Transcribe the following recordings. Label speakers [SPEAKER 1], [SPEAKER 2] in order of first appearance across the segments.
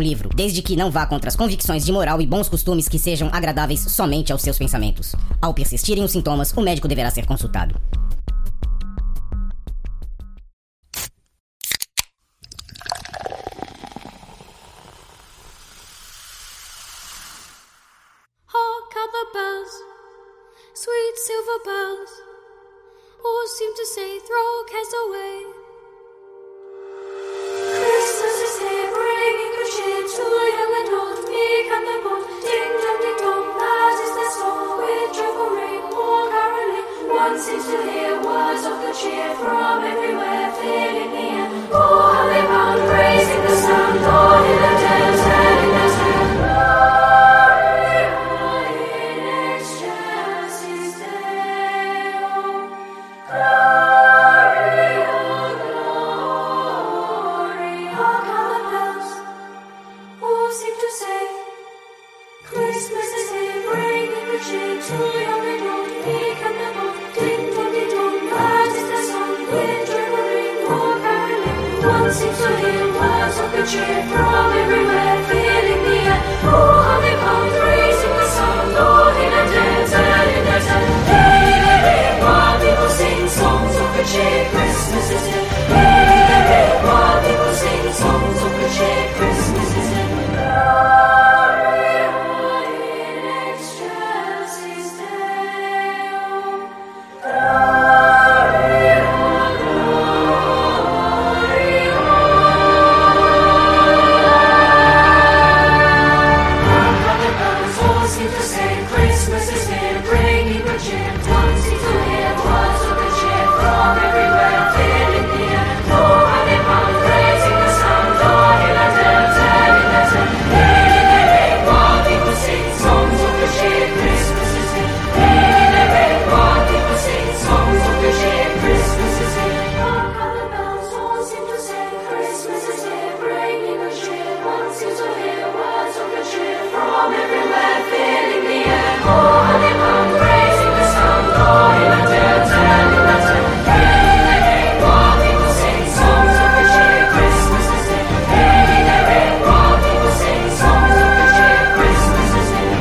[SPEAKER 1] livro, desde que não vá contra as convicções de moral e bons costumes que sejam agradáveis somente aos seus pensamentos. Ao persistirem os sintomas, o médico deverá ser consultado.
[SPEAKER 2] Hark how the bells, sweet silver bells, all seem to say, throw cares away. Christmas is here, bringing good cheer to young and old, meek and the bold. Ding dong, ding dong, that is the song with joyful ring, all caroling. One seems to hear words of good cheer from everywhere, filling the air. Oh, how they pound, raising the sound, all in the dance, and in the sound. Christmas is here, bringing the cheer to young and old, meek and the bold. Ding dong, ding dong, that is the song. Wind rivering, war caroling. One seems to hear words of good cheer from everywhere, filling the air. Oh, how they pound, raising the sound, all in a dance and in a dance. Hey, everyone, people sing songs of good cheer. Christmas is here. Hey, everyone, people sing songs of good cheer. Christmas is here. Christmas is here, bringing good cheer. One seems to hear words of good cheer from everywhere, filling the air. Oh, how they pound, raising the sound, all in a dance, and in a dance. Hey, hey, hey, while people sing songs of good cheer. Christmas is here. Hey, hey, hey, while people sing songs of good cheer. Christmas is here. Hark how the bells all seem to say, Christmas is here, bringing good cheer. One seems to hear words of good cheer from everywhere, filling the air. Oh, how they pound, raising the sound, all in a dance, and in a dance. Hey, hey, hey, while people sing songs of good cheer. Christmas is here. Hey, hey, hey, while people sing songs of good cheer. Christmas is here.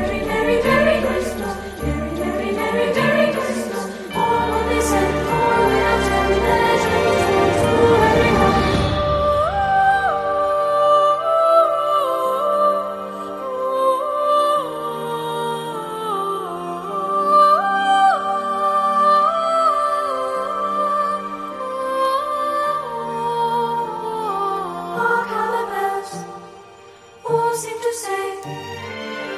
[SPEAKER 2] Merry, merry, merry Christmas. Merry, merry, merry, merry Christmas. All on this earth, all we have to measure is to everyone. Hark how the bells all seem to say.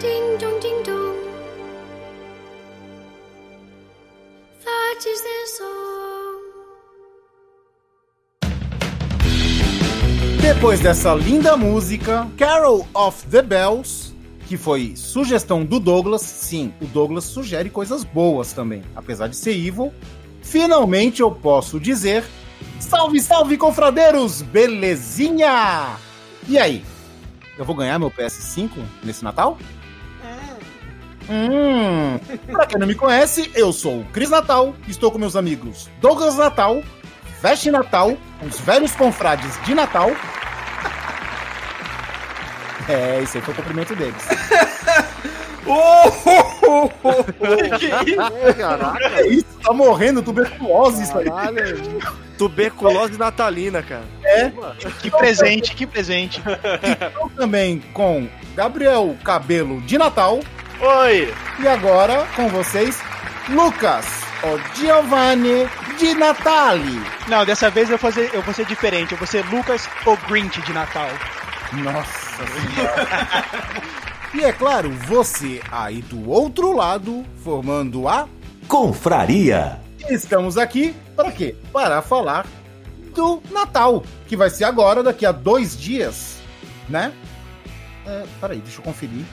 [SPEAKER 2] Ding dong, ding dong. That is their song.
[SPEAKER 3] Depois dessa linda música, Carol of the Bells, que foi sugestão do Douglas, sim, o Douglas sugere coisas boas também, apesar de ser evil. Finalmente eu posso dizer: salve, salve, confradeiros! Belezinha! E aí? Eu vou ganhar meu PS5 nesse Natal? Hum. Pra quem não me conhece, eu sou o Cris Natal, estou com meus amigos Douglas Natal, Veste Natal, os velhos confrades de Natal. É, isso aí foi o cumprimento deles. É isso, tá morrendo, tuberculose isso aí.
[SPEAKER 4] Tuberculose natalina, cara.
[SPEAKER 5] Que presente, que presente.
[SPEAKER 3] Estou também com Gabriel Cabelo de Natal.
[SPEAKER 6] Oi!
[SPEAKER 3] E agora com vocês, Lucas, o Giovanni de Natali.
[SPEAKER 5] Não, dessa vez eu vou, fazer, eu vou ser diferente. Eu vou ser Lucas o Grinch de Natal.
[SPEAKER 3] Nossa senhora. E é claro, você aí do outro lado, formando a
[SPEAKER 6] Confraria.
[SPEAKER 3] Estamos aqui para quê? Para falar do Natal, que vai ser agora, daqui a dois dias, né? É, peraí, deixa eu conferir.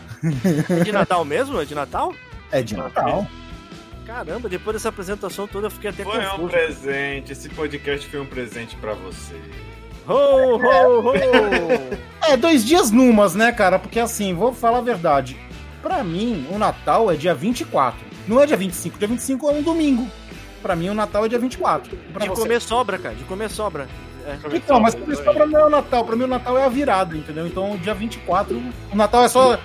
[SPEAKER 4] É de Natal mesmo? É de Natal?
[SPEAKER 3] É de Natal.
[SPEAKER 4] Caramba, depois dessa apresentação toda eu fiquei até
[SPEAKER 7] Foi um
[SPEAKER 4] confuso.
[SPEAKER 7] presente. Esse podcast foi um presente pra você.
[SPEAKER 4] Ho, ho, ho!
[SPEAKER 5] Oh,
[SPEAKER 3] É, dois dias numas, né, cara? Porque assim, vou falar a verdade. Pra mim, o Natal é dia 24. Não é dia 25, dia 25 é um domingo. Pra mim, o Natal é dia 24. E Pra
[SPEAKER 4] De
[SPEAKER 3] você?
[SPEAKER 4] comer sobra, cara, de comer sobra.
[SPEAKER 3] Então, mas por isso pra mim é o Natal. Pra mim o Natal é a virada, entendeu? Então o dia 24, o Natal é só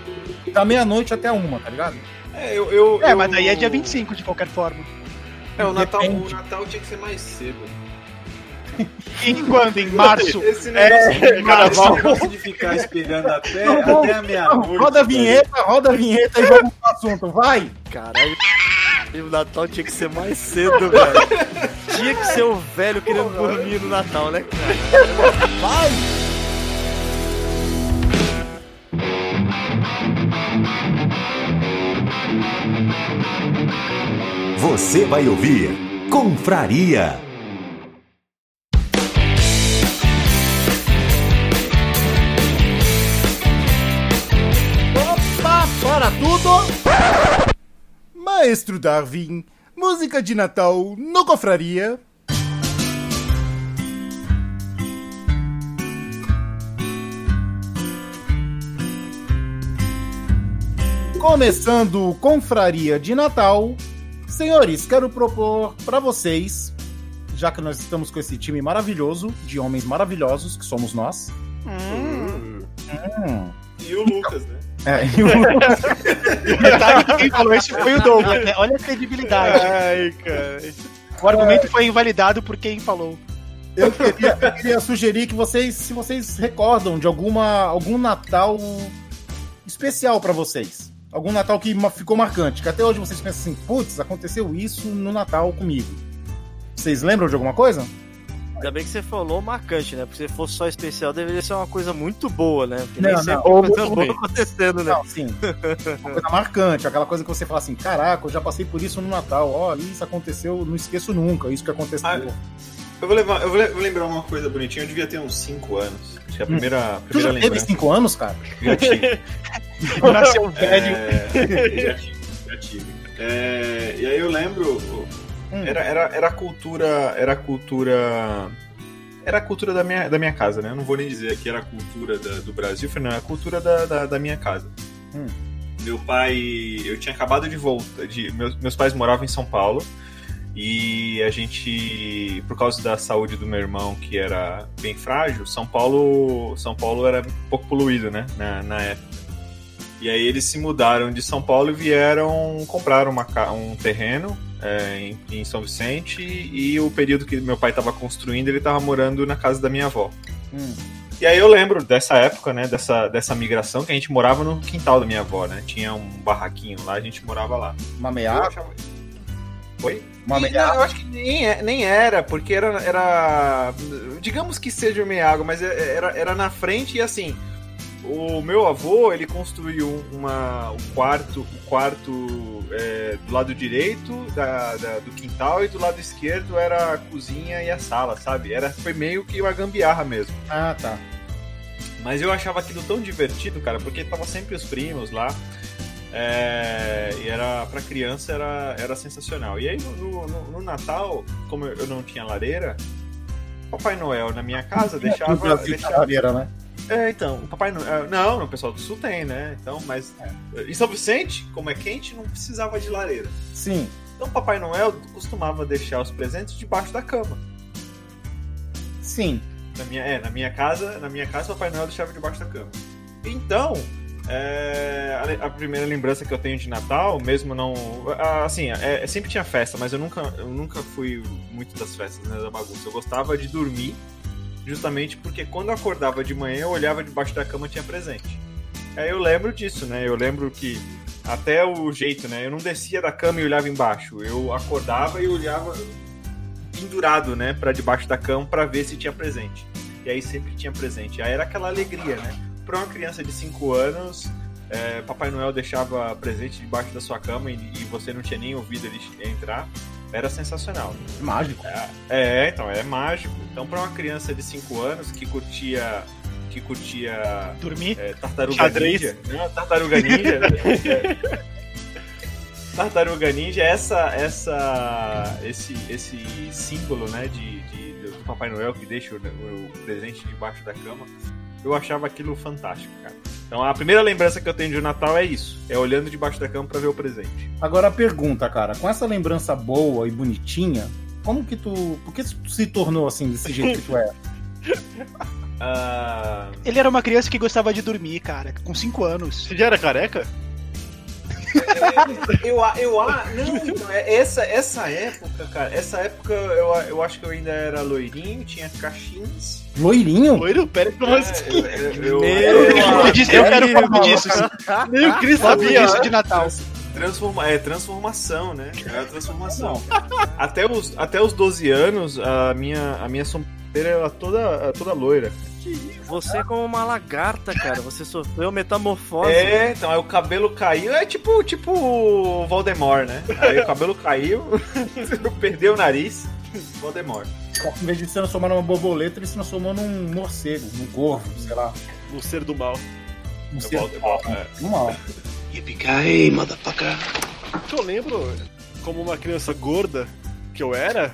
[SPEAKER 3] da meia-noite até uma, tá ligado?
[SPEAKER 7] É, eu. eu
[SPEAKER 5] É,
[SPEAKER 7] eu-
[SPEAKER 5] mas daí é dia 25, de qualquer forma.
[SPEAKER 7] É, o Natal, o
[SPEAKER 3] Depende.
[SPEAKER 7] Natal tinha que ser mais cedo.
[SPEAKER 5] Em quando? Em março?
[SPEAKER 7] Esse negócio, de,
[SPEAKER 5] carnaval.
[SPEAKER 7] esse negócio de ficar esperando até,
[SPEAKER 3] Não, não.
[SPEAKER 7] até a meia-noite.
[SPEAKER 3] roda a vinheta, roda a vinheta e vamos pro assunto, vai!
[SPEAKER 4] Caralho. E o Natal tinha que ser mais cedo, velho. Tinha que ser o velho querendo dormir no Natal, né, cara?
[SPEAKER 6] Você vai ouvir Confraria.
[SPEAKER 3] Opa, para tudo! Maestro Darwin, música de Natal no Cofraria. Começando o Confraria de Natal, senhores, quero propor para vocês, já que nós estamos com esse time maravilhoso, de homens maravilhosos, que somos nós. Hum.
[SPEAKER 7] E o Lucas, né?
[SPEAKER 3] É, e o
[SPEAKER 5] Detalhe que quem Tá, falou isso foi o Douglas. né? Olha a credibilidade.
[SPEAKER 4] Ai, cara.
[SPEAKER 5] O argumento foi invalidado por quem falou.
[SPEAKER 3] Eu queria, eu queria sugerir que vocês, se vocês recordam de alguma algum Natal especial pra vocês, algum Natal que ma- ficou marcante, que até hoje vocês pensam assim, putz, aconteceu isso no Natal comigo. Vocês lembram de alguma coisa?
[SPEAKER 4] Ainda bem que você falou marcante, né? Porque se fosse só especial, deveria ser uma coisa muito boa, né? Porque
[SPEAKER 3] Não,
[SPEAKER 4] nem sempre
[SPEAKER 3] não.
[SPEAKER 4] tem coisa
[SPEAKER 3] Ou
[SPEAKER 4] boa
[SPEAKER 3] muito
[SPEAKER 4] acontecendo, né?
[SPEAKER 3] Não, sim. Uma coisa marcante, aquela coisa que você fala assim, caraca, eu já passei por isso no Natal, ó, isso aconteceu, não esqueço nunca, isso que aconteceu.
[SPEAKER 7] Ah, Eu vou, levar, eu vou le- vou lembrar uma coisa bonitinha. Eu devia ter uns 5 anos. Acho que é a primeira, a
[SPEAKER 3] tu já
[SPEAKER 7] primeira
[SPEAKER 3] teve
[SPEAKER 7] lembrança.
[SPEAKER 3] cinco anos, cara?
[SPEAKER 7] Já tive.
[SPEAKER 5] Nasceu velho.
[SPEAKER 7] É, já tive. Já tive. É, e aí eu lembro,
[SPEAKER 3] Hum.
[SPEAKER 7] Era, era, era a cultura. Era a cultura. Era a cultura da minha, da minha casa, né? Eu não vou nem dizer que era a cultura da- do Brasil, foi não, é a cultura da, da, da minha casa.
[SPEAKER 3] Hum.
[SPEAKER 7] Meu pai. Eu tinha acabado de voltar. De, meus, meus pais moravam em São Paulo. E a gente, por causa da saúde do meu irmão, que era bem frágil, São Paulo, São Paulo era um pouco poluído, né? Na, na época. E aí eles se mudaram de São Paulo e vieram comprar uma, ca- um terreno é, em, em São Vicente e o período que meu pai estava construindo, ele estava morando na casa da minha avó.
[SPEAKER 3] Hum.
[SPEAKER 7] E aí eu lembro dessa época, né, dessa, dessa migração, que a gente morava no quintal da minha avó, né? Tinha um barraquinho lá, a gente morava lá.
[SPEAKER 3] Uma
[SPEAKER 7] Eu
[SPEAKER 3] meia,
[SPEAKER 7] achava- Oi?
[SPEAKER 3] uma
[SPEAKER 7] Não,
[SPEAKER 3] meia.
[SPEAKER 7] eu acho que nem, é- nem era, porque era, era. Digamos que seja meia água, mas é- era, era na frente e assim. O meu avô, ele construiu uma, um quarto, um quarto é, do lado direito da, da- do quintal e do lado esquerdo era a cozinha e a sala, sabe? Era, foi meio que uma gambiarra mesmo.
[SPEAKER 3] Ah, tá.
[SPEAKER 7] Mas eu achava aquilo tão divertido, cara, porque tava sempre os primos lá. é, e era pra criança era, era sensacional. E aí no, no- no- no Natal, como eu não tinha lareira, Papai Noel na minha casa
[SPEAKER 3] é, No
[SPEAKER 7] deixava.
[SPEAKER 3] Brasil,
[SPEAKER 7] deixava-
[SPEAKER 3] caveira, né?
[SPEAKER 7] é, então, o Papai Noel. Não, o pessoal do Sul tem, né? Então, mas. Em São Vicente, como é quente, não precisava de lareira.
[SPEAKER 3] Sim.
[SPEAKER 7] Então Papai Noel costumava deixar os presentes debaixo da cama.
[SPEAKER 3] Sim.
[SPEAKER 7] Na minha, é, na minha casa, na minha casa, o Papai Noel deixava debaixo da cama. Então, é, a le- a, primeira lembrança que eu tenho de Natal, mesmo não. ah, Assim, é, é- sempre tinha festa, mas eu nunca, eu nunca fui muito das festas, né? Da bagunça. Eu gostava de dormir, justamente porque quando eu acordava de manhã, eu olhava debaixo da cama e tinha presente. Aí eu lembro disso, né? Eu lembro que até o jeito, né? Eu não descia da cama e olhava embaixo. Eu acordava e olhava pendurado, né, pra debaixo da cama pra ver se tinha presente. E aí sempre tinha presente. Aí era aquela alegria, né? Pra uma criança de 5 anos, é, Papai Noel deixava presente debaixo da sua cama e, e você não tinha nem ouvido ele entrar. Era sensacional.
[SPEAKER 3] Mágico.
[SPEAKER 7] É, então, é mágico. Então, pra uma criança de 5 anos que curtia. que curtia.
[SPEAKER 5] Dormir.
[SPEAKER 7] é, tartaruga
[SPEAKER 4] Xadrez.
[SPEAKER 7] Ninja. Não, tartaruga Ninja. é. tartaruga Ninja é essa, essa, esse, esse símbolo, né, de, de- do Papai Noel que deixa o, o presente debaixo da cama. Eu achava aquilo fantástico, cara. Então a primeira lembrança que eu tenho de Natal é isso: é olhando debaixo da cama pra ver o presente.
[SPEAKER 3] Agora a pergunta, cara, com essa lembrança boa e bonitinha, como que tu. Por que tu se tornou assim, desse jeito que tu é?
[SPEAKER 7] Ah,
[SPEAKER 5] Ele era uma criança que gostava de dormir, cara, com 5 anos.
[SPEAKER 4] Você já era careca?
[SPEAKER 7] Eu, a- eu, a- não, então, é- essa, essa época, cara, essa época eu, a- eu acho que eu ainda era loirinho, tinha cachins.
[SPEAKER 3] Loirinho?
[SPEAKER 4] Loiro? Pera aí,
[SPEAKER 7] É.
[SPEAKER 4] como assim?
[SPEAKER 7] Eu, eu-
[SPEAKER 4] Meu
[SPEAKER 7] eu-
[SPEAKER 4] Deus.
[SPEAKER 5] Eu, disse, eu quero foto disso.
[SPEAKER 4] Nem o Cris
[SPEAKER 5] Foto
[SPEAKER 4] sabia.
[SPEAKER 5] disso de Natal.
[SPEAKER 7] transforma, é transformação, né? É a transformação. até, os, até os 12 anos, a minha, a minha sombreira era toda, toda loira.
[SPEAKER 4] Você é como uma lagarta, cara. Você sofreu metamorfose.
[SPEAKER 7] É, então, aí o cabelo caiu, é tipo, tipo o Voldemort, né? Aí o cabelo caiu, perdeu o nariz, Voldemort.
[SPEAKER 3] Em vez de se transformar numa borboleta, ele se transformou num morcego, num corvo, sei lá. Um
[SPEAKER 4] O ser do mal.
[SPEAKER 3] Não
[SPEAKER 7] É
[SPEAKER 3] sei.
[SPEAKER 7] Voldemort, é.
[SPEAKER 3] Normal.
[SPEAKER 4] que eu lembro, como uma criança gorda que eu era,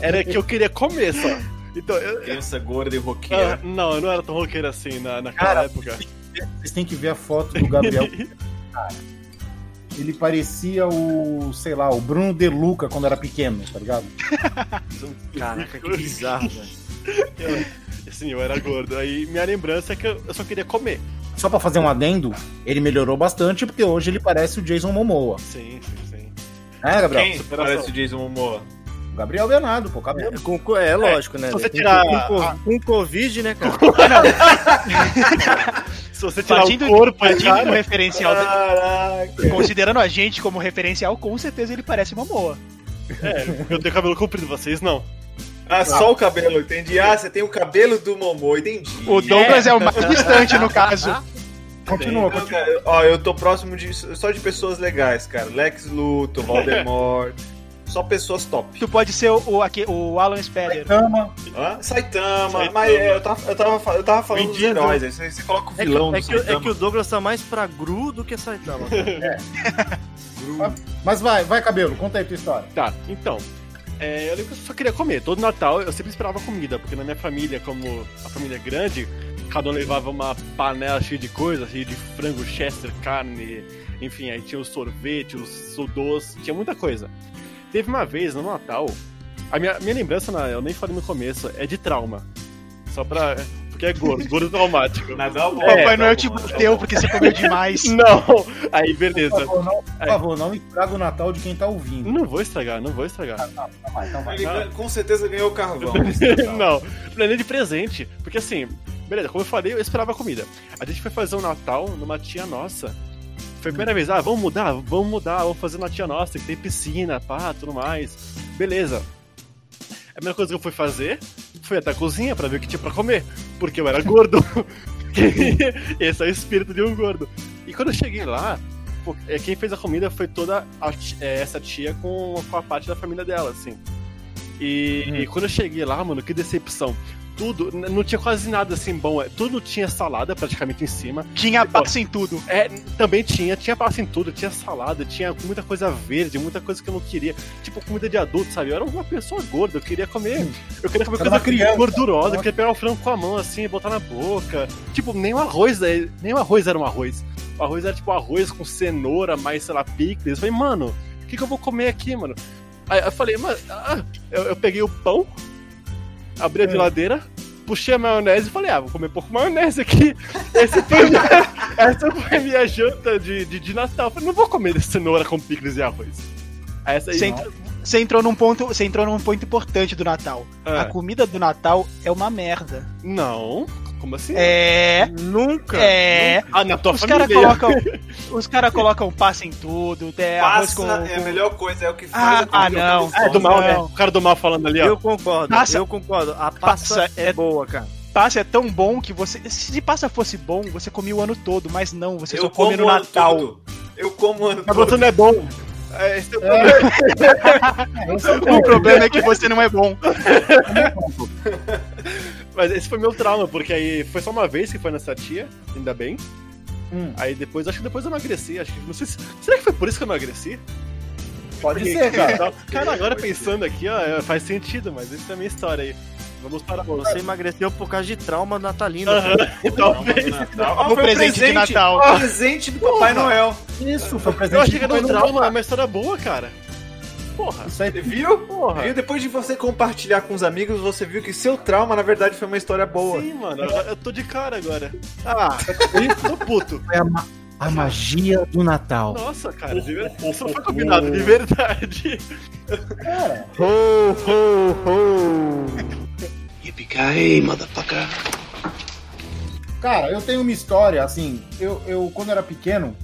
[SPEAKER 4] era que eu queria comer só. Então, eu.
[SPEAKER 7] Criança gorda e
[SPEAKER 4] ah,
[SPEAKER 7] roqueira.
[SPEAKER 4] não, eu não era tão roqueiro assim na, naquela
[SPEAKER 3] Cara,
[SPEAKER 4] época.
[SPEAKER 3] Vocês têm que ver a foto do Gabriel. Cara, ele parecia o, sei lá, o Bruno De Luca quando era pequeno, tá ligado?
[SPEAKER 8] Caraca, que bizarro, velho.
[SPEAKER 4] Assim, eu era gordo. Aí minha lembrança é que eu eu só queria comer.
[SPEAKER 3] Só pra fazer um adendo, ele melhorou bastante porque hoje ele parece o Jason Momoa.
[SPEAKER 4] Sim, sim, sim.
[SPEAKER 3] Né, Gabriel?
[SPEAKER 7] Quem parece o Jason Momoa?
[SPEAKER 3] O Gabriel Bernardo, pô, cabelo.
[SPEAKER 8] É, com co- é lógico, né?
[SPEAKER 4] se você
[SPEAKER 8] Com-
[SPEAKER 4] tirar
[SPEAKER 8] com,
[SPEAKER 4] a-
[SPEAKER 8] co- com Covid, né, cara?
[SPEAKER 4] Se você tirar
[SPEAKER 5] Partindo,
[SPEAKER 4] o corpo né? e a
[SPEAKER 5] partindo do
[SPEAKER 4] cara,
[SPEAKER 5] referencial, dele,
[SPEAKER 7] Caraca!
[SPEAKER 5] considerando a gente como referencial, com certeza ele parece uma moa.
[SPEAKER 4] eu tenho cabelo comprido, vocês não.
[SPEAKER 7] Ah, só o cabelo, entendi. Ah, você tem o cabelo do Momô, entendi.
[SPEAKER 5] O Douglas é, o mais distante, no caso.
[SPEAKER 3] Continua,
[SPEAKER 7] Não,
[SPEAKER 3] continua.
[SPEAKER 7] cara, eu- ó, eu tô próximo de, só de pessoas legais, cara. Lex Luthor, Voldemort. só pessoas top.
[SPEAKER 5] Tu pode ser o, o, aqui- o Alan Speller.
[SPEAKER 3] Cama.
[SPEAKER 7] Hã? Saitama,
[SPEAKER 4] Saitama.
[SPEAKER 7] mas é, eu tava, eu tava, fa- eu tava falando dos
[SPEAKER 4] Vegeta.
[SPEAKER 7] heróis. Aí você, você coloca o
[SPEAKER 8] É que,
[SPEAKER 7] vilão
[SPEAKER 8] é
[SPEAKER 7] do
[SPEAKER 8] que- é
[SPEAKER 7] Saitama.
[SPEAKER 8] que o Douglas tá mais pra Gru do que Saitama. cara.
[SPEAKER 3] Mas vai, vai, cabelo, conta aí tua história.
[SPEAKER 4] Tá, então. é, eu lembro que eu só queria comer. Todo Natal eu sempre esperava comida, porque na minha família, como a família é grande, cada um levava uma panela cheia de coisa, cheia de frango, chester, carne, enfim, aí tinha o sorvete, o, o doce, tinha muita coisa. Teve uma vez no Natal, a minha, minha lembrança, na- eu nem falei no começo, é de trauma. Só pra. Porque é gordo, gordo traumático.
[SPEAKER 7] Nadal,
[SPEAKER 4] É,
[SPEAKER 5] é O Papai Noel te bateu porque você comeu demais.
[SPEAKER 4] Não! Aí,
[SPEAKER 3] Por
[SPEAKER 4] beleza.
[SPEAKER 3] favor, não, por favor, não estraga o Natal de quem tá ouvindo.
[SPEAKER 4] Não vou estragar, não vou estragar.
[SPEAKER 3] Então vai, então vai.
[SPEAKER 7] Ele gan- com certeza ganhou o carvão.
[SPEAKER 4] Não, não é nem de presente. Porque assim, beleza, como eu falei, eu esperava comida. A gente foi fazer um Natal numa tia nossa. Foi a primeira vez, ah, vamos mudar, vamos mudar, vamos fazer na tia nossa, que tem piscina, pá, tudo mais. Beleza. A primeira coisa que eu fui fazer foi até a cozinha pra ver o que tinha pra comer, porque eu era gordo. Esse é o espírito de um gordo. E quando eu cheguei lá, pô, é, quem fez a comida foi toda a ti- é, essa tia com, com a parte da família dela, assim. E, e
[SPEAKER 3] Hum.
[SPEAKER 4] quando eu cheguei lá, mano, que decepção. Tudo, n- não tinha quase nada assim bom. é, Tudo tinha salada praticamente em cima.
[SPEAKER 5] Tinha passa em tudo.
[SPEAKER 4] É, n- também tinha, tinha pasta em tudo, tinha salada, tinha muita coisa verde, muita coisa que eu não queria. Tipo comida de adulto, sabe? Eu era uma pessoa gorda, eu queria comer. Eu queria comer
[SPEAKER 3] Você era uma
[SPEAKER 4] coisa
[SPEAKER 3] criança.
[SPEAKER 4] gordurosa, eu queria pegar o frango com a mão assim, e botar na boca. Tipo, nem o arroz, né? nem o arroz era um arroz. O arroz era tipo arroz com cenoura, mais, sei lá, picles. Eu falei, mano, o que, que eu vou comer aqui, mano? Aí eu falei, mano, ah, eu, eu peguei o pão, abri a
[SPEAKER 8] É.
[SPEAKER 4] geladeira, puxei a maionese e falei, ah, vou comer pouco maionese aqui. Esse foi o meu- essa foi a minha janta de, de, de Natal. Eu falei, não vou comer cenoura com picles e arroz. Aí Essa aí,
[SPEAKER 5] Você entrou, você entrou num ponto, você entrou num ponto importante do Natal.
[SPEAKER 4] Ah.
[SPEAKER 5] A comida do Natal é uma merda.
[SPEAKER 4] Não, Como assim?
[SPEAKER 5] É.
[SPEAKER 8] Nunca.
[SPEAKER 5] É.
[SPEAKER 4] Ah, na tua
[SPEAKER 5] Os
[SPEAKER 4] família.
[SPEAKER 5] caras colocam. Os caras colocam passa em tudo, é, arroz com.
[SPEAKER 7] Passa é a melhor coisa, é o que
[SPEAKER 5] Ah,
[SPEAKER 7] faz.
[SPEAKER 5] ah,
[SPEAKER 7] a comida
[SPEAKER 5] não.
[SPEAKER 7] ficar
[SPEAKER 4] Ah, é do mal, né?
[SPEAKER 5] Não.
[SPEAKER 4] O cara do mal falando ali, ó.
[SPEAKER 8] Eu concordo,
[SPEAKER 5] Passa-
[SPEAKER 8] eu concordo. A passa,
[SPEAKER 5] Passa
[SPEAKER 8] é,
[SPEAKER 5] é-
[SPEAKER 8] boa, cara.
[SPEAKER 5] Passa é tão bom que você. Se passa fosse bom, você comia o ano todo, mas não, você
[SPEAKER 7] Eu
[SPEAKER 5] só come
[SPEAKER 7] como
[SPEAKER 5] no
[SPEAKER 7] o ano
[SPEAKER 5] Natal.
[SPEAKER 7] todo. Eu como o ano
[SPEAKER 4] Tá
[SPEAKER 7] todo.
[SPEAKER 4] botando é bom.
[SPEAKER 7] É, esse é o problema.
[SPEAKER 5] O problema é que você não é bom.
[SPEAKER 4] Mas esse foi meu trauma, porque aí foi só uma vez que foi nessa tia, ainda bem.
[SPEAKER 3] Hum.
[SPEAKER 4] Aí depois, acho que depois eu emagreci. Acho que, não sei se, será que foi por isso que eu emagreci? Tá,
[SPEAKER 3] Pode
[SPEAKER 4] é
[SPEAKER 3] ser, cara.
[SPEAKER 4] Cara, agora pensando aqui, ó, faz sentido, mas isso é a minha história aí. Vamos para você.
[SPEAKER 8] Você emagreceu por causa de trauma natalino.
[SPEAKER 4] Aham.
[SPEAKER 8] cara.
[SPEAKER 4] Talvez.
[SPEAKER 7] Natal. Ah,
[SPEAKER 5] O
[SPEAKER 7] foi
[SPEAKER 5] presente de Natal.
[SPEAKER 7] Ah, presente do Papai Noel.
[SPEAKER 3] Isso, foi presente.
[SPEAKER 4] Eu achei que
[SPEAKER 3] do
[SPEAKER 4] era um
[SPEAKER 3] Papai Noel.
[SPEAKER 4] trauma, é uma história boa, cara. Porra.
[SPEAKER 3] Isso aí
[SPEAKER 7] Você viu?
[SPEAKER 4] Porra.
[SPEAKER 7] Viu? Depois de você compartilhar com os amigos, você viu que seu trauma, na verdade, foi uma história boa.
[SPEAKER 4] Sim, mano, eu, eu tô de cara agora. é Ah, tô puto.
[SPEAKER 3] foi a, ma- a magia do Natal.
[SPEAKER 4] Nossa, cara, de verdade. Isso não foi combinado, de verdade.
[SPEAKER 3] Cara, eu tenho uma história, assim, eu, eu quando era pequeno,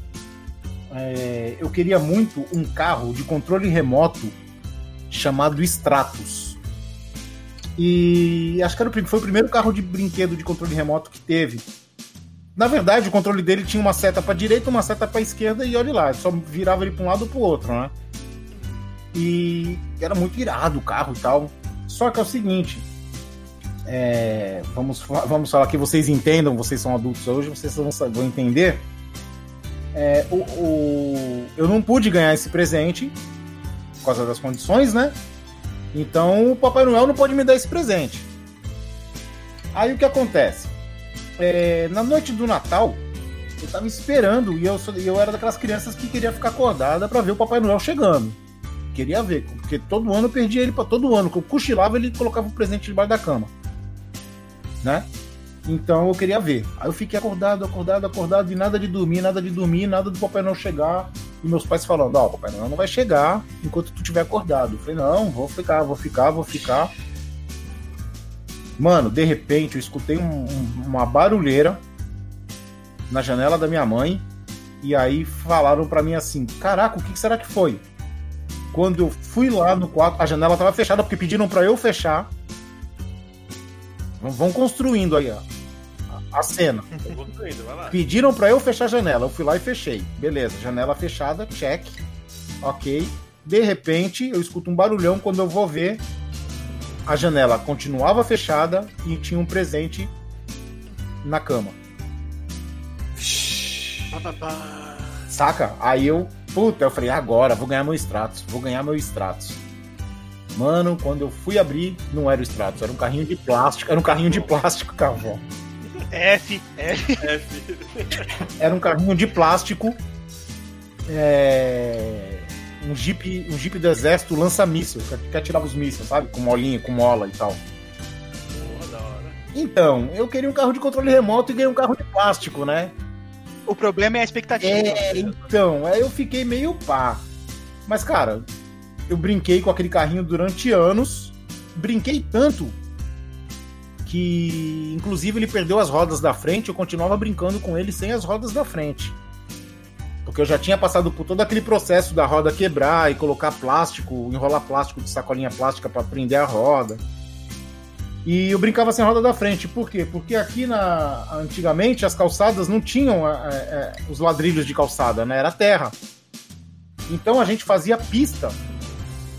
[SPEAKER 3] é, eu queria muito um carro de controle remoto chamado Stratus. E acho que era o, prim- foi o primeiro carro de brinquedo de controle remoto que teve. Na verdade, o controle dele tinha uma seta pra direita, uma seta pra esquerda e olha lá, só virava ele pra um lado ou pro outro, né? E era muito irado o carro e tal. Só que é o seguinte, é, vamos, fa- vamos falar que vocês entendam, vocês são adultos hoje, vocês vão, sa- vão entender. É, o, o- eu não pude ganhar esse presente por causa das condições, né? Então o Papai Noel não pode me dar esse presente. Aí o que acontece? É, na noite do Natal, eu tava esperando e eu, sou- e eu era daquelas crianças que queria ficar acordada pra ver o Papai Noel chegando. Queria ver, porque todo ano eu perdia ele para todo ano. Que eu cochilava, ele colocava o presente debaixo da cama né? Então eu queria ver. Aí eu fiquei acordado, acordado, acordado, e nada de dormir, nada de dormir, nada do Papai Noel chegar. E meus pais falando, ó, o Papai Noel não vai chegar enquanto tu tiver acordado. Eu falei, não, vou ficar, vou ficar, vou ficar. Mano, de repente eu escutei um- um- uma barulheira na janela da minha mãe. E aí falaram pra mim assim, caraca, o que será que foi? Quando eu fui lá no quarto, a janela tava fechada, porque pediram pra eu fechar. Vão- Vão construindo aí a, a cena.
[SPEAKER 4] Eu vou tô indo, vai lá.
[SPEAKER 3] Pediram pra eu fechar a janela. Eu fui lá e fechei. Beleza, janela fechada, check. Ok. De repente, eu escuto um barulhão quando eu vou ver. A janela continuava fechada e tinha um presente na cama. Saca? Aí eu, puta, eu falei, agora, vou ganhar meu Stratos, vou ganhar meu Stratos. Mano, quando eu fui abrir, não era o Stratos, era um carrinho de plástico, era um carrinho de plástico, cavão.
[SPEAKER 5] F, F.
[SPEAKER 3] era um carrinho de plástico. é, um jeep, um jeep do exército lança míssil, que- que atirava os mísseis, sabe? Com molinha, com mola e tal.
[SPEAKER 4] Porra, da hora.
[SPEAKER 3] Então, eu queria um carro de controle remoto e ganhei um carro de plástico, né?
[SPEAKER 5] O problema é a expectativa.
[SPEAKER 3] É, então, aí eu fiquei meio pá. Mas, cara, eu brinquei com aquele carrinho durante anos. Brinquei tanto que, inclusive, ele perdeu as rodas da frente. Eu continuava brincando com ele sem as rodas da frente. Porque eu já tinha passado por todo aquele processo da roda quebrar e colocar plástico, enrolar plástico de sacolinha plástica para prender a roda. E eu brincava sem a roda da frente. Por quê? Porque aqui na antigamente as calçadas não tinham é, é, os ladrilhos de calçada, né? Era terra. Então a gente fazia pista.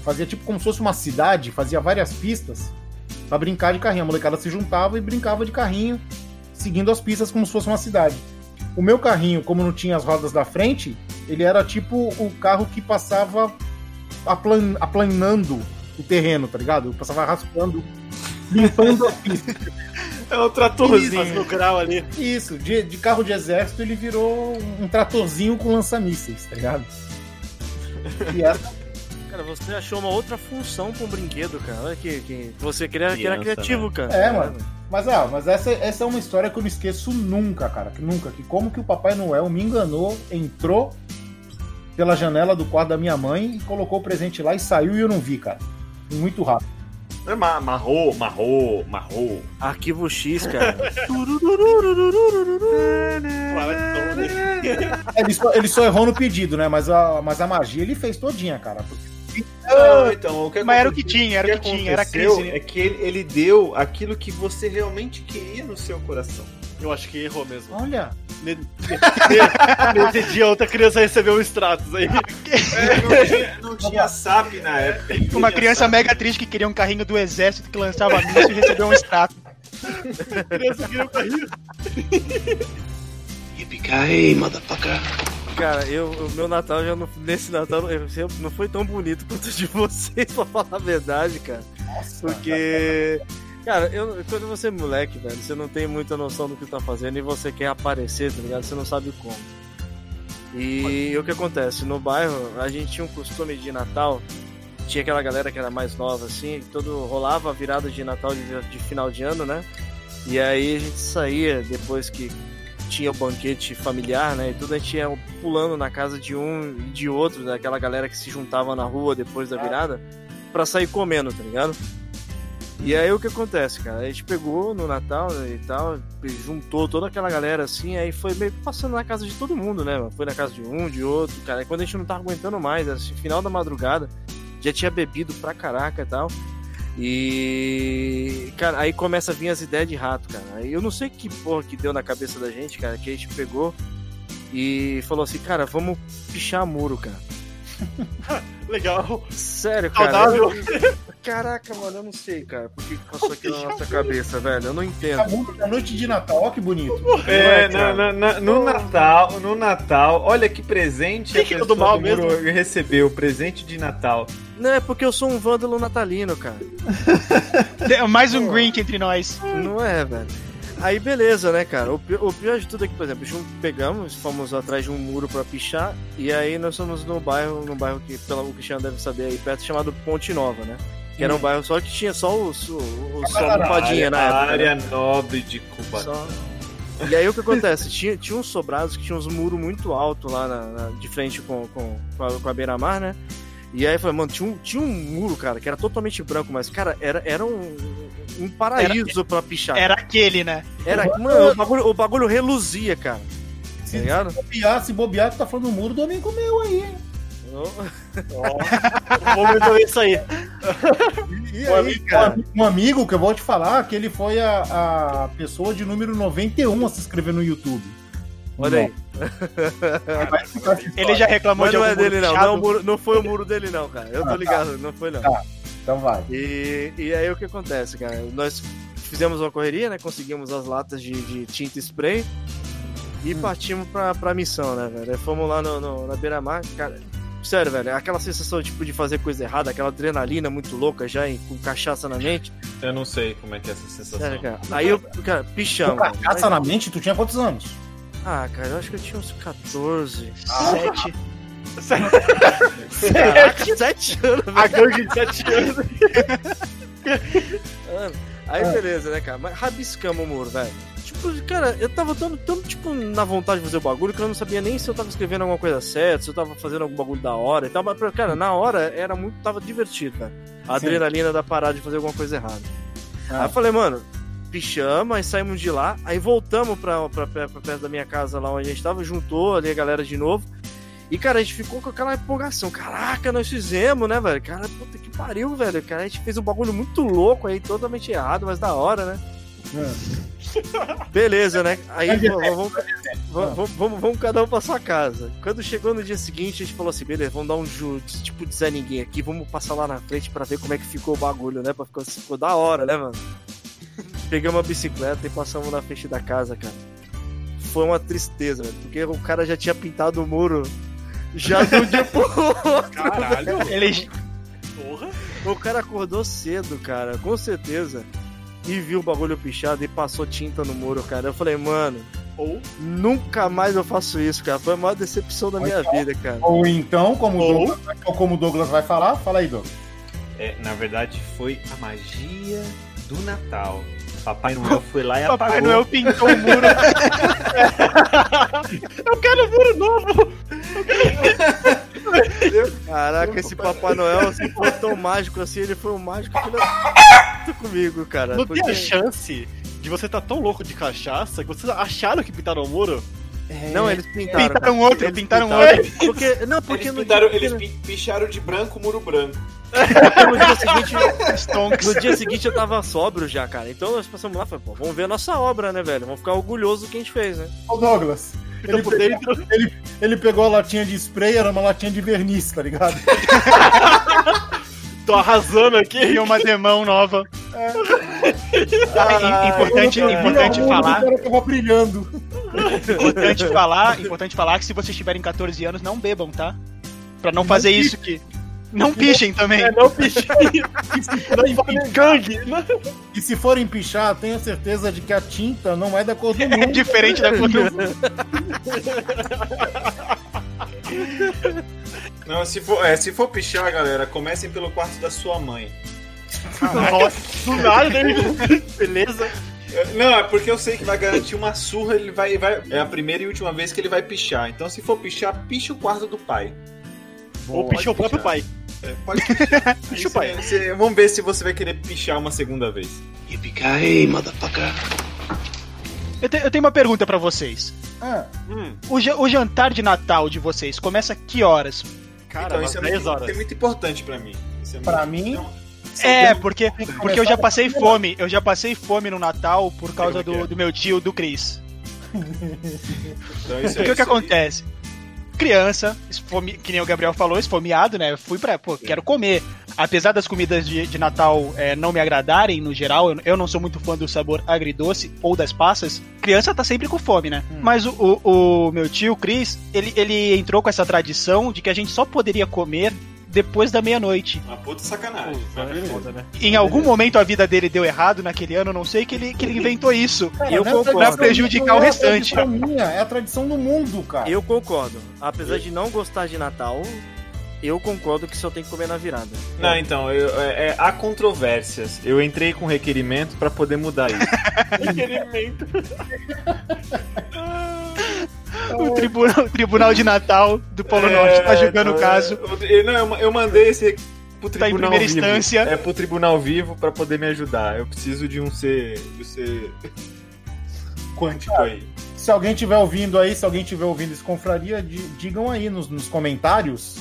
[SPEAKER 3] Fazia tipo como se fosse uma cidade, fazia várias pistas pra brincar de carrinho. A molecada se juntava e brincava de carrinho, seguindo as pistas como se fosse uma cidade. O meu carrinho, como não tinha as rodas da frente, ele era tipo o carro que passava aplan aplanando o terreno, tá ligado? Eu passava raspando, limpando a pista.
[SPEAKER 5] então,
[SPEAKER 4] É o tratorzinho. Fazendo grau ali.
[SPEAKER 3] Isso, de, de carro de exército ele virou um tratorzinho com lança-mísseis, tá ligado? E é, essa
[SPEAKER 8] Cara, você achou uma outra função pra um brinquedo, cara. Olha que, que... você queria, que era
[SPEAKER 7] Criança,
[SPEAKER 8] criativo, cara.
[SPEAKER 3] É, mano. Mas, ah, mas essa, essa é uma história que eu não esqueço nunca, cara. Que nunca. Que como que o Papai Noel me enganou, entrou pela janela do quarto da minha mãe e colocou o presente lá e saiu e eu não vi, cara. Muito rápido.
[SPEAKER 7] Não é ma- marro, marro, marro.
[SPEAKER 8] Arquivo X, cara.
[SPEAKER 3] Ah, Ele só, ele só errou no pedido, né? Mas a, mas a magia ele fez todinha, cara. Porque
[SPEAKER 7] Não, então, o que
[SPEAKER 5] Ah, Mas era o
[SPEAKER 7] aconteceu-
[SPEAKER 5] que tinha, era o que tinha, era a
[SPEAKER 7] aconteceu
[SPEAKER 5] crise. né?
[SPEAKER 7] É que ele, ele deu aquilo que você realmente queria no seu coração.
[SPEAKER 4] Eu acho que errou mesmo.
[SPEAKER 3] Olha,
[SPEAKER 4] Ne- ne- Nesse dia, outra criança recebeu um status aí.
[SPEAKER 7] É, não tinha, não tinha SAP na época.
[SPEAKER 5] Uma criança mega triste que queria um carrinho do exército que lançava míssil e recebeu um extrato.
[SPEAKER 4] criança queria um carrinho.
[SPEAKER 8] Cara, eu, o meu Natal já não. Nesse Natal eu- eu- não foi tão bonito quanto o de vocês, pra falar a verdade, cara. Porque. Cara, eu, quando você é moleque, velho, você não tem muita noção do que tá fazendo e você quer aparecer, tá ligado? Você não sabe como. E o que acontece? No bairro, a gente tinha um costume de Natal. Tinha aquela galera que era mais nova, assim, que todo rolava a virada de Natal de, de final de ano, né? E aí a gente saía depois que tinha o banquete familiar, né? E tudo a gente ia pulando na casa de um e de outro, daquela galera que se juntava na rua depois da virada, pra sair comendo, tá ligado? E aí o que acontece, cara? A gente pegou no Natal né, e tal, juntou toda aquela galera assim, aí foi meio que passando na casa de todo mundo, né? mano? Foi na casa de um, de outro, cara. E quando a gente não tava aguentando mais, assim, final da madrugada, já tinha bebido pra caraca e tal. E, cara, aí começa a vir as ideias de rato, cara. Aí Eu não sei que porra que deu na cabeça da gente, cara, que a gente pegou e falou assim, cara, vamos pichar muro, cara.
[SPEAKER 4] Legal.
[SPEAKER 8] Sério, cara.
[SPEAKER 4] Saudável.
[SPEAKER 8] eu- Caraca, mano, eu não sei, cara, por que que passou aqui na nossa cabeça, velho. Eu não entendo.
[SPEAKER 3] a música da noite de Natal, ó que bonito.
[SPEAKER 7] É,
[SPEAKER 8] Não é,
[SPEAKER 7] na- na- na- no Natal, no Natal, olha que presente
[SPEAKER 4] Tem que
[SPEAKER 7] a
[SPEAKER 4] ir do
[SPEAKER 7] pessoa
[SPEAKER 4] mal
[SPEAKER 7] do Muro recebeu, presente de Natal.
[SPEAKER 8] Não, é porque eu sou um vândalo natalino, cara.
[SPEAKER 5] Tem Mais um Grink entre nós.
[SPEAKER 8] Não é, velho. Aí beleza, né, cara? O, pi- o pior de tudo é que, por exemplo, jun- pegamos, fomos atrás de um muro pra pichar, e aí nós fomos no bairro, num bairro que pelo o Cristiano deve saber aí perto, chamado Ponte Nova, né? Que era um bairro só que tinha só o, o, o só a almofadinha
[SPEAKER 7] área,
[SPEAKER 8] na época. né?
[SPEAKER 7] área nobre de Cuba.
[SPEAKER 8] Só- E aí o que acontece? Tinha, tinha uns sobrados que tinha uns muros muito altos lá na- na- de frente com, com, com a, com a beira-mar, né? E aí foi, mano, tinha um, tinha um muro, cara, que era totalmente branco, mas, cara, era, era um, um paraíso pra pichar.
[SPEAKER 5] Era aquele, né?
[SPEAKER 8] Era, mano, o bagulho, o bagulho reluzia, cara. Tá
[SPEAKER 3] Se, se
[SPEAKER 8] ligado?
[SPEAKER 3] bobear, se bobear, tu tá falando do muro do amigo meu aí, hein?
[SPEAKER 4] Vou é isso aí.
[SPEAKER 3] E
[SPEAKER 4] Um
[SPEAKER 3] aí,
[SPEAKER 4] amigo,
[SPEAKER 3] um ami- um amigo que eu vou te falar, que ele foi a, a pessoa de número 91 a se inscrever no YouTube. Então,
[SPEAKER 8] Olha aí.
[SPEAKER 3] Vai ficar essa
[SPEAKER 5] Ele
[SPEAKER 3] história.
[SPEAKER 5] já reclamou
[SPEAKER 8] Mas
[SPEAKER 5] de
[SPEAKER 8] não
[SPEAKER 5] algum
[SPEAKER 8] é dele, não.
[SPEAKER 5] muro
[SPEAKER 8] Não, o muro- não foi o muro dele, não, cara. Eu tô ligado, não foi, não.
[SPEAKER 3] Então vai.
[SPEAKER 8] E, e aí o que acontece, cara? Nós fizemos uma correria, né? Conseguimos as latas de, de tinta e spray e
[SPEAKER 3] Hum.
[SPEAKER 8] partimos pra, pra missão, né, velho? Fomos lá no, no- na beira-mar, cara. Sério, velho, aquela sensação tipo, de fazer coisa errada, aquela adrenalina muito louca já em- com cachaça na mente.
[SPEAKER 7] Eu não sei como é que é essa sensação.
[SPEAKER 8] Sério, cara. Aí eu, cara,
[SPEAKER 3] Com
[SPEAKER 5] Então,
[SPEAKER 8] pichamos.
[SPEAKER 3] cachaça
[SPEAKER 8] velho.
[SPEAKER 3] na mente, tu tinha quantos anos?
[SPEAKER 8] Ah, cara, eu acho que eu tinha uns 14.
[SPEAKER 5] Sete.
[SPEAKER 8] Caraca, 7 anos,
[SPEAKER 4] A gangue de 7 anos.
[SPEAKER 8] Mano, Aí
[SPEAKER 3] É.
[SPEAKER 8] beleza, né, cara? Mas rabiscamos o muro, velho. Tipo, cara, eu tava tão, tão, tipo, na vontade de fazer o bagulho que eu não sabia nem se eu tava escrevendo alguma coisa certa, se eu tava fazendo algum bagulho da hora e tal. Mas, cara, na hora era muito. tava divertido, velho. A
[SPEAKER 3] Sim.
[SPEAKER 8] adrenalina da parada de fazer alguma coisa errada.
[SPEAKER 3] Ah.
[SPEAKER 8] Aí eu falei, mano, pichamos, aí saímos de lá, aí voltamos pra, pra, pra- pra perto da minha casa lá onde a gente tava, juntou ali a galera de novo. E, cara, a gente ficou com aquela empolgação. Caraca, nós fizemos, né, velho? Cara, puta que pariu, velho. Cara, a gente fez um bagulho muito louco aí, totalmente errado, mas da hora, né? Beleza, né? Aí
[SPEAKER 3] Mas,
[SPEAKER 8] vamos, vamos, vamos, vamos- vamos cada um pra sua casa. Quando chegou no dia seguinte, a gente falou assim: beleza, vamos dar um ju- tipo de Zé Ninguém aqui, vamos passar lá na frente pra ver como é que ficou o bagulho, né? Pra ficar, ficou da hora, né, mano? Pegamos a bicicleta e passamos na frente da casa, cara. Foi uma tristeza, velho, porque o cara já tinha pintado o muro já de um dia pro outro.
[SPEAKER 4] Caralho.
[SPEAKER 5] Ele
[SPEAKER 4] Porra.
[SPEAKER 8] O cara acordou cedo, cara, com certeza. E viu o bagulho pichado e passou tinta no muro, cara. Eu falei, mano,
[SPEAKER 4] Ou.
[SPEAKER 8] Nunca mais eu faço isso, cara. Foi a maior decepção da
[SPEAKER 7] tá
[SPEAKER 8] minha vida, cara.
[SPEAKER 3] Ou então, como o
[SPEAKER 4] Ou-
[SPEAKER 3] Douglas, ou como o Douglas vai falar, fala aí, Douglas.
[SPEAKER 7] É, na verdade, foi a magia do Natal. Papai Noel foi lá e
[SPEAKER 5] Papai
[SPEAKER 7] apagou.
[SPEAKER 5] Noel pintou o muro.
[SPEAKER 4] Eu quero um muro novo!
[SPEAKER 8] Caraca, esse Papai Noel, se for tão mágico assim, ele foi um mágico filho da... comigo, cara.
[SPEAKER 4] Não tem
[SPEAKER 8] porque-
[SPEAKER 4] a chance de você estar tão louco de cachaça que vocês acharam que pintaram o muro?
[SPEAKER 8] Não, eles pintaram.
[SPEAKER 5] Pintaram é um outro, pintaram
[SPEAKER 8] outro. Porque, não, porque
[SPEAKER 7] Eles,
[SPEAKER 8] no
[SPEAKER 7] pintaram,
[SPEAKER 8] dia,
[SPEAKER 7] eles pi- picharam de branco o muro branco.
[SPEAKER 8] porque no dia seguinte...
[SPEAKER 5] Stonks.
[SPEAKER 8] No dia seguinte eu tava sóbrio já, cara. Então nós passamos lá e falamos, pô, vamos ver a nossa obra, né, velho? Vamos ficar orgulhoso do que a gente fez, né?
[SPEAKER 3] Ô, Douglas. Ele,
[SPEAKER 4] por
[SPEAKER 3] pe- ele- ele pegou a latinha de spray, era uma latinha de verniz, tá ligado?
[SPEAKER 4] Tô arrasando aqui.
[SPEAKER 5] E uma demão nova. Ah, importante,
[SPEAKER 3] Quando eu vi
[SPEAKER 5] importante
[SPEAKER 3] a luz,
[SPEAKER 5] falar.
[SPEAKER 3] O cara tava brilhando.
[SPEAKER 5] Importante falar, importante falar que se vocês tiverem 14 anos, não bebam, tá? Pra não fazer isso que. Não pichem também.
[SPEAKER 4] É, não, bichinho. Gangue.
[SPEAKER 5] né?
[SPEAKER 3] E se forem pichar, tenha certeza de que a tinta não é da cor do
[SPEAKER 5] É
[SPEAKER 3] mundo.
[SPEAKER 5] diferente da cultura.
[SPEAKER 7] Não, se for, é, se for pichar, galera, comecem pelo quarto da sua mãe.
[SPEAKER 4] Do nada, né? Beleza.
[SPEAKER 7] É, Não, é porque eu sei que vai garantir uma surra, ele vai, vai. É a primeira e última vez que ele vai pichar. Então, se for pichar, picha o quarto do pai.
[SPEAKER 4] Ou pichou o próprio pai.
[SPEAKER 7] É, pode pichar. Picha o pai. Você- vamos ver se você vai querer pichar uma segunda vez.
[SPEAKER 5] Eu, te- eu tenho uma pergunta pra vocês.
[SPEAKER 3] Ah,
[SPEAKER 4] Hum,
[SPEAKER 5] O, ja- o jantar de Natal de vocês começa que horas?
[SPEAKER 4] cara,
[SPEAKER 7] então,
[SPEAKER 4] umas
[SPEAKER 7] isso é
[SPEAKER 4] 10
[SPEAKER 7] muito,
[SPEAKER 4] horas.
[SPEAKER 7] é muito importante pra mim. Isso é
[SPEAKER 3] pra
[SPEAKER 7] muito-
[SPEAKER 3] mim,
[SPEAKER 7] Então, são
[SPEAKER 5] É,
[SPEAKER 7] duas-
[SPEAKER 5] porque, porque eu já passei fome. Eu já passei fome no Natal por causa do, do meu tio, do Cris.
[SPEAKER 7] então, isso é-
[SPEAKER 5] Porque o que
[SPEAKER 7] isso é-
[SPEAKER 5] acontece? Criança, esfome- que nem o Gabriel falou, esfomeado, né? Eu Fui pra, pô, quero comer. Apesar das comidas de, de Natal é, não me agradarem no geral, eu, eu não sou muito fã do sabor agridoce ou das passas, criança tá sempre com fome, né? Mas o, o- o meu tio, o Cris, ele, ele entrou com essa tradição de que a gente só poderia comer depois da meia-noite.
[SPEAKER 7] Uma puta sacanagem.
[SPEAKER 4] Pô,
[SPEAKER 7] mas
[SPEAKER 4] é
[SPEAKER 7] beleza.
[SPEAKER 4] foda, né?
[SPEAKER 5] Em algum momento a vida dele deu errado naquele ano, não sei, que ele, que ele inventou isso.
[SPEAKER 3] cara,
[SPEAKER 8] eu
[SPEAKER 3] não é
[SPEAKER 8] concordo.
[SPEAKER 3] tradição
[SPEAKER 5] Pra prejudicar
[SPEAKER 3] minha,
[SPEAKER 5] o
[SPEAKER 3] é
[SPEAKER 5] restante.
[SPEAKER 3] tradição minha, É a tradição do mundo, cara.
[SPEAKER 8] Eu concordo. Apesar de não gostar de Natal, eu concordo que só tem que comer na virada.
[SPEAKER 7] Não, então, eu, é, é- há controvérsias. Eu entrei com requerimento pra poder mudar isso.
[SPEAKER 4] Experimento.
[SPEAKER 5] O tribunal, o tribunal de Natal do Polo Norte tá julgando o
[SPEAKER 7] então,
[SPEAKER 5] caso.
[SPEAKER 7] Eu, não, eu, eu mandei esse aqui
[SPEAKER 5] Tá em
[SPEAKER 7] pro
[SPEAKER 4] Tipo,
[SPEAKER 7] tribunal
[SPEAKER 5] primeira
[SPEAKER 7] vivo.
[SPEAKER 5] instância.
[SPEAKER 7] É pro tribunal vivo pra poder me ajudar. Eu preciso de um ser. de um ser quântico aí.
[SPEAKER 3] Se alguém tiver ouvindo aí, se alguém tiver ouvindo esse confraria, di- digam aí nos, nos comentários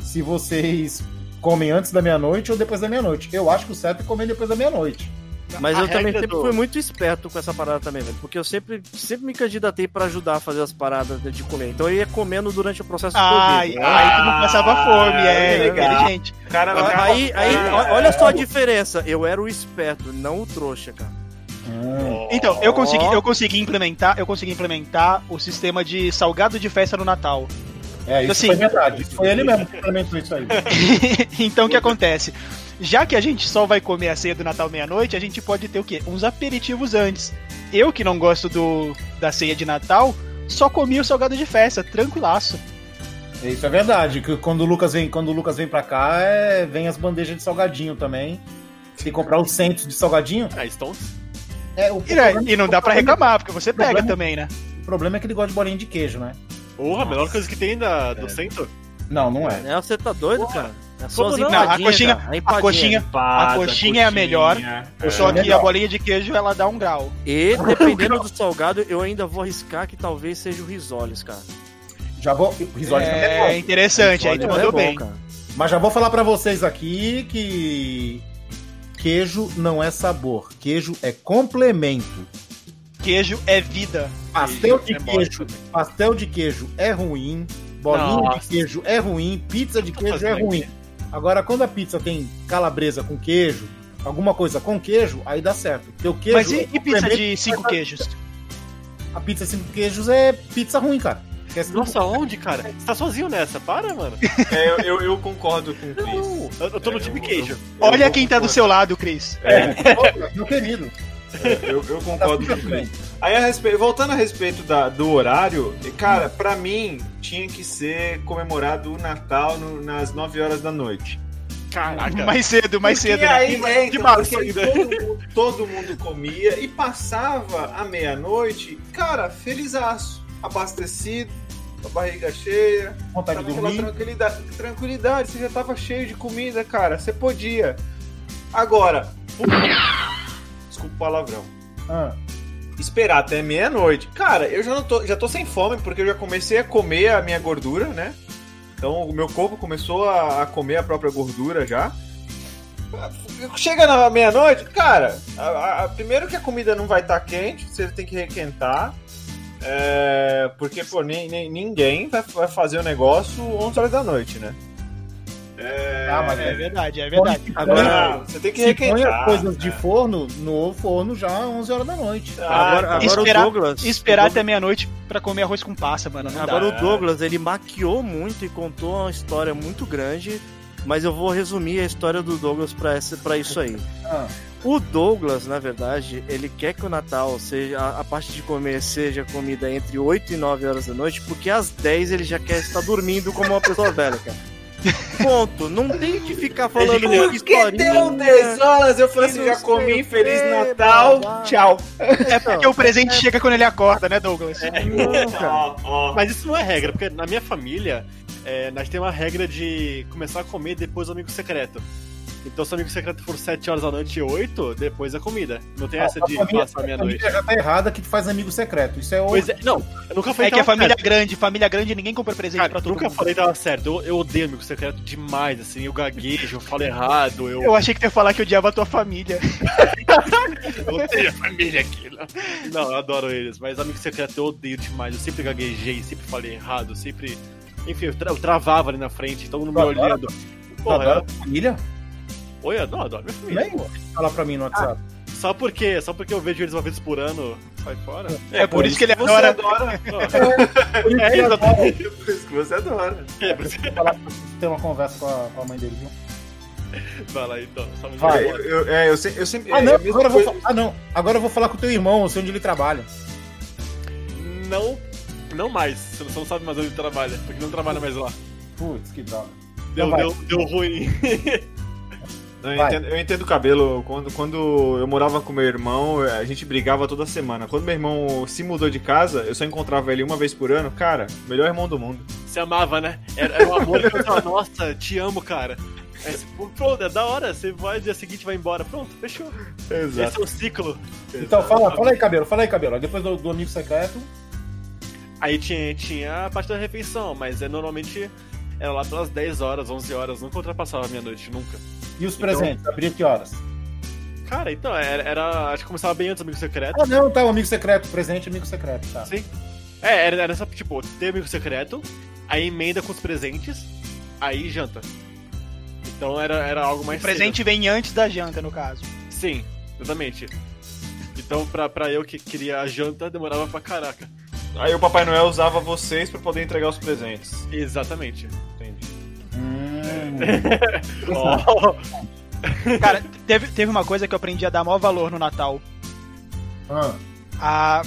[SPEAKER 3] se vocês comem antes da meia-noite ou depois da meia-noite. Eu acho que o certo é comer depois da meia-noite.
[SPEAKER 8] Mas
[SPEAKER 4] A
[SPEAKER 8] eu também
[SPEAKER 4] regra
[SPEAKER 8] sempre
[SPEAKER 4] do-
[SPEAKER 8] fui muito esperto com essa parada também, velho. Porque eu sempre, sempre me candidatei pra ajudar a fazer as paradas de comer. Então eu ia comendo durante o processo de
[SPEAKER 5] Ai,
[SPEAKER 8] comer.
[SPEAKER 5] ai, tu não passava fome, é,
[SPEAKER 7] legal.
[SPEAKER 5] inteligente.
[SPEAKER 7] O cara vai.
[SPEAKER 8] Aí, aí, ó- olha só a diferença. Eu era o esperto, não o trouxa, cara.
[SPEAKER 5] Então, eu consegui, eu consegui implementar, eu consegui implementar o sistema de salgado de festa no Natal.
[SPEAKER 3] É, isso
[SPEAKER 5] Assim-
[SPEAKER 3] foi verdade. Isso foi ele mesmo que implementou isso aí.
[SPEAKER 5] então o que acontece? Já que a gente só vai comer a ceia do Natal meia-noite, a gente pode ter o quê? Uns aperitivos antes. Eu que não gosto do da ceia de Natal, só comi o salgado de festa, tranquilaço.
[SPEAKER 3] Isso é verdade, que quando o Lucas vem, quando o Lucas vem pra cá, é, vem as bandejas de salgadinho também. Tem que comprar os centros de salgadinho.
[SPEAKER 4] Ah, Stones?
[SPEAKER 3] É, o,
[SPEAKER 5] E, né,
[SPEAKER 3] problema,
[SPEAKER 5] e não dá pra reclamar, porque você pega
[SPEAKER 3] Problema-
[SPEAKER 5] também, né?
[SPEAKER 3] o problema é que ele gosta de bolinha de queijo, né?
[SPEAKER 4] Porra, a melhor coisa que tem da, do centro?
[SPEAKER 3] Não, não é.
[SPEAKER 8] É, você tá doido, cara? É só
[SPEAKER 5] Como
[SPEAKER 8] as
[SPEAKER 5] não?
[SPEAKER 8] empadinhas,
[SPEAKER 5] A coxinha-
[SPEAKER 8] cara.
[SPEAKER 5] A
[SPEAKER 8] empadinha.
[SPEAKER 5] coxinha,
[SPEAKER 7] Empada,
[SPEAKER 5] a coxinha é a melhor.
[SPEAKER 7] É.
[SPEAKER 5] só que a
[SPEAKER 3] melhor.
[SPEAKER 5] bolinha de queijo ela dá um grau.
[SPEAKER 8] E dependendo do salgado, eu ainda vou arriscar que talvez seja o risoles, cara.
[SPEAKER 3] Já vou. O Risoles também é
[SPEAKER 5] É
[SPEAKER 3] bom.
[SPEAKER 5] interessante, aí tu
[SPEAKER 8] Risoles é
[SPEAKER 5] mandou
[SPEAKER 8] bom,
[SPEAKER 5] bem.
[SPEAKER 8] cara.
[SPEAKER 3] Mas já vou falar pra vocês aqui que queijo não é sabor, queijo é complemento.
[SPEAKER 5] Queijo é vida.
[SPEAKER 3] Pastel de
[SPEAKER 4] É mole
[SPEAKER 3] queijo, pastel de queijo é ruim, bolinha de
[SPEAKER 4] Nossa.
[SPEAKER 3] queijo é ruim, pizza de
[SPEAKER 4] Tô
[SPEAKER 3] queijo é
[SPEAKER 4] fazendo
[SPEAKER 3] ruim. Agora quando a pizza tem calabresa com queijo, alguma coisa com queijo, aí dá certo. Porque o queijo
[SPEAKER 5] Mas
[SPEAKER 3] é
[SPEAKER 5] e, e pizza
[SPEAKER 3] complemento,
[SPEAKER 5] de cinco queijos?
[SPEAKER 3] a pizza sem queijos é pizza ruim, cara. Esquece tudo.
[SPEAKER 4] Nossa, onde, cara? Você tá sozinho nessa, para, mano.
[SPEAKER 7] É, eu, eu, eu concordo com o Cris.
[SPEAKER 4] Eu, eu tô no time queijo.
[SPEAKER 5] Olha quem tá do seu lado, Cris.
[SPEAKER 3] Nossa, meu querido.
[SPEAKER 7] Eu, eu
[SPEAKER 3] Tá
[SPEAKER 7] concordo com
[SPEAKER 3] tudo
[SPEAKER 7] o
[SPEAKER 3] bem.
[SPEAKER 7] Cris. Aí, a respe- voltando a respeito da- do horário, cara, pra mim tinha que ser comemorado o Natal no- nas 9 horas da noite.
[SPEAKER 4] Caraca.
[SPEAKER 5] Mais cedo, mais cedo.
[SPEAKER 7] e
[SPEAKER 5] né?
[SPEAKER 7] aí, é,
[SPEAKER 5] de
[SPEAKER 7] então,
[SPEAKER 5] março
[SPEAKER 7] porque
[SPEAKER 5] ainda.
[SPEAKER 7] todo, mundo, todo mundo comia e passava a meia-noite, cara, felizaço, abastecido, a barriga cheia,
[SPEAKER 3] Vontade de
[SPEAKER 7] tava aquela
[SPEAKER 3] dormir.
[SPEAKER 7] tranquilidade, tranquilidade, você já tava cheio de comida, cara, você podia. Agora, desculpa o palavrão.
[SPEAKER 3] Ah,
[SPEAKER 7] Esperar até meia-noite. Cara, eu já não tô, já tô sem fome porque eu já comecei a comer a minha gordura, né? Então o meu corpo começou a, a comer a própria gordura já. Chega na meia-noite, cara, a- a- a- primeiro que a comida não vai estar quente, você tem que requentar. É, porque, pô, nem, nem- ninguém vai, vai fazer o negócio 11 horas da noite, né?
[SPEAKER 3] ah, mas
[SPEAKER 5] É
[SPEAKER 3] é
[SPEAKER 5] verdade, é verdade.
[SPEAKER 8] Agora,
[SPEAKER 7] Ah, você tem que
[SPEAKER 3] Se põe
[SPEAKER 7] requentar.
[SPEAKER 3] as coisas de
[SPEAKER 7] né?
[SPEAKER 3] forno no forno já às 11 horas da noite.
[SPEAKER 7] Ah,
[SPEAKER 8] agora, agora
[SPEAKER 5] esperar-
[SPEAKER 8] o Douglas.
[SPEAKER 5] Esperar Ah.
[SPEAKER 8] o Douglas-
[SPEAKER 5] até meia-noite pra comer arroz com passa, mano. Não
[SPEAKER 8] Agora
[SPEAKER 5] dá.
[SPEAKER 8] o Douglas, ele maquiou muito e contou uma história muito grande, mas eu vou resumir a história do Douglas pra essa- pra isso aí.
[SPEAKER 3] Ah.
[SPEAKER 8] O Douglas, na verdade, ele quer que o Natal seja a, a parte de comer seja comida entre 8 e 9 horas da noite, porque às 10 ele já quer estar dormindo como uma pessoa velha, cara. Ponto. Não tem que ficar falando
[SPEAKER 7] Por que deu 10 horas? Eu falei
[SPEAKER 8] que
[SPEAKER 7] assim,
[SPEAKER 8] não
[SPEAKER 7] já comi,
[SPEAKER 8] sei o
[SPEAKER 7] Feliz
[SPEAKER 8] quê,
[SPEAKER 7] Natal,
[SPEAKER 8] blá, blá.
[SPEAKER 7] tchau.
[SPEAKER 5] É porque o presente chega quando ele acorda, né, Douglas?
[SPEAKER 8] Não,
[SPEAKER 5] tá.
[SPEAKER 8] cara.
[SPEAKER 7] Ó, ó.
[SPEAKER 4] Mas isso não é regra, porque na minha família, é, nós temos uma regra de começar a comer depois do amigo secreto. Então, se o amigo secreto for 7 horas da noite e 8, depois a comida. Não tem essa
[SPEAKER 3] Ah, a
[SPEAKER 4] de
[SPEAKER 3] família-
[SPEAKER 5] é
[SPEAKER 4] passar
[SPEAKER 3] a família
[SPEAKER 4] meia-noite.
[SPEAKER 3] já tá errada que faz amigo secreto. Isso é outro.
[SPEAKER 4] Pois é, não, eu nunca falei
[SPEAKER 5] É que é
[SPEAKER 4] tava
[SPEAKER 5] família
[SPEAKER 4] certo.
[SPEAKER 5] grande, família grande, ninguém compra presente
[SPEAKER 4] Cara,
[SPEAKER 5] pra todo
[SPEAKER 4] nunca
[SPEAKER 5] mundo.
[SPEAKER 4] falei tava certo. Eu, eu odeio amigo secreto demais, assim. Eu gaguejo, eu falo errado, eu,
[SPEAKER 5] Eu achei que tu ia falar que odiava a tua família.
[SPEAKER 4] eu odeio a família aqui. Não. não, eu adoro eles, mas amigo secreto eu odeio demais. Eu sempre gaguejei, sempre falei errado, sempre. Enfim, eu, tra- eu travava ali na frente, todo mundo me
[SPEAKER 3] Tu adora?
[SPEAKER 4] olhando. Porra,
[SPEAKER 3] Adora
[SPEAKER 4] eu-
[SPEAKER 3] a família?
[SPEAKER 4] Oi, eu não, eu adoro minha família. Ah,
[SPEAKER 3] Vem, fala pra mim no WhatsApp.
[SPEAKER 4] Só porque, só porque eu vejo eles uma vez por ano, sai fora.
[SPEAKER 5] É, por isso que ele
[SPEAKER 7] Você
[SPEAKER 5] adora.
[SPEAKER 7] adora.
[SPEAKER 3] Por isso que ele adora
[SPEAKER 7] Por isso que você adora.
[SPEAKER 4] É, por isso que-
[SPEAKER 3] ter uma conversa com a, com a mãe dele, viu?
[SPEAKER 4] Vai lá então. Só me
[SPEAKER 3] Vai.
[SPEAKER 7] Eu, eu- é, eu, se- eu sempre.
[SPEAKER 3] Ah,
[SPEAKER 7] é,
[SPEAKER 3] não,
[SPEAKER 7] é a mesma
[SPEAKER 3] agora eu vou
[SPEAKER 7] coisa-
[SPEAKER 3] falar. Ah, não. Agora eu vou falar com o teu irmão, eu sei onde ele trabalha.
[SPEAKER 4] Não, não mais. Você não- você não sabe mais onde trabalha, porque não trabalha mais lá.
[SPEAKER 3] Putz, que droga.
[SPEAKER 4] Deu,
[SPEAKER 3] Não vai.
[SPEAKER 4] deu, deu ruim.
[SPEAKER 7] Não, eu,
[SPEAKER 3] Vai.
[SPEAKER 7] entendo, eu entendo o cabelo. Quando, quando eu morava com meu irmão, eh, a gente brigava toda semana. Quando meu irmão se mudou de casa, eu só encontrava ele uma vez por ano. Cara, melhor irmão do mundo.
[SPEAKER 4] Você amava, né? Era, era um amor que eu falava, nossa, te amo, cara. Aí você, pô, pronto, é da hora. Você vai, dia seguinte vai embora. Pronto, fechou.
[SPEAKER 7] Exato.
[SPEAKER 4] Esse é o ciclo.
[SPEAKER 3] Então, fala, fala aí, cabelo, fala aí, cabelo. Depois do, do amigo secreto.
[SPEAKER 4] Aí tinha, tinha a parte da refeição, mas é normalmente era lá pelas 10 horas, 11 horas. Nunca ultrapassava a meia-noite, nunca.
[SPEAKER 3] E
[SPEAKER 4] Então-
[SPEAKER 3] os presentes? Abria que horas?
[SPEAKER 4] Cara, então, era, era- acho que começava bem antes do Amigo Secreto.
[SPEAKER 3] Ah, não, tá. O amigo secreto, presente, amigo secreto, tá.
[SPEAKER 4] Sim. É, era, era só, tipo, ter amigo secreto, aí emenda com os presentes, aí janta. Então era, era algo mais
[SPEAKER 5] O presente vem antes da janta, no caso.
[SPEAKER 4] cedo. Sim, exatamente. Então pra, pra eu que queria a janta, demorava pra caraca.
[SPEAKER 7] Aí o Papai Noel usava vocês pra poder entregar os presentes.
[SPEAKER 4] Exatamente.
[SPEAKER 7] Entendi.
[SPEAKER 4] É.
[SPEAKER 3] Hum.
[SPEAKER 4] Ó,
[SPEAKER 5] Cara, teve, teve uma coisa que eu aprendi a dar maior valor no Natal.
[SPEAKER 3] Ah,
[SPEAKER 5] A.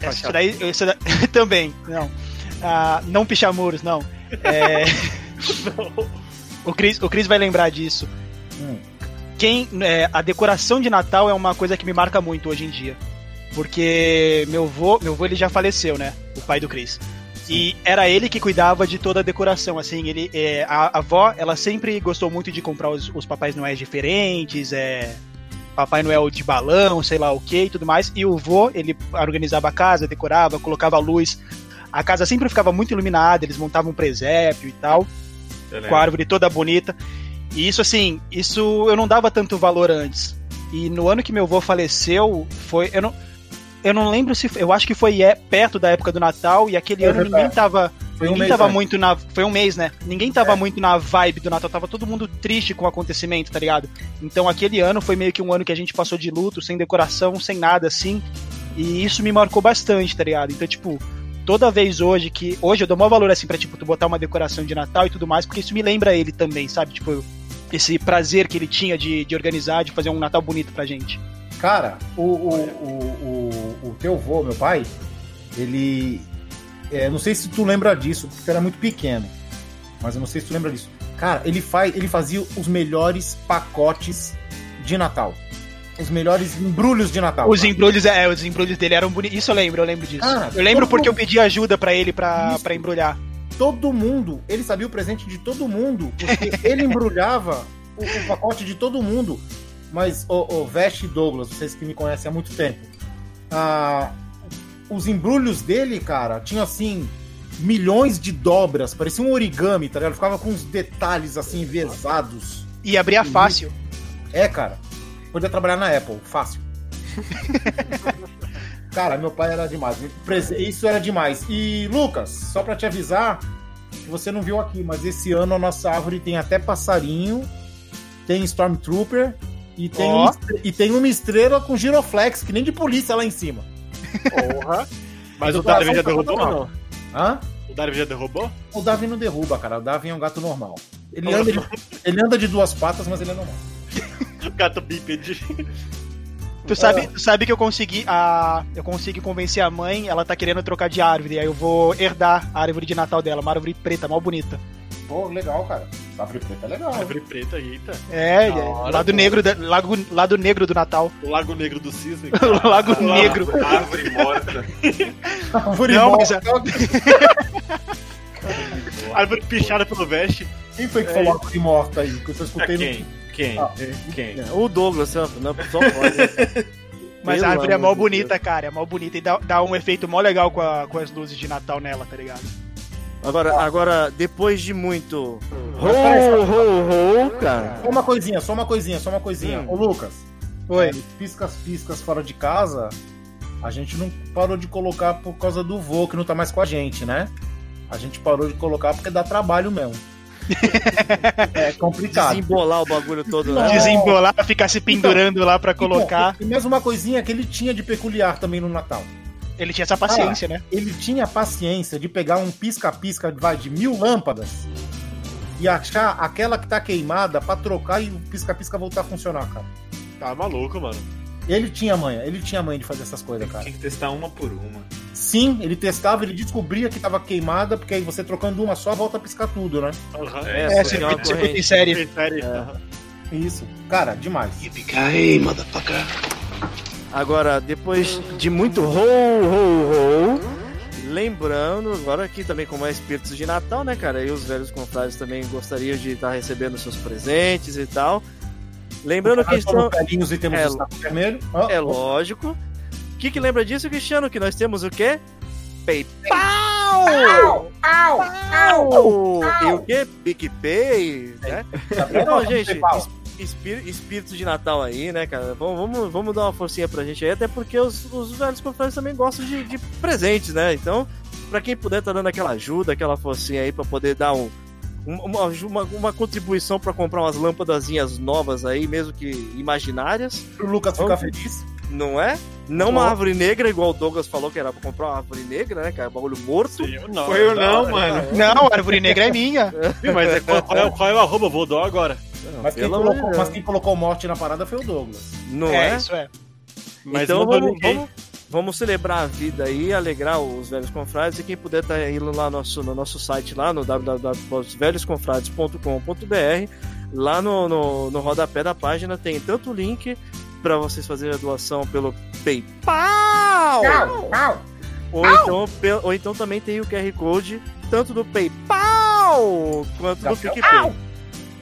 [SPEAKER 5] Essa daí. Essa da- também, não. A, não pichar muros, não. É, o, Cris, o Cris vai lembrar disso.
[SPEAKER 3] hum.
[SPEAKER 5] Quem, é, a decoração de Natal é uma coisa que me marca muito hoje em dia. Porque meu avô, meu avô ele já faleceu, né? O pai do Cris. E era ele que cuidava de toda a decoração, assim, ele, é, a, a avó, ela sempre gostou muito de comprar os, os papais noéis diferentes, é, papai noel de balão, sei lá o que e tudo mais, e o vô, ele organizava a casa, decorava, colocava luz, a casa sempre ficava muito iluminada, eles montavam um presépio e tal, com a árvore toda bonita. E isso, assim, isso eu não dava tanto valor antes. E no ano que meu avô faleceu, foi. Eu não, eu não lembro se. Eu acho que foi é, perto da época do Natal, e aquele
[SPEAKER 3] É
[SPEAKER 5] ano ninguém
[SPEAKER 3] verdade.
[SPEAKER 5] tava.
[SPEAKER 3] Foi um
[SPEAKER 5] ninguém
[SPEAKER 3] mês
[SPEAKER 5] tava
[SPEAKER 3] antes. É.
[SPEAKER 5] muito na. Foi um mês, né? Ninguém tava muito na vibe do Natal, tava todo mundo triste com o acontecimento, tá ligado? Então aquele ano foi meio que um ano que a gente passou de luto, sem decoração, sem nada assim. E isso me marcou bastante, tá ligado? Então, tipo, toda vez hoje que. Hoje eu dou maior valor assim pra, tipo, tu botar uma decoração de Natal e tudo mais, porque isso me lembra ele também, sabe? Tipo, esse prazer que ele tinha de, de organizar, de fazer um Natal bonito pra gente.
[SPEAKER 3] Cara, o, o, o, o, o teu avô, meu pai, ele. é, não sei se tu lembra disso, porque tu era muito pequeno. Mas eu não sei se tu lembra disso. Cara, ele, faz, ele fazia os melhores pacotes de Natal. os melhores embrulhos de Natal.
[SPEAKER 5] Os
[SPEAKER 3] cara.
[SPEAKER 5] embrulhos, é, os embrulhos dele eram bonitos. Isso eu lembro, eu lembro disso.
[SPEAKER 3] Cara,
[SPEAKER 5] eu lembro
[SPEAKER 3] Ah, todo
[SPEAKER 5] porque eu
[SPEAKER 3] mundo-
[SPEAKER 5] pedi ajuda pra ele pra,
[SPEAKER 3] Isso.
[SPEAKER 5] pra embrulhar.
[SPEAKER 3] Todo mundo, ele sabia o presente de todo mundo, porque ele embrulhava o, o pacote de todo mundo. Mas, ô, ô, Veste e Douglas, vocês que me conhecem há muito tempo, ah, os embrulhos dele, cara, tinham assim, milhões de dobras, parecia um origami, tá ligado? Ficava com uns detalhes assim, envezados.
[SPEAKER 5] E abria
[SPEAKER 4] Uhum.
[SPEAKER 5] fácil.
[SPEAKER 3] É, cara. Podia trabalhar na Apple, fácil. cara, meu pai era demais. Prese- Isso era demais. E, Lucas, só pra te avisar, que você não viu aqui, mas esse ano a nossa árvore tem até passarinho, tem Stormtrooper e tem,
[SPEAKER 5] Ó.
[SPEAKER 3] uma, estre- e tem uma estrela com giroflex, que nem de polícia lá em cima.
[SPEAKER 4] Porra. Mas o
[SPEAKER 3] Do coração
[SPEAKER 4] Davi já
[SPEAKER 3] pra
[SPEAKER 4] derrubou ou
[SPEAKER 3] todo
[SPEAKER 4] não?
[SPEAKER 3] Hã?
[SPEAKER 4] O Davi já derrubou?
[SPEAKER 3] O Davi não derruba, cara. O Davi é um gato normal. Ele
[SPEAKER 4] Olha
[SPEAKER 3] anda de, ele anda de duas patas, mas ele é normal.
[SPEAKER 4] Gato bípede.
[SPEAKER 5] Tu
[SPEAKER 4] É.
[SPEAKER 5] sabe, tu sabe que eu consegui a eu consegui convencer a mãe, ela tá querendo trocar de árvore, aí eu vou herdar a árvore de Natal dela, uma árvore preta, mal bonita.
[SPEAKER 3] Pô, legal, cara. A árvore preta é legal. hein?
[SPEAKER 4] Árvore preta, eita.
[SPEAKER 5] É,
[SPEAKER 4] Da
[SPEAKER 5] é,
[SPEAKER 4] hora,
[SPEAKER 5] lado
[SPEAKER 4] pô.
[SPEAKER 5] negro, da, lago, lado negro do Natal.
[SPEAKER 4] O Lago Negro do Cisne.
[SPEAKER 5] O lago negro.
[SPEAKER 7] Árvore morta.
[SPEAKER 3] Árvore
[SPEAKER 5] Não,
[SPEAKER 3] morta.
[SPEAKER 5] mas é- a-
[SPEAKER 4] Árvore pichada pelo veste.
[SPEAKER 3] Quem
[SPEAKER 5] É
[SPEAKER 3] foi que falou árvore morta aí? Que eu só
[SPEAKER 7] Ah,
[SPEAKER 3] escutei
[SPEAKER 7] Quem? Quem?
[SPEAKER 3] Ah,
[SPEAKER 7] Quem?
[SPEAKER 8] O Douglas, só, não, só pode.
[SPEAKER 5] Mas
[SPEAKER 8] Pelo
[SPEAKER 5] a árvore é
[SPEAKER 8] amor
[SPEAKER 5] mó
[SPEAKER 8] de
[SPEAKER 5] bonita, cara, é mó bonita e dá, dá um efeito mó legal com, a- com as luzes de Natal nela, tá ligado?
[SPEAKER 8] Deus. Agora, agora, depois de muito.
[SPEAKER 3] Mas peraí, só-
[SPEAKER 8] ho, ho, cara.
[SPEAKER 3] Só uma coisinha, só uma coisinha, só uma coisinha.
[SPEAKER 5] Hum.
[SPEAKER 3] Ô, Lucas. Oi. Piscas, piscas fora de casa. A gente não parou de colocar por causa do vô, que não tá mais com a gente, né? A gente parou de colocar porque dá trabalho mesmo. é complicado.
[SPEAKER 8] Desembolar o bagulho todo,
[SPEAKER 3] Não.
[SPEAKER 8] né?
[SPEAKER 5] É. Desembolar, ficar
[SPEAKER 4] Então,
[SPEAKER 5] se pendurando lá pra colocar.
[SPEAKER 3] E, bom, e mais uma coisinha que ele tinha de peculiar também no Natal.
[SPEAKER 5] Ele tinha essa paciência, né?
[SPEAKER 3] Ele tinha a paciência de pegar um pisca-pisca vai, de mil lâmpadas e achar aquela que tá queimada pra trocar e o pisca-pisca voltar a funcionar, cara.
[SPEAKER 4] Tá maluco, mano.
[SPEAKER 3] Ele tinha manha, ele tinha manha de fazer essas coisas, cara.
[SPEAKER 7] Tem que testar uma por uma.
[SPEAKER 3] Sim, ele testava, ele descobria que tava queimada, porque aí você trocando uma só, volta a piscar tudo, né?
[SPEAKER 4] Aham.
[SPEAKER 8] É,
[SPEAKER 5] É,
[SPEAKER 8] só
[SPEAKER 5] você
[SPEAKER 8] que é uma
[SPEAKER 4] tipo
[SPEAKER 5] fica- você fica
[SPEAKER 8] corrente.
[SPEAKER 5] em série.
[SPEAKER 4] Sério.
[SPEAKER 3] Isso. Cara, demais.
[SPEAKER 8] Agora, depois de muito ho, ho, ho. Lembrando, agora aqui também como é espíritos de Natal, né, cara? E os velhos contrários também gostariam de estar recebendo seus presentes e tal. Lembrando que
[SPEAKER 3] Nós somos
[SPEAKER 8] estão...
[SPEAKER 3] carinhos e temos
[SPEAKER 8] É,
[SPEAKER 3] o saco vermelho. Ah,
[SPEAKER 8] É lógico. O que, que lembra disso, Cristiano? Que nós temos o quê? PayPal!
[SPEAKER 9] Au!
[SPEAKER 8] E o quê? PicPay, né?
[SPEAKER 9] Tá
[SPEAKER 8] Então, gente, espí- espírito de Natal aí, né, cara? Vamos, vamos, vamos dar uma forcinha pra gente aí, até porque os, os velhos confrades também gostam de, de presentes, né? Então, pra quem puder tá dando aquela ajuda, aquela forcinha aí pra poder dar um, um- uma, aju- uma, uma contribuição pra comprar umas lâmpadazinhas novas aí, mesmo que imaginárias,
[SPEAKER 3] Pro Lucas ficar feliz.
[SPEAKER 8] não é? Não uma árvore negra, igual o Douglas falou que era pra comprar uma árvore negra, né, cara? Bagulho morto.
[SPEAKER 4] Eu não.
[SPEAKER 7] Foi eu não, mano.
[SPEAKER 5] Não, a árvore negra é minha.
[SPEAKER 4] Ih, Mas é, qual, qual é, o- qual é o arroba? Eu Vou dar agora.
[SPEAKER 3] Mas quem,
[SPEAKER 8] Pelo
[SPEAKER 3] colocou,
[SPEAKER 8] amor de
[SPEAKER 3] mas quem colocou morte na parada foi o Douglas.
[SPEAKER 8] Não
[SPEAKER 5] É,
[SPEAKER 8] é?
[SPEAKER 5] isso é.
[SPEAKER 4] Mas
[SPEAKER 8] então
[SPEAKER 4] não dou
[SPEAKER 8] vamos,
[SPEAKER 4] ninguém.
[SPEAKER 8] vamos, vamos celebrar a vida aí, alegrar os velhos confrades e quem puder tá indo lá no nosso, no nosso site lá no www.velhosconfrades.com.br lá no, no, no rodapé da página tem tanto o link para vocês fazerem a doação pelo PayPal ou então, pe- ou então também tem o QR Code tanto do PayPal quanto do
[SPEAKER 3] Gabriel?
[SPEAKER 8] PicPay.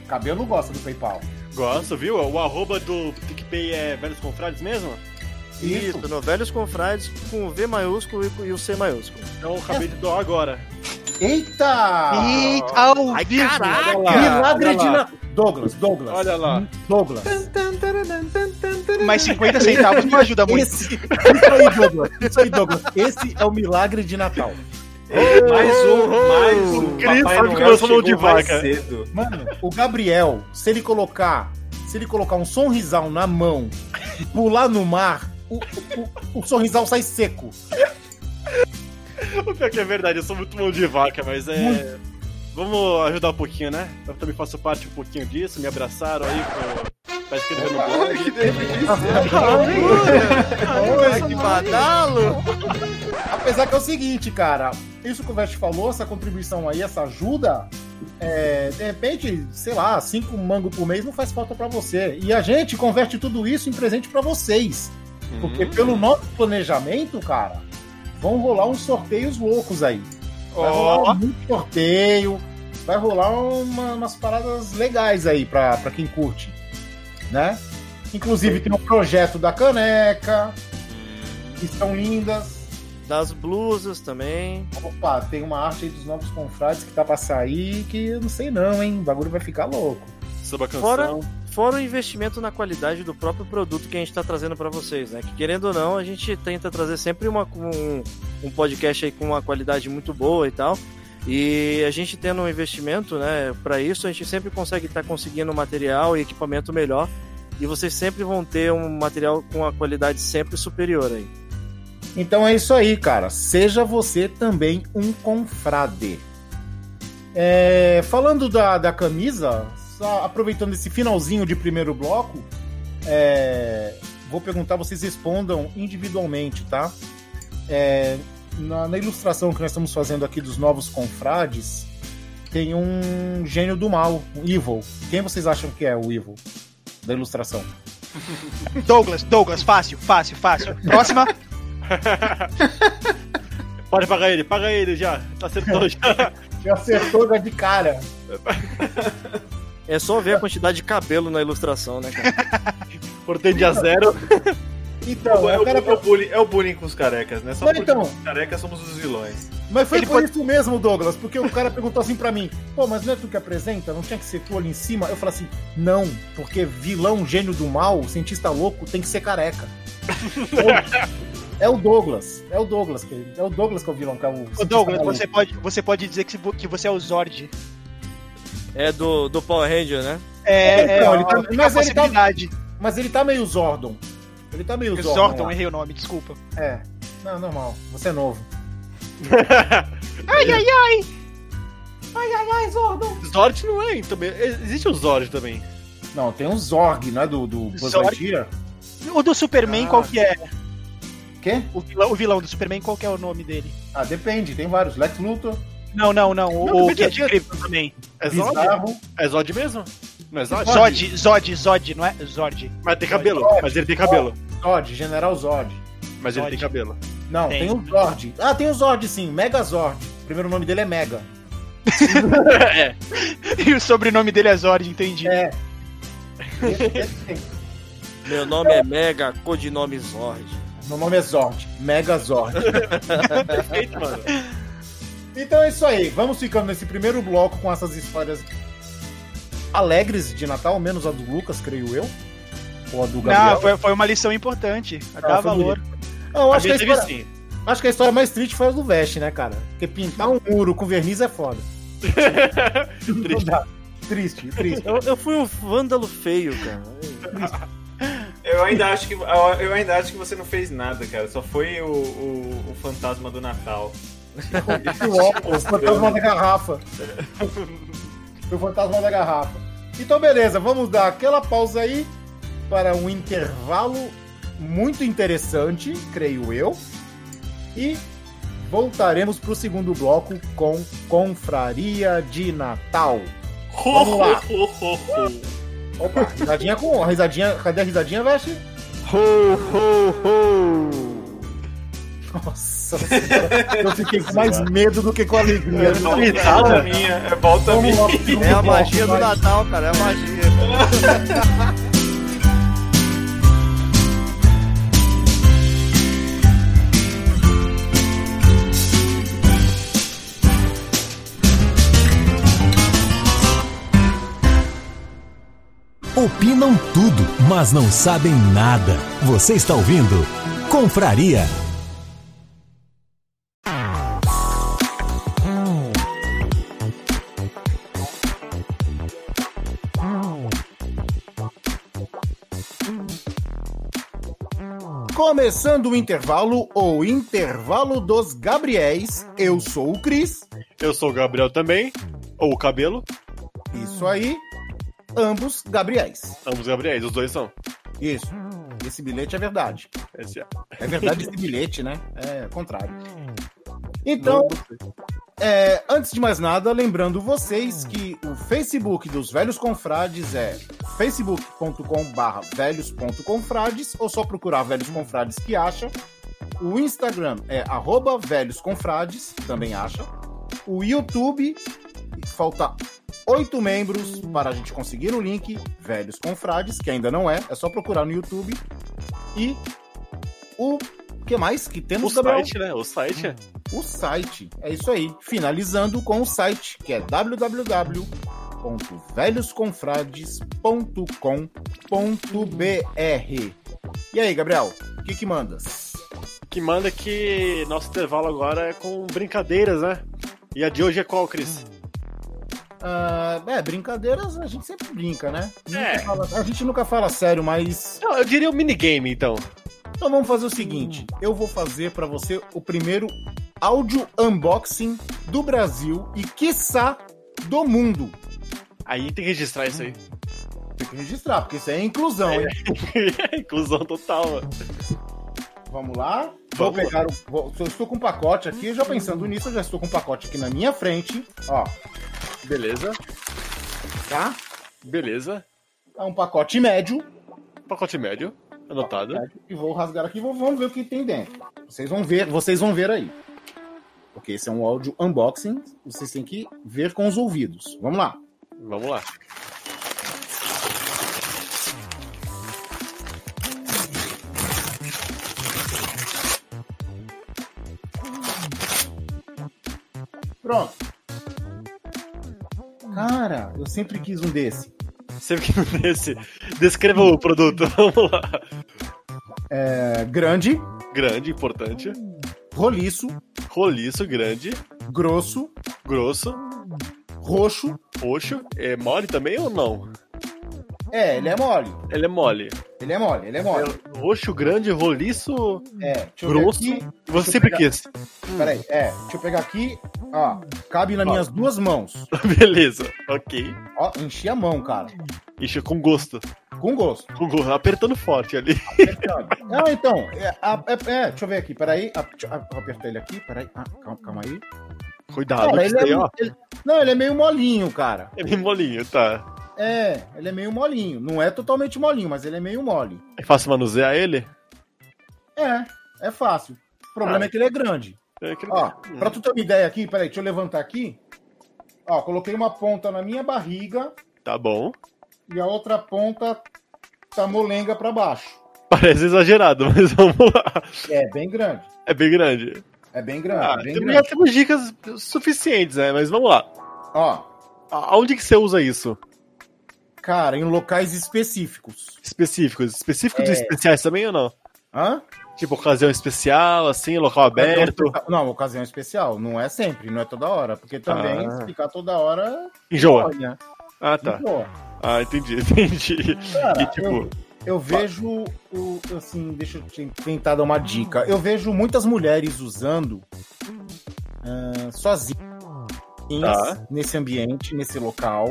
[SPEAKER 3] Cabelo gosta do PayPal.
[SPEAKER 4] Gosto, viu? O arroba do PicPay é Velhos Confrades mesmo?
[SPEAKER 8] Isso, no Velhos Confrades com o V maiúsculo e, com- e o C maiúsculo.
[SPEAKER 4] Então eu acabei de doar agora.
[SPEAKER 3] Eita!
[SPEAKER 5] Eita, ao
[SPEAKER 8] Ai,
[SPEAKER 5] vivo.
[SPEAKER 8] caraca!
[SPEAKER 3] Milagre
[SPEAKER 4] olha
[SPEAKER 3] de
[SPEAKER 4] lá.
[SPEAKER 3] na... Douglas, Douglas.
[SPEAKER 4] Olha lá.
[SPEAKER 3] Douglas.
[SPEAKER 5] Mas 50 centavos não ajuda muito.
[SPEAKER 3] Esse... Isso aí, Douglas. Isso aí, Douglas. Esse é o milagre de Natal.
[SPEAKER 7] Mais um, mais um.
[SPEAKER 4] Cris,
[SPEAKER 7] Papai
[SPEAKER 4] sabe que
[SPEAKER 7] Noel
[SPEAKER 4] eu sou mão de
[SPEAKER 7] chegou mais
[SPEAKER 4] vaca.
[SPEAKER 7] cedo.
[SPEAKER 3] Mano, o Gabriel, se ele colocar, se ele colocar um sorrisal na mão, pular no mar, o, o, o sorrisal sai seco.
[SPEAKER 4] O pior que é verdade, eu sou muito mão de vaca, mas é. Vamos ajudar um pouquinho, né? Eu também faço parte um pouquinho disso, me abraçaram aí com. Tá escrevendo no blog.
[SPEAKER 3] Ah,
[SPEAKER 8] Ai, que badalo!
[SPEAKER 3] Apesar que é o seguinte, cara, isso que o Vest falou, essa contribuição aí, essa ajuda, é, de repente, sei lá, cinco mango por mês não faz falta pra você. E a gente converte tudo isso em presente pra vocês. Porque
[SPEAKER 8] Hum.
[SPEAKER 3] pelo nosso planejamento, cara, vão rolar uns sorteios loucos aí. Vai rolar um muito sorteio, vai rolar uma- umas paradas legais aí pra, pra quem curte, né? Inclusive tem o projeto da caneca, que são lindas.
[SPEAKER 8] Das blusas também.
[SPEAKER 3] Opa, tem uma arte aí dos novos confrades que tá pra sair que eu não sei não, hein? O bagulho vai ficar louco.
[SPEAKER 4] Sobre a canção.
[SPEAKER 8] Fora, fora o investimento na qualidade do próprio produto que a gente tá trazendo pra vocês, né? Que querendo ou não, a gente tenta trazer sempre uma, um, um podcast aí com uma qualidade muito boa e tal. E a gente tendo um investimento, né, para isso, a gente sempre consegue estar conseguindo material e equipamento melhor. E vocês sempre vão ter um material com a qualidade sempre superior aí.
[SPEAKER 3] Então é isso aí, cara. Seja você também um confrade. É, falando da, da camisa, só aproveitando esse finalzinho de primeiro bloco, é, vou perguntar, vocês respondam individualmente, tá? É, na, na ilustração que nós estamos fazendo aqui dos novos confrades, tem um gênio do mal, um Evil. Quem vocês acham que é o Evil? Da ilustração.
[SPEAKER 5] Douglas, Douglas, fácil, fácil, fácil. Próxima.
[SPEAKER 4] Pode pagar ele, paga ele já. Tá acertou já.
[SPEAKER 3] Já acertou já de cara.
[SPEAKER 8] É só ver a quantidade de cabelo na ilustração, né, cara?
[SPEAKER 4] Portei dia zero.
[SPEAKER 3] Então,
[SPEAKER 7] é,
[SPEAKER 3] eu
[SPEAKER 7] o, é,
[SPEAKER 3] quero
[SPEAKER 7] o bullying, é o bullying com os carecas, né? Só
[SPEAKER 3] Não,
[SPEAKER 7] porque
[SPEAKER 3] então.
[SPEAKER 7] os carecas somos os vilões.
[SPEAKER 3] Mas foi
[SPEAKER 5] Ele
[SPEAKER 3] por isso mesmo, Douglas, porque o cara perguntou assim pra mim: pô, mas não é tu que apresenta? Não tinha que ser tu ali em cima? Eu falei assim: não, porque vilão, gênio do mal, cientista louco, tem que ser careca. é o Douglas, é o Douglas, que- é o Douglas que é o vilão, que é o.
[SPEAKER 5] Ô,
[SPEAKER 3] cientista
[SPEAKER 5] Douglas,
[SPEAKER 3] maluco.
[SPEAKER 5] você pode, você pode dizer que, se vo- que você é o Zord.
[SPEAKER 8] É do, do Power Ranger, né?
[SPEAKER 5] É, é
[SPEAKER 3] Então,
[SPEAKER 5] ó,
[SPEAKER 3] ele tá-
[SPEAKER 5] fica
[SPEAKER 3] mas
[SPEAKER 5] a
[SPEAKER 3] ele tá-
[SPEAKER 5] possibilidade.
[SPEAKER 3] Mas ele tá meio Zordon. Ele tá meio Zordon.
[SPEAKER 5] Zordon,
[SPEAKER 3] lá.
[SPEAKER 5] errei o nome, desculpa.
[SPEAKER 3] É. Não, normal. Você é novo.
[SPEAKER 5] Ai, ai, ai!
[SPEAKER 4] Zord não é, então. Existe o Zord também.
[SPEAKER 3] Não, tem um Zorg, não é do, do Buzz
[SPEAKER 5] Zorg?
[SPEAKER 3] Lightyear?
[SPEAKER 5] O do Superman,
[SPEAKER 4] Ah.
[SPEAKER 5] qual que é?
[SPEAKER 3] Quê?
[SPEAKER 5] O vilão, o vilão do Superman, qual que é o nome dele?
[SPEAKER 3] Ah, depende, tem vários. Lex Luthor,
[SPEAKER 5] Não, não, não. O,
[SPEAKER 4] Não,
[SPEAKER 5] o que é
[SPEAKER 4] Superman.
[SPEAKER 5] incrível também.
[SPEAKER 4] É Zod?
[SPEAKER 3] Bizarro.
[SPEAKER 4] É Zod mesmo? Não é Zod?
[SPEAKER 5] Zod, Zod, Zod, não é? Zod.
[SPEAKER 4] Mas tem cabelo.
[SPEAKER 3] Zod.
[SPEAKER 4] Mas ele tem cabelo.
[SPEAKER 3] Zod, General Zod.
[SPEAKER 4] Mas ele
[SPEAKER 5] Zod.
[SPEAKER 4] tem cabelo.
[SPEAKER 3] Não,
[SPEAKER 5] Tem.
[SPEAKER 3] tem, o Zord. Ah, tem o Zord sim, Megazord. O primeiro nome dele é Mega.
[SPEAKER 5] E o sobrenome dele é Zord, entendi.
[SPEAKER 3] É.
[SPEAKER 8] Meu nome é Mega, codinome Zord.
[SPEAKER 3] Meu nome é Zord, Megazord.
[SPEAKER 4] Perfeito, mano.
[SPEAKER 3] Então é isso aí, vamos ficando nesse primeiro bloco com essas histórias alegres de Natal, menos a do Lucas, creio eu. Ou a do Gabriel.
[SPEAKER 5] Não, foi, foi uma lição importante.
[SPEAKER 3] Ah,
[SPEAKER 5] Dá
[SPEAKER 3] foi
[SPEAKER 5] valor.
[SPEAKER 3] Não,
[SPEAKER 4] A
[SPEAKER 3] acho, que a
[SPEAKER 4] gente teve
[SPEAKER 3] história,
[SPEAKER 4] sim.
[SPEAKER 3] acho que a história mais triste foi a do Vest, né, cara? Porque pintar um muro com verniz é foda. Não dá. Triste, triste.
[SPEAKER 8] Eu, eu fui um vândalo feio, cara.
[SPEAKER 7] Eu ainda, acho que, eu ainda acho que você não fez nada, cara. Só foi o, o, o fantasma do Natal.
[SPEAKER 3] E é o óculos, o fantasma da garrafa. O fantasma da garrafa. Então, beleza, vamos dar aquela pausa aí para um intervalo muito interessante, creio eu. E voltaremos para o segundo bloco com Confraria de Natal. Vamos lá. Opa, risadinha com risadinha. Cadê a risadinha, Veste? Nossa senhora, eu fiquei com mais medo do que com alegria.
[SPEAKER 7] volta minha, é volta
[SPEAKER 3] Vamos lá
[SPEAKER 7] minha.
[SPEAKER 3] pro segundo
[SPEAKER 8] É a
[SPEAKER 3] bloco,
[SPEAKER 8] magia do
[SPEAKER 3] vai.
[SPEAKER 8] Natal, cara. É a magia.
[SPEAKER 6] Opinam tudo, mas não sabem nada. Você está ouvindo Confraria.
[SPEAKER 3] Começando o intervalo, ou intervalo dos Gabriéis, eu sou o Cris,
[SPEAKER 4] Eu sou o Gabriel também. Ou o cabelo.
[SPEAKER 3] isso aí, ambos Gabriéis,
[SPEAKER 4] Ambos Gabriéis, os dois são.
[SPEAKER 3] isso, esse bilhete é verdade,
[SPEAKER 4] Esse é.
[SPEAKER 3] é verdade esse bilhete, né, é contrário. Então, É, antes de mais nada, lembrando vocês que o Facebook dos Velhos Confrades é facebook.com.br velhos.confrades ou só procurar Velhos Confrades que acha. O Instagram é arroba Velhos Confrades, também acha. O YouTube, falta oito membros para a gente conseguir o link Velhos Confrades, que ainda não é, é só procurar no YouTube. E o que mais que
[SPEAKER 4] O
[SPEAKER 3] temos, Gabriel?
[SPEAKER 4] site, né? O site é.
[SPEAKER 3] o site. É isso aí. Finalizando com o site, que é www.velhosconfrades.com.br. E aí, Gabriel, o que que mandas?
[SPEAKER 4] Que manda que nosso intervalo agora é com brincadeiras, né? E a de hoje é qual, Cris?
[SPEAKER 3] Ah, é, brincadeiras a gente sempre brinca, né? Nunca
[SPEAKER 4] É.
[SPEAKER 3] fala- a gente nunca fala sério, mas.
[SPEAKER 4] Não, eu diria o minigame, então.
[SPEAKER 3] Então vamos fazer o seguinte: eu vou fazer pra você o primeiro áudio unboxing do Brasil e, quiçá, do mundo.
[SPEAKER 4] Aí tem que registrar isso aí.
[SPEAKER 3] Tem que registrar, porque isso aí é inclusão, hein?
[SPEAKER 4] Inclusão total, mano.
[SPEAKER 3] Vamos lá. Vou
[SPEAKER 4] Vamos lá.
[SPEAKER 3] pegar o. vou- eu estou com um pacote aqui, já pensando nisso, eu já estou com um pacote aqui na minha frente. Ó,
[SPEAKER 4] Beleza,
[SPEAKER 3] tá?
[SPEAKER 4] beleza.
[SPEAKER 3] É um pacote médio.
[SPEAKER 4] Pacote médio, anotado.
[SPEAKER 3] E vou rasgar aqui, vou, vamos ver o que tem dentro. Vocês vão ver, vocês vão ver aí. Porque esse é um áudio unboxing, vocês têm que ver com os ouvidos. Vamos lá.
[SPEAKER 4] Vamos lá.
[SPEAKER 3] Pronto. Cara, eu sempre quis um desse.
[SPEAKER 4] Sempre que desse, descreva o produto. Vamos lá.
[SPEAKER 3] É, grande,
[SPEAKER 4] Grande, importante.
[SPEAKER 3] roliço,
[SPEAKER 4] Roliço, grande,
[SPEAKER 3] grosso,
[SPEAKER 4] grosso,
[SPEAKER 3] roxo.
[SPEAKER 4] roxo. É mole também ou não?
[SPEAKER 3] É, ele é mole.
[SPEAKER 4] Ele é mole.
[SPEAKER 3] Ele é mole, ele é mole.
[SPEAKER 4] É roxo, grande, roliço,
[SPEAKER 3] É, deixa eu ver
[SPEAKER 4] grosso.
[SPEAKER 3] aqui.
[SPEAKER 4] Você sempre
[SPEAKER 3] pegar.
[SPEAKER 4] quis.
[SPEAKER 3] Peraí, é, deixa eu pegar aqui, ó, cabe nas minhas duas mãos.
[SPEAKER 4] Beleza, ok.
[SPEAKER 3] Ó, enchi a mão, cara,
[SPEAKER 4] Ixi, com gosto.
[SPEAKER 3] com gosto.
[SPEAKER 4] Com gosto, apertando forte ali.
[SPEAKER 3] Não, então, é, a- é- é, deixa eu ver aqui, peraí, a- deixa eu a- vou apertar ele aqui, peraí, ah, calma, calma aí.
[SPEAKER 4] Cuidado,
[SPEAKER 3] Cara,
[SPEAKER 4] que isso
[SPEAKER 3] ele
[SPEAKER 4] daí,
[SPEAKER 3] é,
[SPEAKER 4] Ah, ó.
[SPEAKER 3] ele- não, ele é meio molinho, cara.
[SPEAKER 4] É bem molinho, tá.
[SPEAKER 3] É, ele é meio molinho, não é totalmente molinho, mas ele é meio mole.
[SPEAKER 4] É fácil manusear ele?
[SPEAKER 3] É, é fácil. O problema
[SPEAKER 4] Ah.
[SPEAKER 3] é que ele é grande.
[SPEAKER 4] É aquele-
[SPEAKER 3] Ó, pra tu ter uma ideia aqui, peraí, deixa eu levantar aqui. Ó, coloquei uma ponta na minha barriga
[SPEAKER 4] Tá bom.
[SPEAKER 3] e a outra ponta tá molenga pra baixo.
[SPEAKER 4] Parece exagerado, mas vamos lá.
[SPEAKER 3] É, bem grande.
[SPEAKER 4] É bem grande.
[SPEAKER 3] É bem grande,
[SPEAKER 4] Ah,
[SPEAKER 3] bem
[SPEAKER 4] também já
[SPEAKER 3] grande.
[SPEAKER 4] temos dicas suficientes, né? Mas vamos lá.
[SPEAKER 3] Ó,
[SPEAKER 4] A- Aonde que você usa isso?
[SPEAKER 3] cara, em locais específicos.
[SPEAKER 4] Específicos? Específico
[SPEAKER 3] É.
[SPEAKER 4] dos especiais também ou não?
[SPEAKER 3] Hã?
[SPEAKER 4] Tipo, ocasião especial, assim, local aberto.
[SPEAKER 3] Não, ocasião especial. Não é sempre, não é toda hora. Porque também
[SPEAKER 4] Ah.
[SPEAKER 3] ficar toda hora.
[SPEAKER 4] Enjoa.
[SPEAKER 3] Olha,
[SPEAKER 4] Ah, tá.
[SPEAKER 3] enjoa.
[SPEAKER 4] Ah, entendi, entendi.
[SPEAKER 3] Cara,
[SPEAKER 4] E tipo,
[SPEAKER 3] Eu vejo. o- assim, deixa eu te- tentar dar uma dica. Eu vejo muitas mulheres usando ah, sozinhas
[SPEAKER 4] Tá.
[SPEAKER 3] nesse ambiente, nesse local.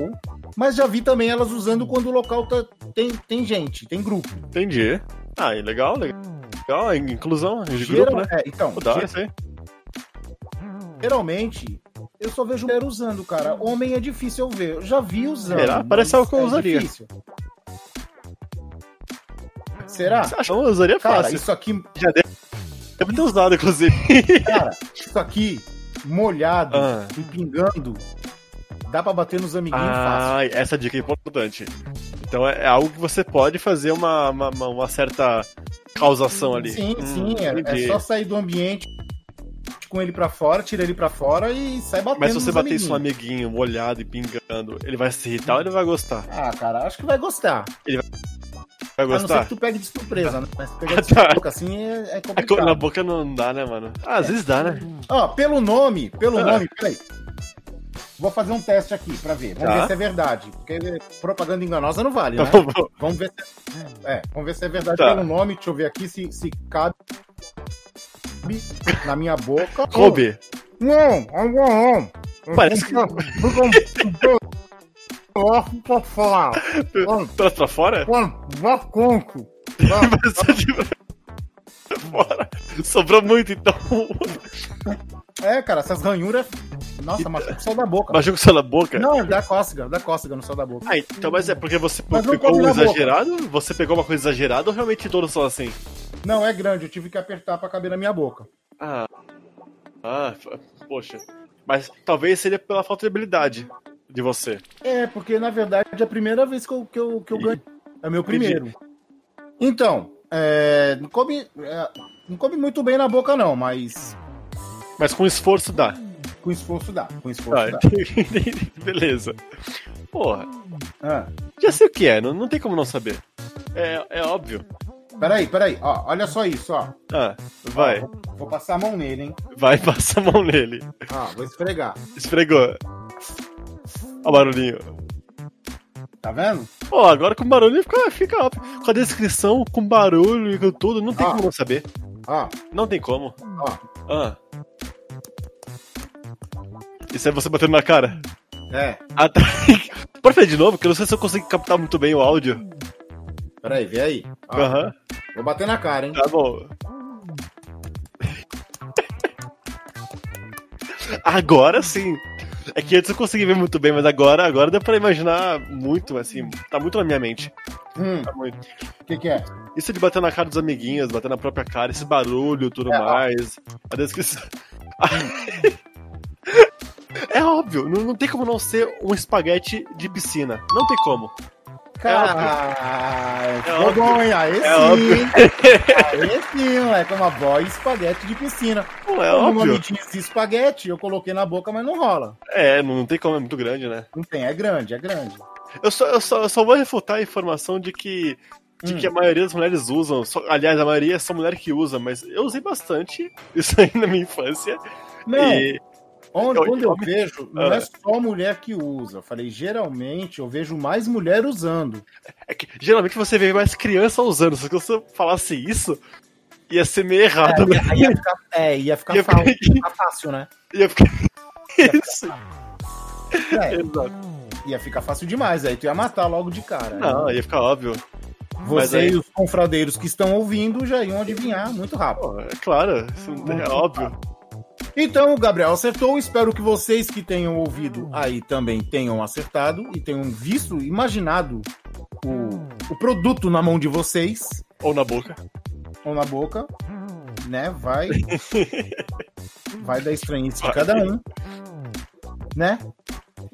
[SPEAKER 3] Mas já vi também elas usando quando o local tá- tem, tem gente, tem grupo.
[SPEAKER 4] entendi. Ah, e legal, legal. Legal, inclusão de grupo,
[SPEAKER 3] Geral-
[SPEAKER 4] né?
[SPEAKER 3] é, então,
[SPEAKER 4] Pô, da hora isso aí.
[SPEAKER 3] Geralmente, eu só vejo mulher usando, cara. Homem é difícil eu ver. Eu já vi usando.
[SPEAKER 4] Será?
[SPEAKER 3] mas é
[SPEAKER 4] Parece algo que eu usaria.
[SPEAKER 3] difícil. Será?
[SPEAKER 4] Você acha que eu usaria
[SPEAKER 3] Ah, Cara,
[SPEAKER 4] fácil?
[SPEAKER 3] isso aqui,
[SPEAKER 4] Deve ter usado, inclusive.
[SPEAKER 3] cara, isso aqui molhado
[SPEAKER 4] Ah.
[SPEAKER 3] e pingando, dá pra bater nos amiguinhos é fácil.
[SPEAKER 4] Ah, essa dica é importante. Então é, é algo que você pode fazer uma, uma, uma- uma certa causação ali.
[SPEAKER 3] Sim,
[SPEAKER 4] Hum,
[SPEAKER 3] sim, é- é,
[SPEAKER 4] entendi.
[SPEAKER 3] só sair do ambiente com ele pra fora, tira ele pra fora e sai batendo.
[SPEAKER 4] Mas se você
[SPEAKER 3] nos
[SPEAKER 4] bater isso um
[SPEAKER 3] amiguinhos.
[SPEAKER 4] amiguinho molhado e pingando, ele vai se irritar ou ele vai gostar?
[SPEAKER 3] Ah, cara, acho que vai gostar.
[SPEAKER 4] Vai
[SPEAKER 3] A Ah, não ser
[SPEAKER 4] gostar?
[SPEAKER 3] que tu pegue de surpresa, né? Mas se pegar de
[SPEAKER 4] Ah, tá.
[SPEAKER 3] surpresa assim é, é
[SPEAKER 4] É co- Na
[SPEAKER 3] complicado.
[SPEAKER 4] boca não dá, né, mano? Ah, às vezes dá, né?
[SPEAKER 3] Ó, pelo nome, pelo
[SPEAKER 4] Ah.
[SPEAKER 3] nome, peraí. Vou fazer um teste aqui pra ver. Vamos
[SPEAKER 4] Tá.
[SPEAKER 3] ver se é verdade. Porque propaganda enganosa não vale, né? Vamos ver se é, vamos ver se é verdade
[SPEAKER 4] Tá.
[SPEAKER 3] pelo nome. Deixa eu ver aqui se, se cabe na minha boca.
[SPEAKER 4] Kobe,
[SPEAKER 3] Não, não, não, não.
[SPEAKER 4] Parece que-
[SPEAKER 3] Não, não, não. Pra falar. Não,
[SPEAKER 4] traz pra fora?
[SPEAKER 3] não, não, conto.
[SPEAKER 4] Parece que- pra fora. Sobrou muito, então.
[SPEAKER 3] É, cara, essas ranhuras Nossa, machuca o céu da boca.
[SPEAKER 4] Machuca o céu da boca?
[SPEAKER 3] Não, dá cócega, dá cócega no céu da boca.
[SPEAKER 4] Ah, então, mas é porque você
[SPEAKER 3] Mas não
[SPEAKER 4] pegou
[SPEAKER 3] come
[SPEAKER 4] um
[SPEAKER 3] na boca.
[SPEAKER 4] exagerado? Você pegou uma coisa exagerada ou realmente todos são assim?
[SPEAKER 3] Não, é grande, eu tive que apertar pra caber na minha boca.
[SPEAKER 4] Ah. Ah, f- poxa. Mas talvez seria pela falta de habilidade de você.
[SPEAKER 3] É, porque na verdade é a primeira vez que eu, que eu, que eu ganho. É meu primeiro. Então, é, não, come, é, não come muito bem na boca, não, mas
[SPEAKER 4] Mas com esforço dá.
[SPEAKER 3] com esforço dá. Com esforço
[SPEAKER 4] Ah,
[SPEAKER 3] dá.
[SPEAKER 4] entendi. Beleza. Porra,
[SPEAKER 3] Ah,
[SPEAKER 4] já sei o que é, não, não tem como não saber. É, é óbvio.
[SPEAKER 3] peraí, peraí, ó, olha só isso, ó.
[SPEAKER 4] Ah, vai.
[SPEAKER 3] Ó, vou, vou passar a mão nele, hein?
[SPEAKER 4] Vai, passa a mão nele.
[SPEAKER 3] Ó, vou esfregar.
[SPEAKER 4] Esfregou. Ó o barulhinho.
[SPEAKER 3] Tá vendo?
[SPEAKER 4] Pô, agora com barulho fica, fica óbvio. Com a descrição, com barulho e com tudo, não tem
[SPEAKER 3] Ah.
[SPEAKER 4] como não saber.
[SPEAKER 3] Ó,
[SPEAKER 4] Não tem como.
[SPEAKER 3] ó.
[SPEAKER 4] Ah. Isso é você batendo na cara?
[SPEAKER 3] É,
[SPEAKER 4] Ah, tá. Pode fazer de novo, que eu não sei se eu consigo captar muito bem o áudio.
[SPEAKER 3] peraí, vê aí. Ó,
[SPEAKER 4] Aham.
[SPEAKER 3] Vou bater na cara, hein?
[SPEAKER 4] Tá bom. Agora sim. É que antes eu consegui ver muito bem, mas agora, agora dá pra imaginar muito, assim, tá muito na minha mente.
[SPEAKER 3] Hum,
[SPEAKER 4] Tá muito.
[SPEAKER 3] o que, que é?
[SPEAKER 4] Isso de bater na cara dos amiguinhos, bater na própria cara, esse barulho tudo
[SPEAKER 3] É, ó.
[SPEAKER 4] mais. A descrição. é óbvio, não, não tem como não ser um espaguete de piscina. Não tem como.
[SPEAKER 3] Cara,
[SPEAKER 4] É óbvio. É
[SPEAKER 3] ficou bom, hein? Aí sim,
[SPEAKER 4] óbvio.
[SPEAKER 3] hein? Aí sim, moleque, é uma boa espaguete de piscina.
[SPEAKER 4] Pô, é
[SPEAKER 3] Como
[SPEAKER 4] óbvio.
[SPEAKER 3] Uma mitinha de espaguete, eu coloquei na boca, mas não rola.
[SPEAKER 4] É, não tem como, é muito grande, né?
[SPEAKER 3] Não tem, é grande, é grande.
[SPEAKER 4] Eu só, eu, só, eu só vou refutar a informação de que de
[SPEAKER 3] Hum.
[SPEAKER 4] que a maioria das mulheres usam. Só- aliás, a maioria é só mulher que usa, mas eu usei bastante isso aí na minha infância.
[SPEAKER 3] Não,
[SPEAKER 4] E,
[SPEAKER 3] onde,
[SPEAKER 4] eu-
[SPEAKER 3] onde eu vejo, não
[SPEAKER 4] Ah.
[SPEAKER 3] é só mulher que usa. Eu falei, geralmente eu vejo mais mulher usando.
[SPEAKER 4] é que, geralmente você vê mais criança usando, só que se eu falasse isso, ia ser meio errado, né?
[SPEAKER 3] Aí ia ficar, é, ia ficar,
[SPEAKER 4] Ia
[SPEAKER 3] fácil,
[SPEAKER 4] ficar-
[SPEAKER 3] ia ficar fácil, né?
[SPEAKER 4] Ia ficar. Isso,
[SPEAKER 3] É,
[SPEAKER 4] exato.
[SPEAKER 3] ia ficar fácil demais, aí tu ia matar logo de cara.
[SPEAKER 4] Não, ia ficar óbvio. mas
[SPEAKER 3] Você
[SPEAKER 4] aí-
[SPEAKER 3] e os confradeiros que estão ouvindo já iam adivinhar muito rápido.
[SPEAKER 4] Pô, é claro, isso é óbvio.
[SPEAKER 3] Então, o Gabriel acertou. Espero que vocês que tenham ouvido aí também tenham acertado e tenham visto, imaginado o, o produto na mão de vocês
[SPEAKER 4] Ou na boca.
[SPEAKER 3] ou na boca, né? Vai. vai dar estranhice de cada um, né?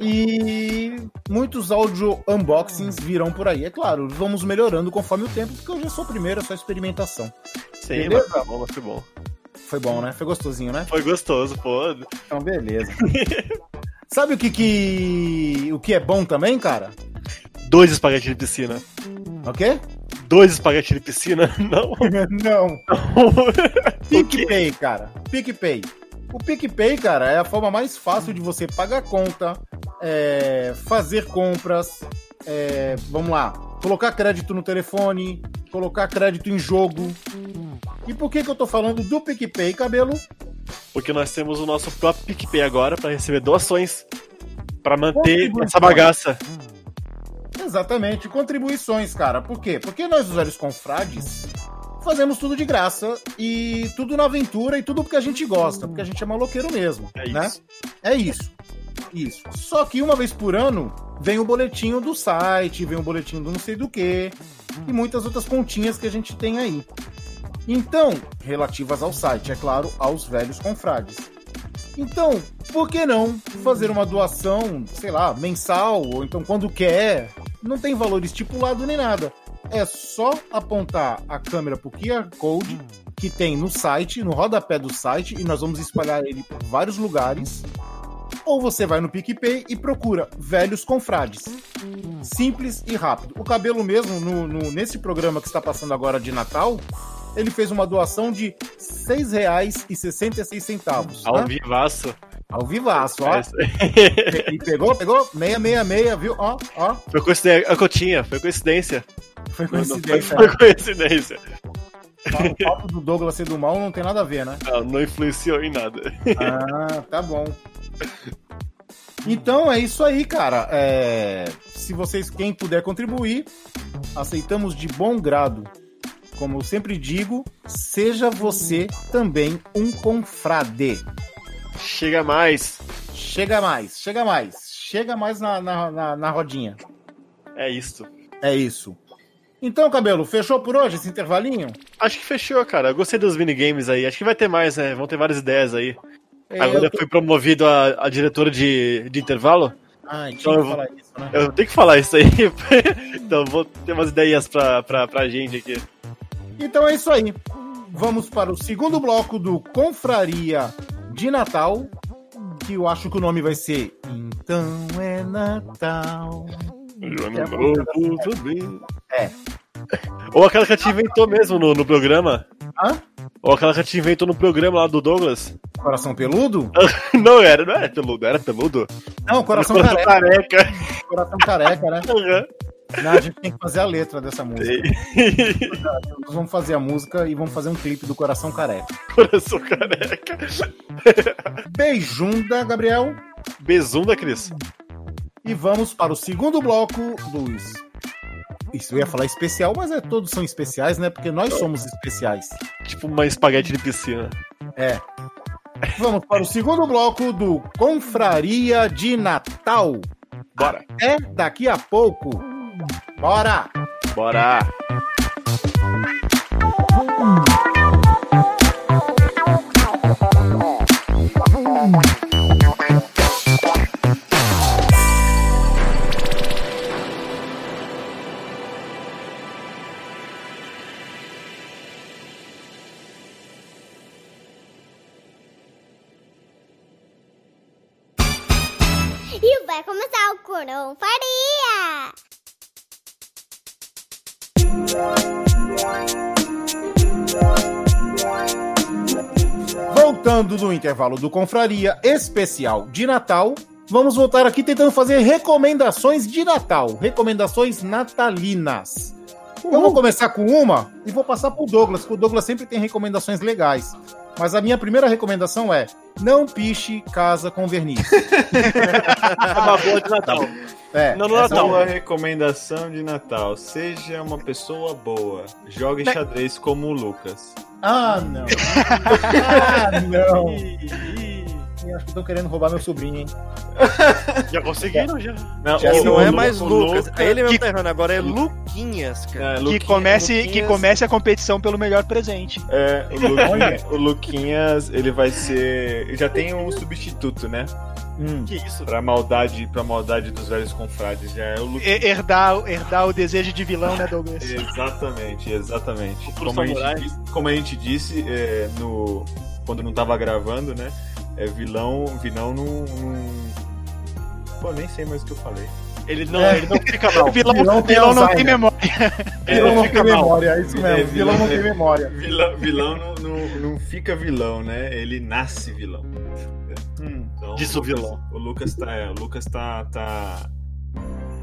[SPEAKER 3] E muitos áudio unboxings virão por aí, é claro. Vamos melhorando conforme o tempo, porque eu já sou o primeiro, é só experimentação.
[SPEAKER 4] Sim,
[SPEAKER 3] Beleza?
[SPEAKER 4] mas foi Tá bom, mas foi bom.
[SPEAKER 3] Foi bom, né? Foi gostosinho, né?
[SPEAKER 4] Foi gostoso, pô.
[SPEAKER 3] Então, beleza. Sabe o que que... O que é bom também, cara?
[SPEAKER 4] Dois espaguetes de piscina.
[SPEAKER 3] O quê?
[SPEAKER 4] Dois espaguetes de piscina? Não. um
[SPEAKER 3] Não. PicPay, cara. PicPay. O PicPay, cara, é a forma mais fácil de você pagar conta, é, fazer compras, é, vamos lá, colocar crédito no telefone, colocar crédito em jogo. E por que que eu tô falando do PicPay, cabelo?
[SPEAKER 4] Porque nós temos o nosso próprio PicPay agora para receber doações para manter
[SPEAKER 3] Contribuições.
[SPEAKER 4] essa bagaça.
[SPEAKER 3] Exatamente, contribuições, cara. Por quê? Porque nós, usuários confrades, fazemos tudo de graça e tudo na aventura e tudo porque a gente gosta, porque a gente é maloqueiro mesmo,
[SPEAKER 4] É
[SPEAKER 3] né?
[SPEAKER 4] isso.
[SPEAKER 3] É isso. Isso. Só que uma vez por ano vem o boletinho do site, vem o boletinho do não sei do que e muitas outras continhas que a gente tem aí. Então, relativas ao site, é claro, aos velhos confrades. Então, por que não fazer uma doação, sei lá, mensal ou então quando quer? Não tem valor estipulado nem nada. É só apontar a câmera pro QR Code que tem no site, no rodapé do site, e nós vamos espalhar ele por vários lugares. Ou você vai no PicPay e procura Velhos Confrades. Simples e rápido. O cabelo mesmo, no, no- nesse programa que está passando agora de Natal, ele fez uma doação de R$ 6,66.
[SPEAKER 4] Ao
[SPEAKER 3] né?
[SPEAKER 4] vivaço. É
[SPEAKER 3] Ao vivaço, ó.
[SPEAKER 4] Mas-
[SPEAKER 3] E pegou, pegou? 666, viu? Ó, ó.
[SPEAKER 4] Foi coincidência. é A cotinha, foi coincidência.
[SPEAKER 3] Foi
[SPEAKER 4] Não, não foi-
[SPEAKER 3] coincidência.
[SPEAKER 4] Foi,
[SPEAKER 3] né?
[SPEAKER 4] coincidência.
[SPEAKER 3] O papo do Douglas ser do mal não tem nada a ver, né?
[SPEAKER 4] Não, não influenciou em nada.
[SPEAKER 3] Ah, tá bom. Então é isso aí, cara. É, Se vocês, quem puder contribuir, aceitamos de bom grado. Como eu sempre digo, seja você também um confrade.
[SPEAKER 4] Chega mais.
[SPEAKER 3] Chega mais, chega mais. Chega mais na, na, na, na rodinha.
[SPEAKER 4] É isso.
[SPEAKER 3] É isso. Então, cabelo, fechou por hoje esse intervalinho?
[SPEAKER 4] Acho que fechou, cara. Eu gostei dos minigames aí. Acho que vai ter mais, né? Vão ter várias ideias aí.
[SPEAKER 3] É,
[SPEAKER 4] Agora
[SPEAKER 3] eu
[SPEAKER 4] eu
[SPEAKER 3] tô-
[SPEAKER 4] fui promovido a, a diretora de, de intervalo.
[SPEAKER 3] Ai, tinha que falar isso, né?
[SPEAKER 4] Eu tenho que falar isso aí. então vou ter umas ideias pra, pra, pra gente aqui.
[SPEAKER 3] Então é isso aí. Vamos para o segundo bloco do Confraria de Natal, que eu acho que o nome vai ser Então é Natal.
[SPEAKER 4] Ou aquela que a gente inventou mesmo no, no programa.
[SPEAKER 3] Hã?
[SPEAKER 4] Ou aquela que a gente inventou no programa lá do Douglas.
[SPEAKER 3] Coração peludo?
[SPEAKER 4] Não era, não era peludo, era peludo.
[SPEAKER 3] Não, coração
[SPEAKER 4] Era
[SPEAKER 3] careca.
[SPEAKER 4] careca.
[SPEAKER 3] Coração careca, né?
[SPEAKER 4] Aham.
[SPEAKER 3] Não, a gente tem que fazer a letra dessa música. Nós vamos fazer a música e vamos fazer um clipe do Coração Careca.
[SPEAKER 4] Coração careca.
[SPEAKER 3] Beijunda, Gabriel.
[SPEAKER 4] Bezunda, Cris.
[SPEAKER 3] E vamos para o segundo bloco, Luiz. Isso eu ia falar especial, mas é, todos são especiais, né? Porque nós somos especiais.
[SPEAKER 4] Tipo uma espaguete de piscina.
[SPEAKER 3] É. Vamos para o segundo bloco do Confraria de Natal.
[SPEAKER 4] Bora.
[SPEAKER 3] É daqui a pouco. Bora!
[SPEAKER 4] Bora.
[SPEAKER 9] E vai começar o Corão Faria!
[SPEAKER 3] Voltando do intervalo do Confraria Especial de Natal, vamos voltar aqui tentando fazer recomendações de Natal, recomendações natalinas. Eu vou começar com uma e vou passar pro Douglas, porque o Douglas sempre tem recomendações legais. Mas a minha primeira recomendação é: não piche casa com verniz.
[SPEAKER 4] É uma boa de Natal.
[SPEAKER 3] É,
[SPEAKER 4] Não, no
[SPEAKER 3] essa-
[SPEAKER 4] Natal.
[SPEAKER 7] Boa recomendação de Natal. Seja uma pessoa boa. Jogue
[SPEAKER 4] Né?
[SPEAKER 7] xadrez como o Lucas.
[SPEAKER 3] Ah, não. ah, não. Eu acho que estão querendo roubar meu sobrinho, hein?
[SPEAKER 4] Já conseguiram, já.
[SPEAKER 7] Não,
[SPEAKER 3] Já
[SPEAKER 7] o-
[SPEAKER 8] Ele não
[SPEAKER 7] o
[SPEAKER 8] é
[SPEAKER 7] Lu-
[SPEAKER 8] mais
[SPEAKER 7] o
[SPEAKER 8] Lucas.
[SPEAKER 7] Luca-
[SPEAKER 8] Aí ele mesmo
[SPEAKER 5] que-
[SPEAKER 8] tá errando. Agora é Luquinhas, cara.
[SPEAKER 7] é,
[SPEAKER 5] Que
[SPEAKER 7] Luquinha-
[SPEAKER 5] comece, que
[SPEAKER 8] Luquinhas.
[SPEAKER 5] comece a competição pelo melhor presente.
[SPEAKER 7] É, o, Luquinha- o Luquinhas, ele vai ser. Já tem um substituto, né?
[SPEAKER 4] Que isso?
[SPEAKER 7] Pra maldade, pra maldade dos velhos confrades. Já é o Luquinhas.
[SPEAKER 5] E- herdar, herdar o desejo de vilão, né, Douglas?
[SPEAKER 7] Exatamente, exatamente.
[SPEAKER 4] Pro
[SPEAKER 7] Como a,
[SPEAKER 4] samurai.
[SPEAKER 7] gente, disse- como a gente disse é, no, quando não tava gravando, né? É vilão, vilão não. não- Pô, nem sei mais o que eu falei.
[SPEAKER 4] Ele não, ele não fica mal.
[SPEAKER 5] Vilão, vilão,
[SPEAKER 3] vilão tem
[SPEAKER 5] não
[SPEAKER 3] Alzheimer.
[SPEAKER 5] tem memória.
[SPEAKER 3] Vilão não tem memória, é isso
[SPEAKER 7] É,
[SPEAKER 3] mesmo. Vilão não tem memória.
[SPEAKER 7] Vilão, vilão não, não, não fica vilão, né? Ele nasce vilão. Então,
[SPEAKER 4] Disso
[SPEAKER 7] o Lucas-
[SPEAKER 4] vilão.
[SPEAKER 7] O Lucas tá, é, o Lucas tá, tá,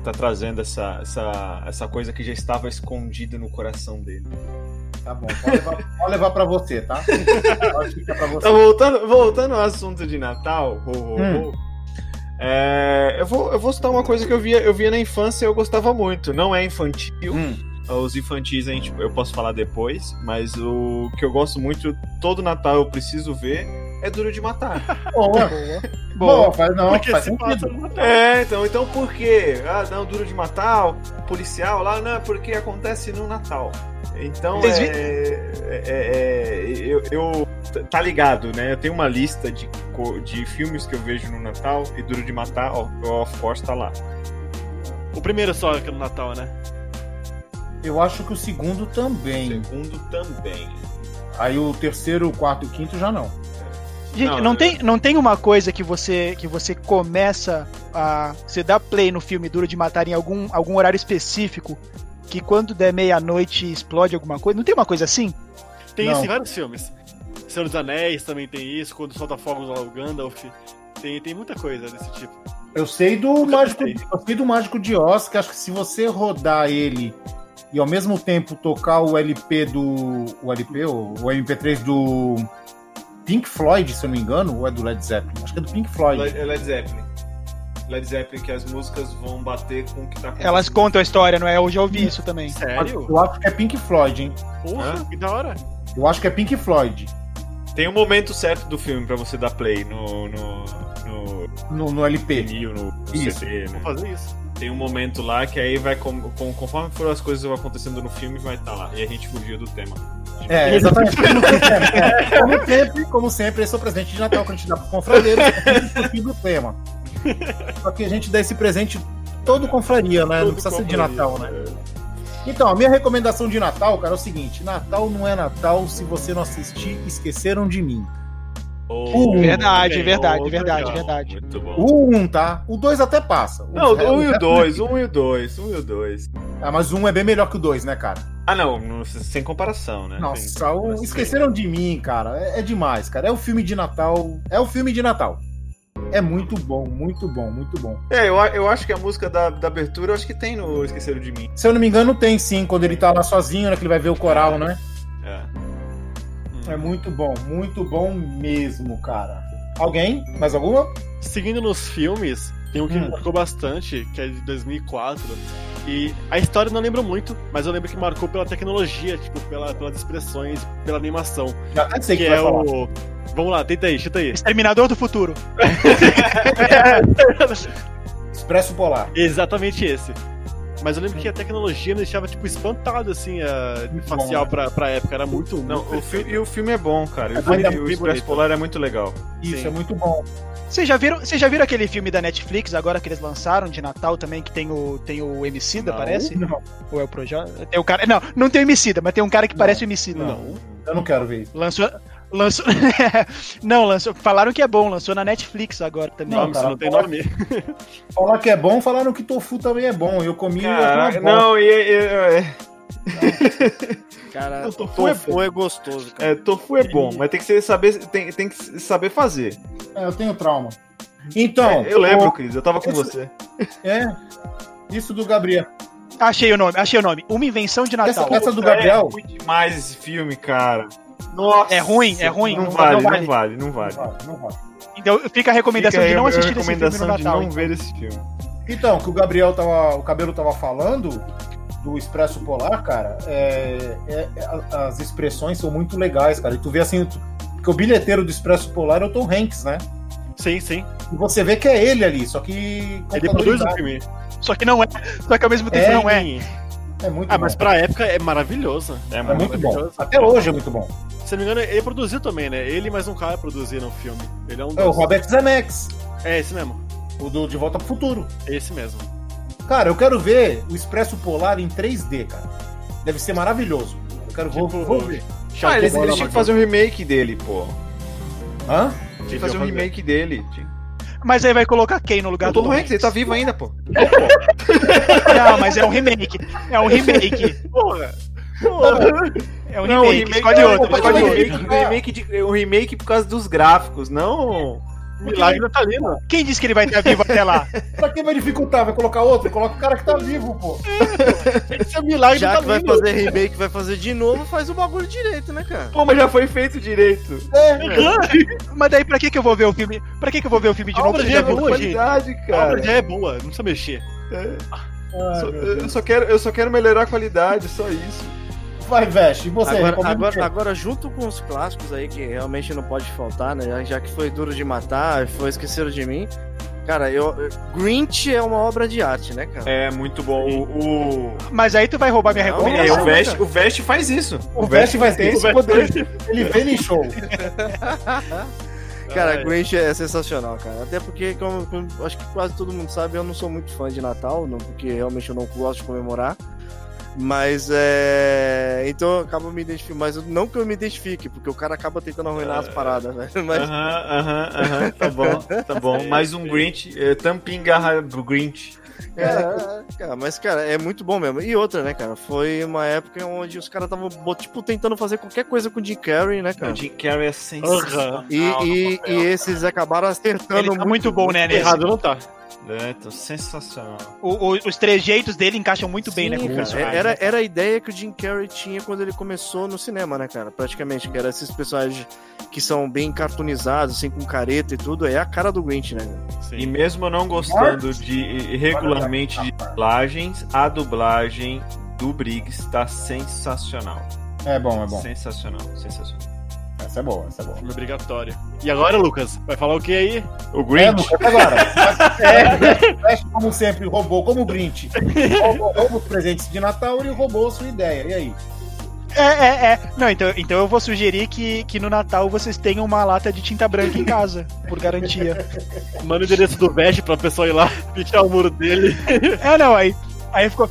[SPEAKER 7] tá trazendo essa, essa, essa coisa que já estava escondida no coração dele.
[SPEAKER 3] Tá bom, pode levar, pode levar pra você, tá? Pode ficar pra
[SPEAKER 7] Tá
[SPEAKER 3] você.
[SPEAKER 7] voltando, voltando ao assunto de Natal, ho, ho,
[SPEAKER 3] Hum.
[SPEAKER 7] ho, é, eu, vou, eu vou citar uma coisa que eu via, eu via na infância e eu gostava muito. Não é infantil.
[SPEAKER 3] Hum.
[SPEAKER 7] Os infantis a gente, eu posso falar depois, mas o que eu gosto muito, todo Natal eu preciso ver, é Duro de Matar.
[SPEAKER 3] Boa, boa. faz, não,
[SPEAKER 4] Tá Porque
[SPEAKER 3] faz
[SPEAKER 4] se
[SPEAKER 3] sentido.
[SPEAKER 4] passa-
[SPEAKER 7] É, então, então por quê? Ah, não, duro de Natal, policial lá, não, porque acontece no Natal. Então,
[SPEAKER 5] Vocês
[SPEAKER 7] é,
[SPEAKER 5] vi-
[SPEAKER 7] é, é, é, eu, eu- t- Tá ligado, né? Eu tenho uma lista de, co- de filmes que eu vejo no Natal e Duro de Matar, ó, of course, tá lá.
[SPEAKER 4] É, O primeiro só aqui no Natal, né?
[SPEAKER 3] Eu acho que o segundo também.
[SPEAKER 7] Segundo também.
[SPEAKER 3] Aí o terceiro, o quarto e o quinto já não.
[SPEAKER 5] Gente,
[SPEAKER 7] Não,
[SPEAKER 5] não,
[SPEAKER 7] eu-
[SPEAKER 5] tem, não tem uma coisa que você que você começa a. Você dá play no filme Duro de Matar em algum, algum horário específico, que quando der meia-noite explode alguma coisa? Não tem uma coisa assim?
[SPEAKER 4] Tem
[SPEAKER 3] Não.
[SPEAKER 4] isso em vários filmes. Senhor dos Anéis também tem isso, quando solta fogos lá o Gandalf. Tem, tem muita coisa desse tipo.
[SPEAKER 3] Eu sei do
[SPEAKER 4] Nunca
[SPEAKER 3] mágico,
[SPEAKER 4] pensei.
[SPEAKER 3] eu sei do mágico de Oz, que acho que se você rodar ele e ao mesmo tempo tocar o LP do o LP ou o MP3 do Pink Floyd, se eu não me engano, ou é do Led Zeppelin? Acho que é do Pink Floyd.
[SPEAKER 7] Le- Led Zeppelin. Led Zeppelin, que as músicas vão bater com o que tá acontecendo.
[SPEAKER 5] É. Elas contam a história, não é? Eu já ouvi isso também.
[SPEAKER 4] Sério?
[SPEAKER 3] Eu acho que é Pink Floyd, hein?
[SPEAKER 4] Porra,
[SPEAKER 7] Hã?
[SPEAKER 4] que da hora.
[SPEAKER 3] Eu acho que é Pink Floyd.
[SPEAKER 7] Tem um momento certo do filme pra você dar play no. no. no
[SPEAKER 3] No, no LP.
[SPEAKER 7] vinil, no
[SPEAKER 3] Isso.
[SPEAKER 7] CD, né?
[SPEAKER 4] Vou fazer isso.
[SPEAKER 7] Tem um momento lá que aí vai. com- com- conforme foram as coisas vão acontecendo no filme, vai estar lá. E a gente fugiu do tema.
[SPEAKER 3] É, exatamente. Como sempre, é. Como sempre, como sempre, esse é o presente de Natal que a gente dá pro confradeiro, fugir do tema. Só que a gente dá esse presente todo confraria, né? Não
[SPEAKER 7] Todo
[SPEAKER 3] precisa ser de
[SPEAKER 7] confraria,
[SPEAKER 3] Natal, né?
[SPEAKER 7] É.
[SPEAKER 3] Então, a minha recomendação de Natal, cara, é o seguinte: Natal não é Natal se você não assistir Esqueceram de Mim. Uh,
[SPEAKER 7] Ou-
[SPEAKER 5] Verdade,
[SPEAKER 4] bem,
[SPEAKER 5] verdade,
[SPEAKER 4] outro
[SPEAKER 5] verdade,
[SPEAKER 4] legal.
[SPEAKER 5] verdade.
[SPEAKER 7] Muito bom.
[SPEAKER 3] O 1, tá? O 2 até passa. O
[SPEAKER 7] Não,
[SPEAKER 3] re-
[SPEAKER 7] um e o
[SPEAKER 3] resto- é-
[SPEAKER 7] dois, um e o dois, um e o dois.
[SPEAKER 3] Ah, mas o 1 é bem melhor que o 2, né, cara?
[SPEAKER 7] Ah, não, não, sem comparação, né? Sem
[SPEAKER 3] Nossa, o...
[SPEAKER 7] comparação.
[SPEAKER 3] esqueceram de mim, cara. É, é demais, cara. É o filme de Natal. É o filme de Natal. É muito bom, muito bom, muito bom.
[SPEAKER 7] É, eu, eu acho que a música da, da abertura, eu acho que tem no Esqueceram de Mim.
[SPEAKER 3] Se eu não me engano, tem sim, quando ele tá lá sozinho, né? Que ele vai ver o coral, né?
[SPEAKER 7] É.
[SPEAKER 3] É muito bom, muito bom mesmo, cara. Alguém? Mais alguma?
[SPEAKER 4] Seguindo nos filmes, tem um que
[SPEAKER 3] Hum.
[SPEAKER 4] me marcou bastante, que é de 2004. E a história eu não lembro muito, mas eu lembro que marcou pela tecnologia, tipo, pela, pelas expressões, pela animação.
[SPEAKER 3] Já até sei
[SPEAKER 4] que
[SPEAKER 3] que,
[SPEAKER 4] é
[SPEAKER 3] vai falar.
[SPEAKER 4] o. Vamos lá, tenta aí, chuta aí.
[SPEAKER 5] Exterminador do Futuro.
[SPEAKER 3] Expresso Polar.
[SPEAKER 4] Exatamente esse. Mas eu lembro que a tecnologia me deixava, tipo, espantado, assim, a
[SPEAKER 3] Muito
[SPEAKER 4] facial
[SPEAKER 3] bom,
[SPEAKER 4] pra, pra época. Era muito.
[SPEAKER 7] Não,
[SPEAKER 4] muito
[SPEAKER 7] né? o fi- e o filme é bom, cara. E
[SPEAKER 3] É
[SPEAKER 7] o, filme,
[SPEAKER 3] bonito,
[SPEAKER 7] o
[SPEAKER 4] bem
[SPEAKER 7] Expresso
[SPEAKER 4] bonito.
[SPEAKER 7] Polar é muito legal.
[SPEAKER 3] Isso,
[SPEAKER 4] Sim.
[SPEAKER 3] é muito bom.
[SPEAKER 5] Vocês já viram, vocês já viram aquele filme da Netflix agora que eles lançaram de Natal também que tem o tem o Emicida,
[SPEAKER 3] Não,
[SPEAKER 5] parece?
[SPEAKER 3] não.
[SPEAKER 5] Ou é o Projota? Tem o cara, não, não tem o Emicida, mas tem um cara que
[SPEAKER 3] Não,
[SPEAKER 5] parece o Emicida.
[SPEAKER 3] não. Eu não quero ver isso.
[SPEAKER 5] Lançou lançou Não, lançou, falaram que é bom, lançou na Netflix agora também.
[SPEAKER 3] Não,
[SPEAKER 4] Não, isso
[SPEAKER 3] cara,
[SPEAKER 4] não tem
[SPEAKER 3] fala-
[SPEAKER 4] nome.
[SPEAKER 3] Falar que é bom, falaram que tofu também é bom. Eu comi e eu achei
[SPEAKER 7] Caraca,
[SPEAKER 3] uma bosta.
[SPEAKER 7] não, e, é, e- e-
[SPEAKER 8] Cara,
[SPEAKER 7] Eu tô
[SPEAKER 8] tofu é
[SPEAKER 7] fofo.
[SPEAKER 8] bom, é gostoso, cara.
[SPEAKER 7] é, tofu é bom, mas tem que ser saber, tem, tem que saber fazer.
[SPEAKER 3] É, eu tenho trauma. Então.
[SPEAKER 7] eu lembro,
[SPEAKER 3] o-
[SPEAKER 7] Cris, eu tava com
[SPEAKER 3] esse-
[SPEAKER 7] você.
[SPEAKER 3] É. Isso do Gabriel.
[SPEAKER 5] Tá, Achei o nome, achei o nome. Uma invenção de
[SPEAKER 3] Essa,
[SPEAKER 5] Natal.
[SPEAKER 3] essa do Gabriel.
[SPEAKER 7] É ruim demais esse filme, cara. Nossa.
[SPEAKER 5] É ruim, é ruim,
[SPEAKER 7] Não,
[SPEAKER 5] não
[SPEAKER 7] vale,
[SPEAKER 5] vale.
[SPEAKER 7] não vale, não
[SPEAKER 3] Não
[SPEAKER 7] vale.
[SPEAKER 3] vai, não vai.
[SPEAKER 5] Então fica a recomendação
[SPEAKER 7] Fica aí
[SPEAKER 5] de não
[SPEAKER 7] a
[SPEAKER 5] assistir esse filme no
[SPEAKER 7] recomendação de
[SPEAKER 5] Natal.
[SPEAKER 7] não ver esse filme.
[SPEAKER 3] Então, que o Gabriel tava. O cabelo tava falando do Expresso Polar, cara, é- é- é- a- as expressões são muito legais, cara. E tu vê assim, tu- porque o bilheteiro do Expresso Polar é o Tom Hanks, né?
[SPEAKER 4] É, Sim, sim.
[SPEAKER 3] E você vê que é ele ali, só que.
[SPEAKER 4] Ele produz o
[SPEAKER 3] computadorizado.
[SPEAKER 4] filme.
[SPEAKER 5] Só que não é. Só que ao mesmo tempo
[SPEAKER 3] É,
[SPEAKER 5] não é.
[SPEAKER 4] Sim.
[SPEAKER 3] É muito
[SPEAKER 4] Ah,
[SPEAKER 3] bom.
[SPEAKER 4] mas pra época é maravilhoso.
[SPEAKER 7] É,
[SPEAKER 3] É muito bom. Até hoje é muito bom.
[SPEAKER 4] Se não me engano, ele produziu também, né? Ele e mais um cara produziram o filme. Ele é um
[SPEAKER 3] É o
[SPEAKER 4] dos.
[SPEAKER 3] Robert Zemeckis,
[SPEAKER 4] É esse mesmo.
[SPEAKER 3] o do De Volta pro Futuro.
[SPEAKER 4] É esse mesmo.
[SPEAKER 3] Cara, eu quero ver o Expresso Polar em 3D, cara. Deve ser maravilhoso. Eu quero vou,
[SPEAKER 4] Tipo,
[SPEAKER 3] vou ver.
[SPEAKER 4] Chateau
[SPEAKER 7] Ah, eles,
[SPEAKER 4] Bola
[SPEAKER 7] eles tinham que fazer um remake dele, pô.
[SPEAKER 3] Hã?
[SPEAKER 7] Tinha que fazer um remake dele. tinha-
[SPEAKER 5] Mas aí vai colocar quem no lugar
[SPEAKER 7] O Tom
[SPEAKER 5] Tom
[SPEAKER 7] Hanks, ele tá vivo ainda, pô.
[SPEAKER 5] Não, mas é um remake. É um remake.
[SPEAKER 4] Porra!
[SPEAKER 5] É um
[SPEAKER 7] Não,
[SPEAKER 5] remake.
[SPEAKER 7] remake-
[SPEAKER 5] Escolhe
[SPEAKER 7] não,
[SPEAKER 5] outro.
[SPEAKER 3] Então
[SPEAKER 7] pode
[SPEAKER 5] Escolhe
[SPEAKER 4] é
[SPEAKER 7] ser um
[SPEAKER 5] outro.
[SPEAKER 7] remake, um remake de- um remake por causa dos gráficos, não.
[SPEAKER 4] Milagre
[SPEAKER 3] tá
[SPEAKER 4] da
[SPEAKER 3] né?
[SPEAKER 4] Talina.
[SPEAKER 5] Quem disse que ele vai estar vivo até lá?
[SPEAKER 3] Pra quem vai dificultar? Vai colocar outro? Coloca o cara que tá vivo, pô.
[SPEAKER 4] Esse é milagre
[SPEAKER 8] Já
[SPEAKER 4] da
[SPEAKER 7] tá
[SPEAKER 8] que vai
[SPEAKER 4] Talina.
[SPEAKER 8] fazer remake, vai fazer de novo, faz o bagulho direito, né, cara?
[SPEAKER 7] Pô, mas já foi feito direito.
[SPEAKER 3] É.
[SPEAKER 5] Mas daí pra que, que eu vou ver o filme? Pra que, que eu vou ver o filme de
[SPEAKER 4] A
[SPEAKER 5] novo?
[SPEAKER 4] obra
[SPEAKER 5] se eu
[SPEAKER 4] já
[SPEAKER 5] já
[SPEAKER 4] é
[SPEAKER 5] vi
[SPEAKER 4] boa,
[SPEAKER 5] hoje?
[SPEAKER 7] Qualidade,
[SPEAKER 4] A
[SPEAKER 7] cara.
[SPEAKER 4] obra já é boa, não precisa mexer.
[SPEAKER 7] É,
[SPEAKER 3] Ai,
[SPEAKER 7] só-
[SPEAKER 3] meu
[SPEAKER 7] eu,
[SPEAKER 3] Deus.
[SPEAKER 7] só quero, eu só quero melhorar a qualidade, só isso.
[SPEAKER 3] Vai, veste. E você?
[SPEAKER 8] Agora,
[SPEAKER 3] Recomenda o quê?
[SPEAKER 8] agora, tá agora, junto com os clássicos aí, que realmente não pode faltar, né? Já- Já que foi Duro de Matar, foi Esqueceram de Mim. Cara, eu, eu- Grinch é uma obra de arte, né, cara?
[SPEAKER 7] É muito bom. O, o,
[SPEAKER 5] Mas aí tu vai roubar minha
[SPEAKER 8] Não,
[SPEAKER 7] é,
[SPEAKER 5] recomendação.
[SPEAKER 7] o,
[SPEAKER 8] né,
[SPEAKER 7] Vest, o Vest faz isso.
[SPEAKER 3] O Veste vai ter
[SPEAKER 7] tem
[SPEAKER 3] esse poder. Ele vem em show.
[SPEAKER 8] Cara,
[SPEAKER 4] Ai.
[SPEAKER 8] Grinch é sensacional, cara. Até porque, como, como- acho que quase todo mundo sabe, eu não sou muito fã de Natal, não, porque realmente eu não gosto de comemorar. Mas é. Então eu acabo me identificando. Mas eu- não que eu me identifique, porque o cara acaba tentando
[SPEAKER 7] É.
[SPEAKER 8] arruinar as paradas, velho. Mas.
[SPEAKER 7] Aham, aham, aham. Tá bom, tá bom. Mais um Grinch. É, tampinha garra do Grinch.
[SPEAKER 8] Cara, cara, mas, cara, é muito bom mesmo. E outra, né, cara? Foi uma época onde os caras estavam, bo- tipo, tentando fazer qualquer coisa com o Jim Carrey, né, cara?
[SPEAKER 7] O Jim Carrey é sensacional.
[SPEAKER 8] E, e, e esses acabaram acertando
[SPEAKER 5] Ele tá muito bom, né, nesse.
[SPEAKER 4] Errado não tá.
[SPEAKER 7] É, tô sensacional.
[SPEAKER 5] O- o- os trejeitos dele encaixam muito bem,
[SPEAKER 8] Sim,
[SPEAKER 5] né? Com o
[SPEAKER 8] cara,
[SPEAKER 5] personagem.
[SPEAKER 8] É, era, era a ideia que o Jim Carrey tinha quando ele começou no cinema, né, cara? Praticamente, que era esses personagens que são bem cartoonizados, assim, com careta e tudo. É a cara do Grinch, né? cara?
[SPEAKER 7] E mesmo eu não gostando de regularmente de dublagens, a dublagem do Briggs tá sensacional.
[SPEAKER 3] É bom, é bom.
[SPEAKER 7] Sensacional, sensacional.
[SPEAKER 3] Essa é boa, essa é boa.
[SPEAKER 4] Filme obrigatório. E agora, Lucas, vai falar o que aí?
[SPEAKER 7] O
[SPEAKER 3] É,
[SPEAKER 7] Grinch?
[SPEAKER 3] Lucas, agora. É, o Flash, como sempre, roubou, como o Grinch, roubou, roubou os presentes de Natal e roubou a sua ideia. E aí?
[SPEAKER 5] É, é, é. Não, então, então eu vou sugerir que, que no Natal vocês tenham uma lata de tinta branca em casa, por garantia.
[SPEAKER 4] Manda o endereço do Vest pra pessoa ir lá pichar o muro dele.
[SPEAKER 5] É, não, aí, aí ficou.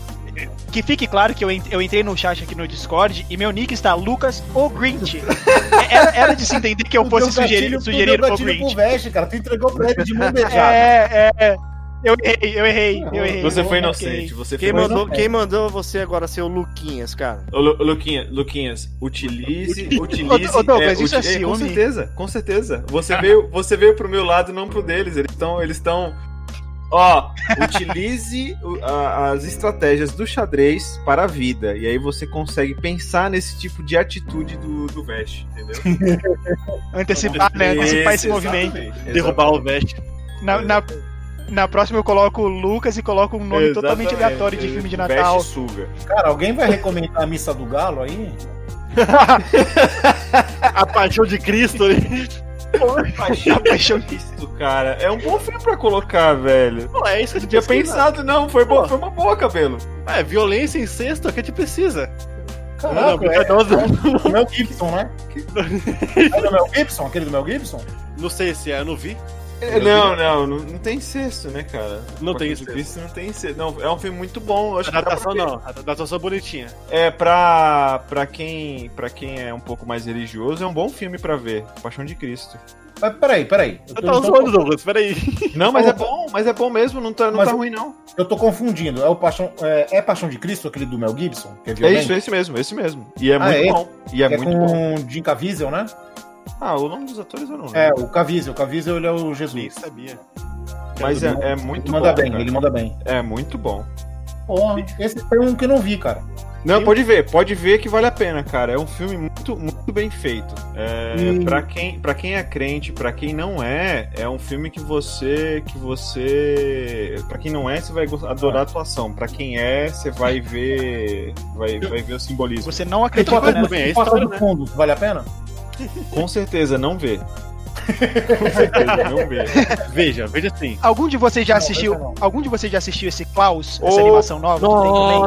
[SPEAKER 5] Que fique claro que eu, en- eu entrei no chat aqui no Discord e meu nick está Lucas o Grinch. É- Era, era de se entender que eu
[SPEAKER 3] Tu
[SPEAKER 5] fosse
[SPEAKER 3] deu gatilho-
[SPEAKER 5] sugerir,
[SPEAKER 3] tu
[SPEAKER 5] sugerir
[SPEAKER 3] deu
[SPEAKER 5] o
[SPEAKER 3] gatilho pro
[SPEAKER 5] Grinch.
[SPEAKER 3] Veste, cara. Tu entregou pra ele de mão beijada.
[SPEAKER 5] É, é, é. Eu errei, eu errei, eu errei.
[SPEAKER 7] Você
[SPEAKER 5] Ok.
[SPEAKER 7] foi inocente, você foi
[SPEAKER 8] Quem
[SPEAKER 7] inocente.
[SPEAKER 8] mandou, quem mandou você agora ser o Luquinhas, cara?
[SPEAKER 7] Ô, Lu- Luquinha, Luquinhas, utilize, utilize.
[SPEAKER 5] Ô, ô, Douglas, isso é
[SPEAKER 7] uti- Com
[SPEAKER 5] ciúme?
[SPEAKER 7] certeza, com certeza. Você veio, você veio pro meu lado, não pro deles. Eles estão, eles estão. Ó, utilize o- a- as estratégias do xadrez para a vida. E aí você consegue pensar nesse tipo de atitude do, do Vest, entendeu?
[SPEAKER 5] Antecipar, né? Antecipar esse
[SPEAKER 7] Isso,
[SPEAKER 5] movimento.
[SPEAKER 7] exatamente,
[SPEAKER 4] Derrubar o Vest.
[SPEAKER 5] Na, na, na próxima eu coloco o Lucas e coloco um nome totalmente
[SPEAKER 7] Exatamente.
[SPEAKER 5] aleatório de filme de Natal.
[SPEAKER 7] Veste suga.
[SPEAKER 3] Cara, alguém vai recomendar a missa do galo aí?
[SPEAKER 4] A paixão de Cristo né? ali.
[SPEAKER 7] Paixão, paixão disso, cara. É um bom filme pra colocar, velho.
[SPEAKER 4] Pô, é isso que a
[SPEAKER 7] Não
[SPEAKER 4] gente
[SPEAKER 7] tinha
[SPEAKER 4] precisa.
[SPEAKER 7] pensado, não. Foi, bo- foi uma boa, cabelo.
[SPEAKER 4] É, violência e incesto é o que a gente precisa.
[SPEAKER 3] Caraca,
[SPEAKER 4] não,
[SPEAKER 3] é
[SPEAKER 4] não,
[SPEAKER 3] o Mel Gibson, né? É do Mel Gibson? Aquele do Mel Gibson?
[SPEAKER 4] não sei se é, eu não vi.
[SPEAKER 7] É, Não, não, não, não tem sexto, né, cara?
[SPEAKER 4] Não tem
[SPEAKER 7] sexto.
[SPEAKER 4] sexto.
[SPEAKER 7] Não tem sexto. Não, é um filme muito bom. eu Acho que dá pra
[SPEAKER 4] Adaptação
[SPEAKER 7] ver.
[SPEAKER 4] não, adaptação bonitinha.
[SPEAKER 8] Ah.
[SPEAKER 7] É, pra, pra, quem, pra quem é um pouco mais religioso, é um bom filme pra ver. Paixão de Cristo.
[SPEAKER 3] Mas peraí, peraí. Eu
[SPEAKER 4] Você
[SPEAKER 3] tô,
[SPEAKER 4] tá
[SPEAKER 3] então,
[SPEAKER 4] zoando, Douglas, peraí.
[SPEAKER 7] Não, mas é bom, mas é bom mesmo. Não tá, não
[SPEAKER 3] Mas-
[SPEAKER 7] tá ruim, não.
[SPEAKER 3] eu tô confundindo. É, o Paixão, é, é Paixão de Cristo, aquele do Mel Gibson? Que é,
[SPEAKER 7] É
[SPEAKER 3] violento?
[SPEAKER 7] isso, é esse mesmo, é esse mesmo. E é
[SPEAKER 3] Ah,
[SPEAKER 7] muito
[SPEAKER 3] é?
[SPEAKER 7] bom. E é,
[SPEAKER 3] É
[SPEAKER 7] muito bom.
[SPEAKER 3] com o Jim Caviezel, né?
[SPEAKER 7] Ah, o nome dos atores eu não lembro.
[SPEAKER 3] É, o Caviezel. O Caviezel, ele é o
[SPEAKER 4] Nem
[SPEAKER 3] Jesus.
[SPEAKER 4] sabia.
[SPEAKER 7] mas é, é
[SPEAKER 3] Ele
[SPEAKER 7] muito
[SPEAKER 3] manda
[SPEAKER 7] bom.
[SPEAKER 3] bem,
[SPEAKER 7] cara.
[SPEAKER 3] ele manda bem.
[SPEAKER 7] É muito bom.
[SPEAKER 3] Porra, esse foi um que eu não vi, cara.
[SPEAKER 7] Não, pode ver, pode ver que vale a pena, cara. É um filme muito, muito bem feito. É,
[SPEAKER 3] Hum.
[SPEAKER 7] Pra quem, para quem é crente, pra quem não é, é um filme que você, que você, Pra quem não é, você vai gostar- adorar a atuação. Pra quem é, você vai ver, vai, vai ver o simbolismo.
[SPEAKER 5] Você não
[SPEAKER 3] E
[SPEAKER 5] acredita,
[SPEAKER 3] Porta
[SPEAKER 5] né?
[SPEAKER 3] do,
[SPEAKER 4] bem, é
[SPEAKER 3] Porta
[SPEAKER 4] história,
[SPEAKER 3] do
[SPEAKER 4] né?
[SPEAKER 3] Fundo, vale a pena?
[SPEAKER 7] Com certeza, não vê. Com certeza, não vê.
[SPEAKER 4] Veja, veja sim.
[SPEAKER 5] Algum de vocês já
[SPEAKER 4] é
[SPEAKER 3] essa não.
[SPEAKER 5] assistiu? Algum de vocês já assistiu esse Klaus,
[SPEAKER 7] Ô,
[SPEAKER 5] essa animação nova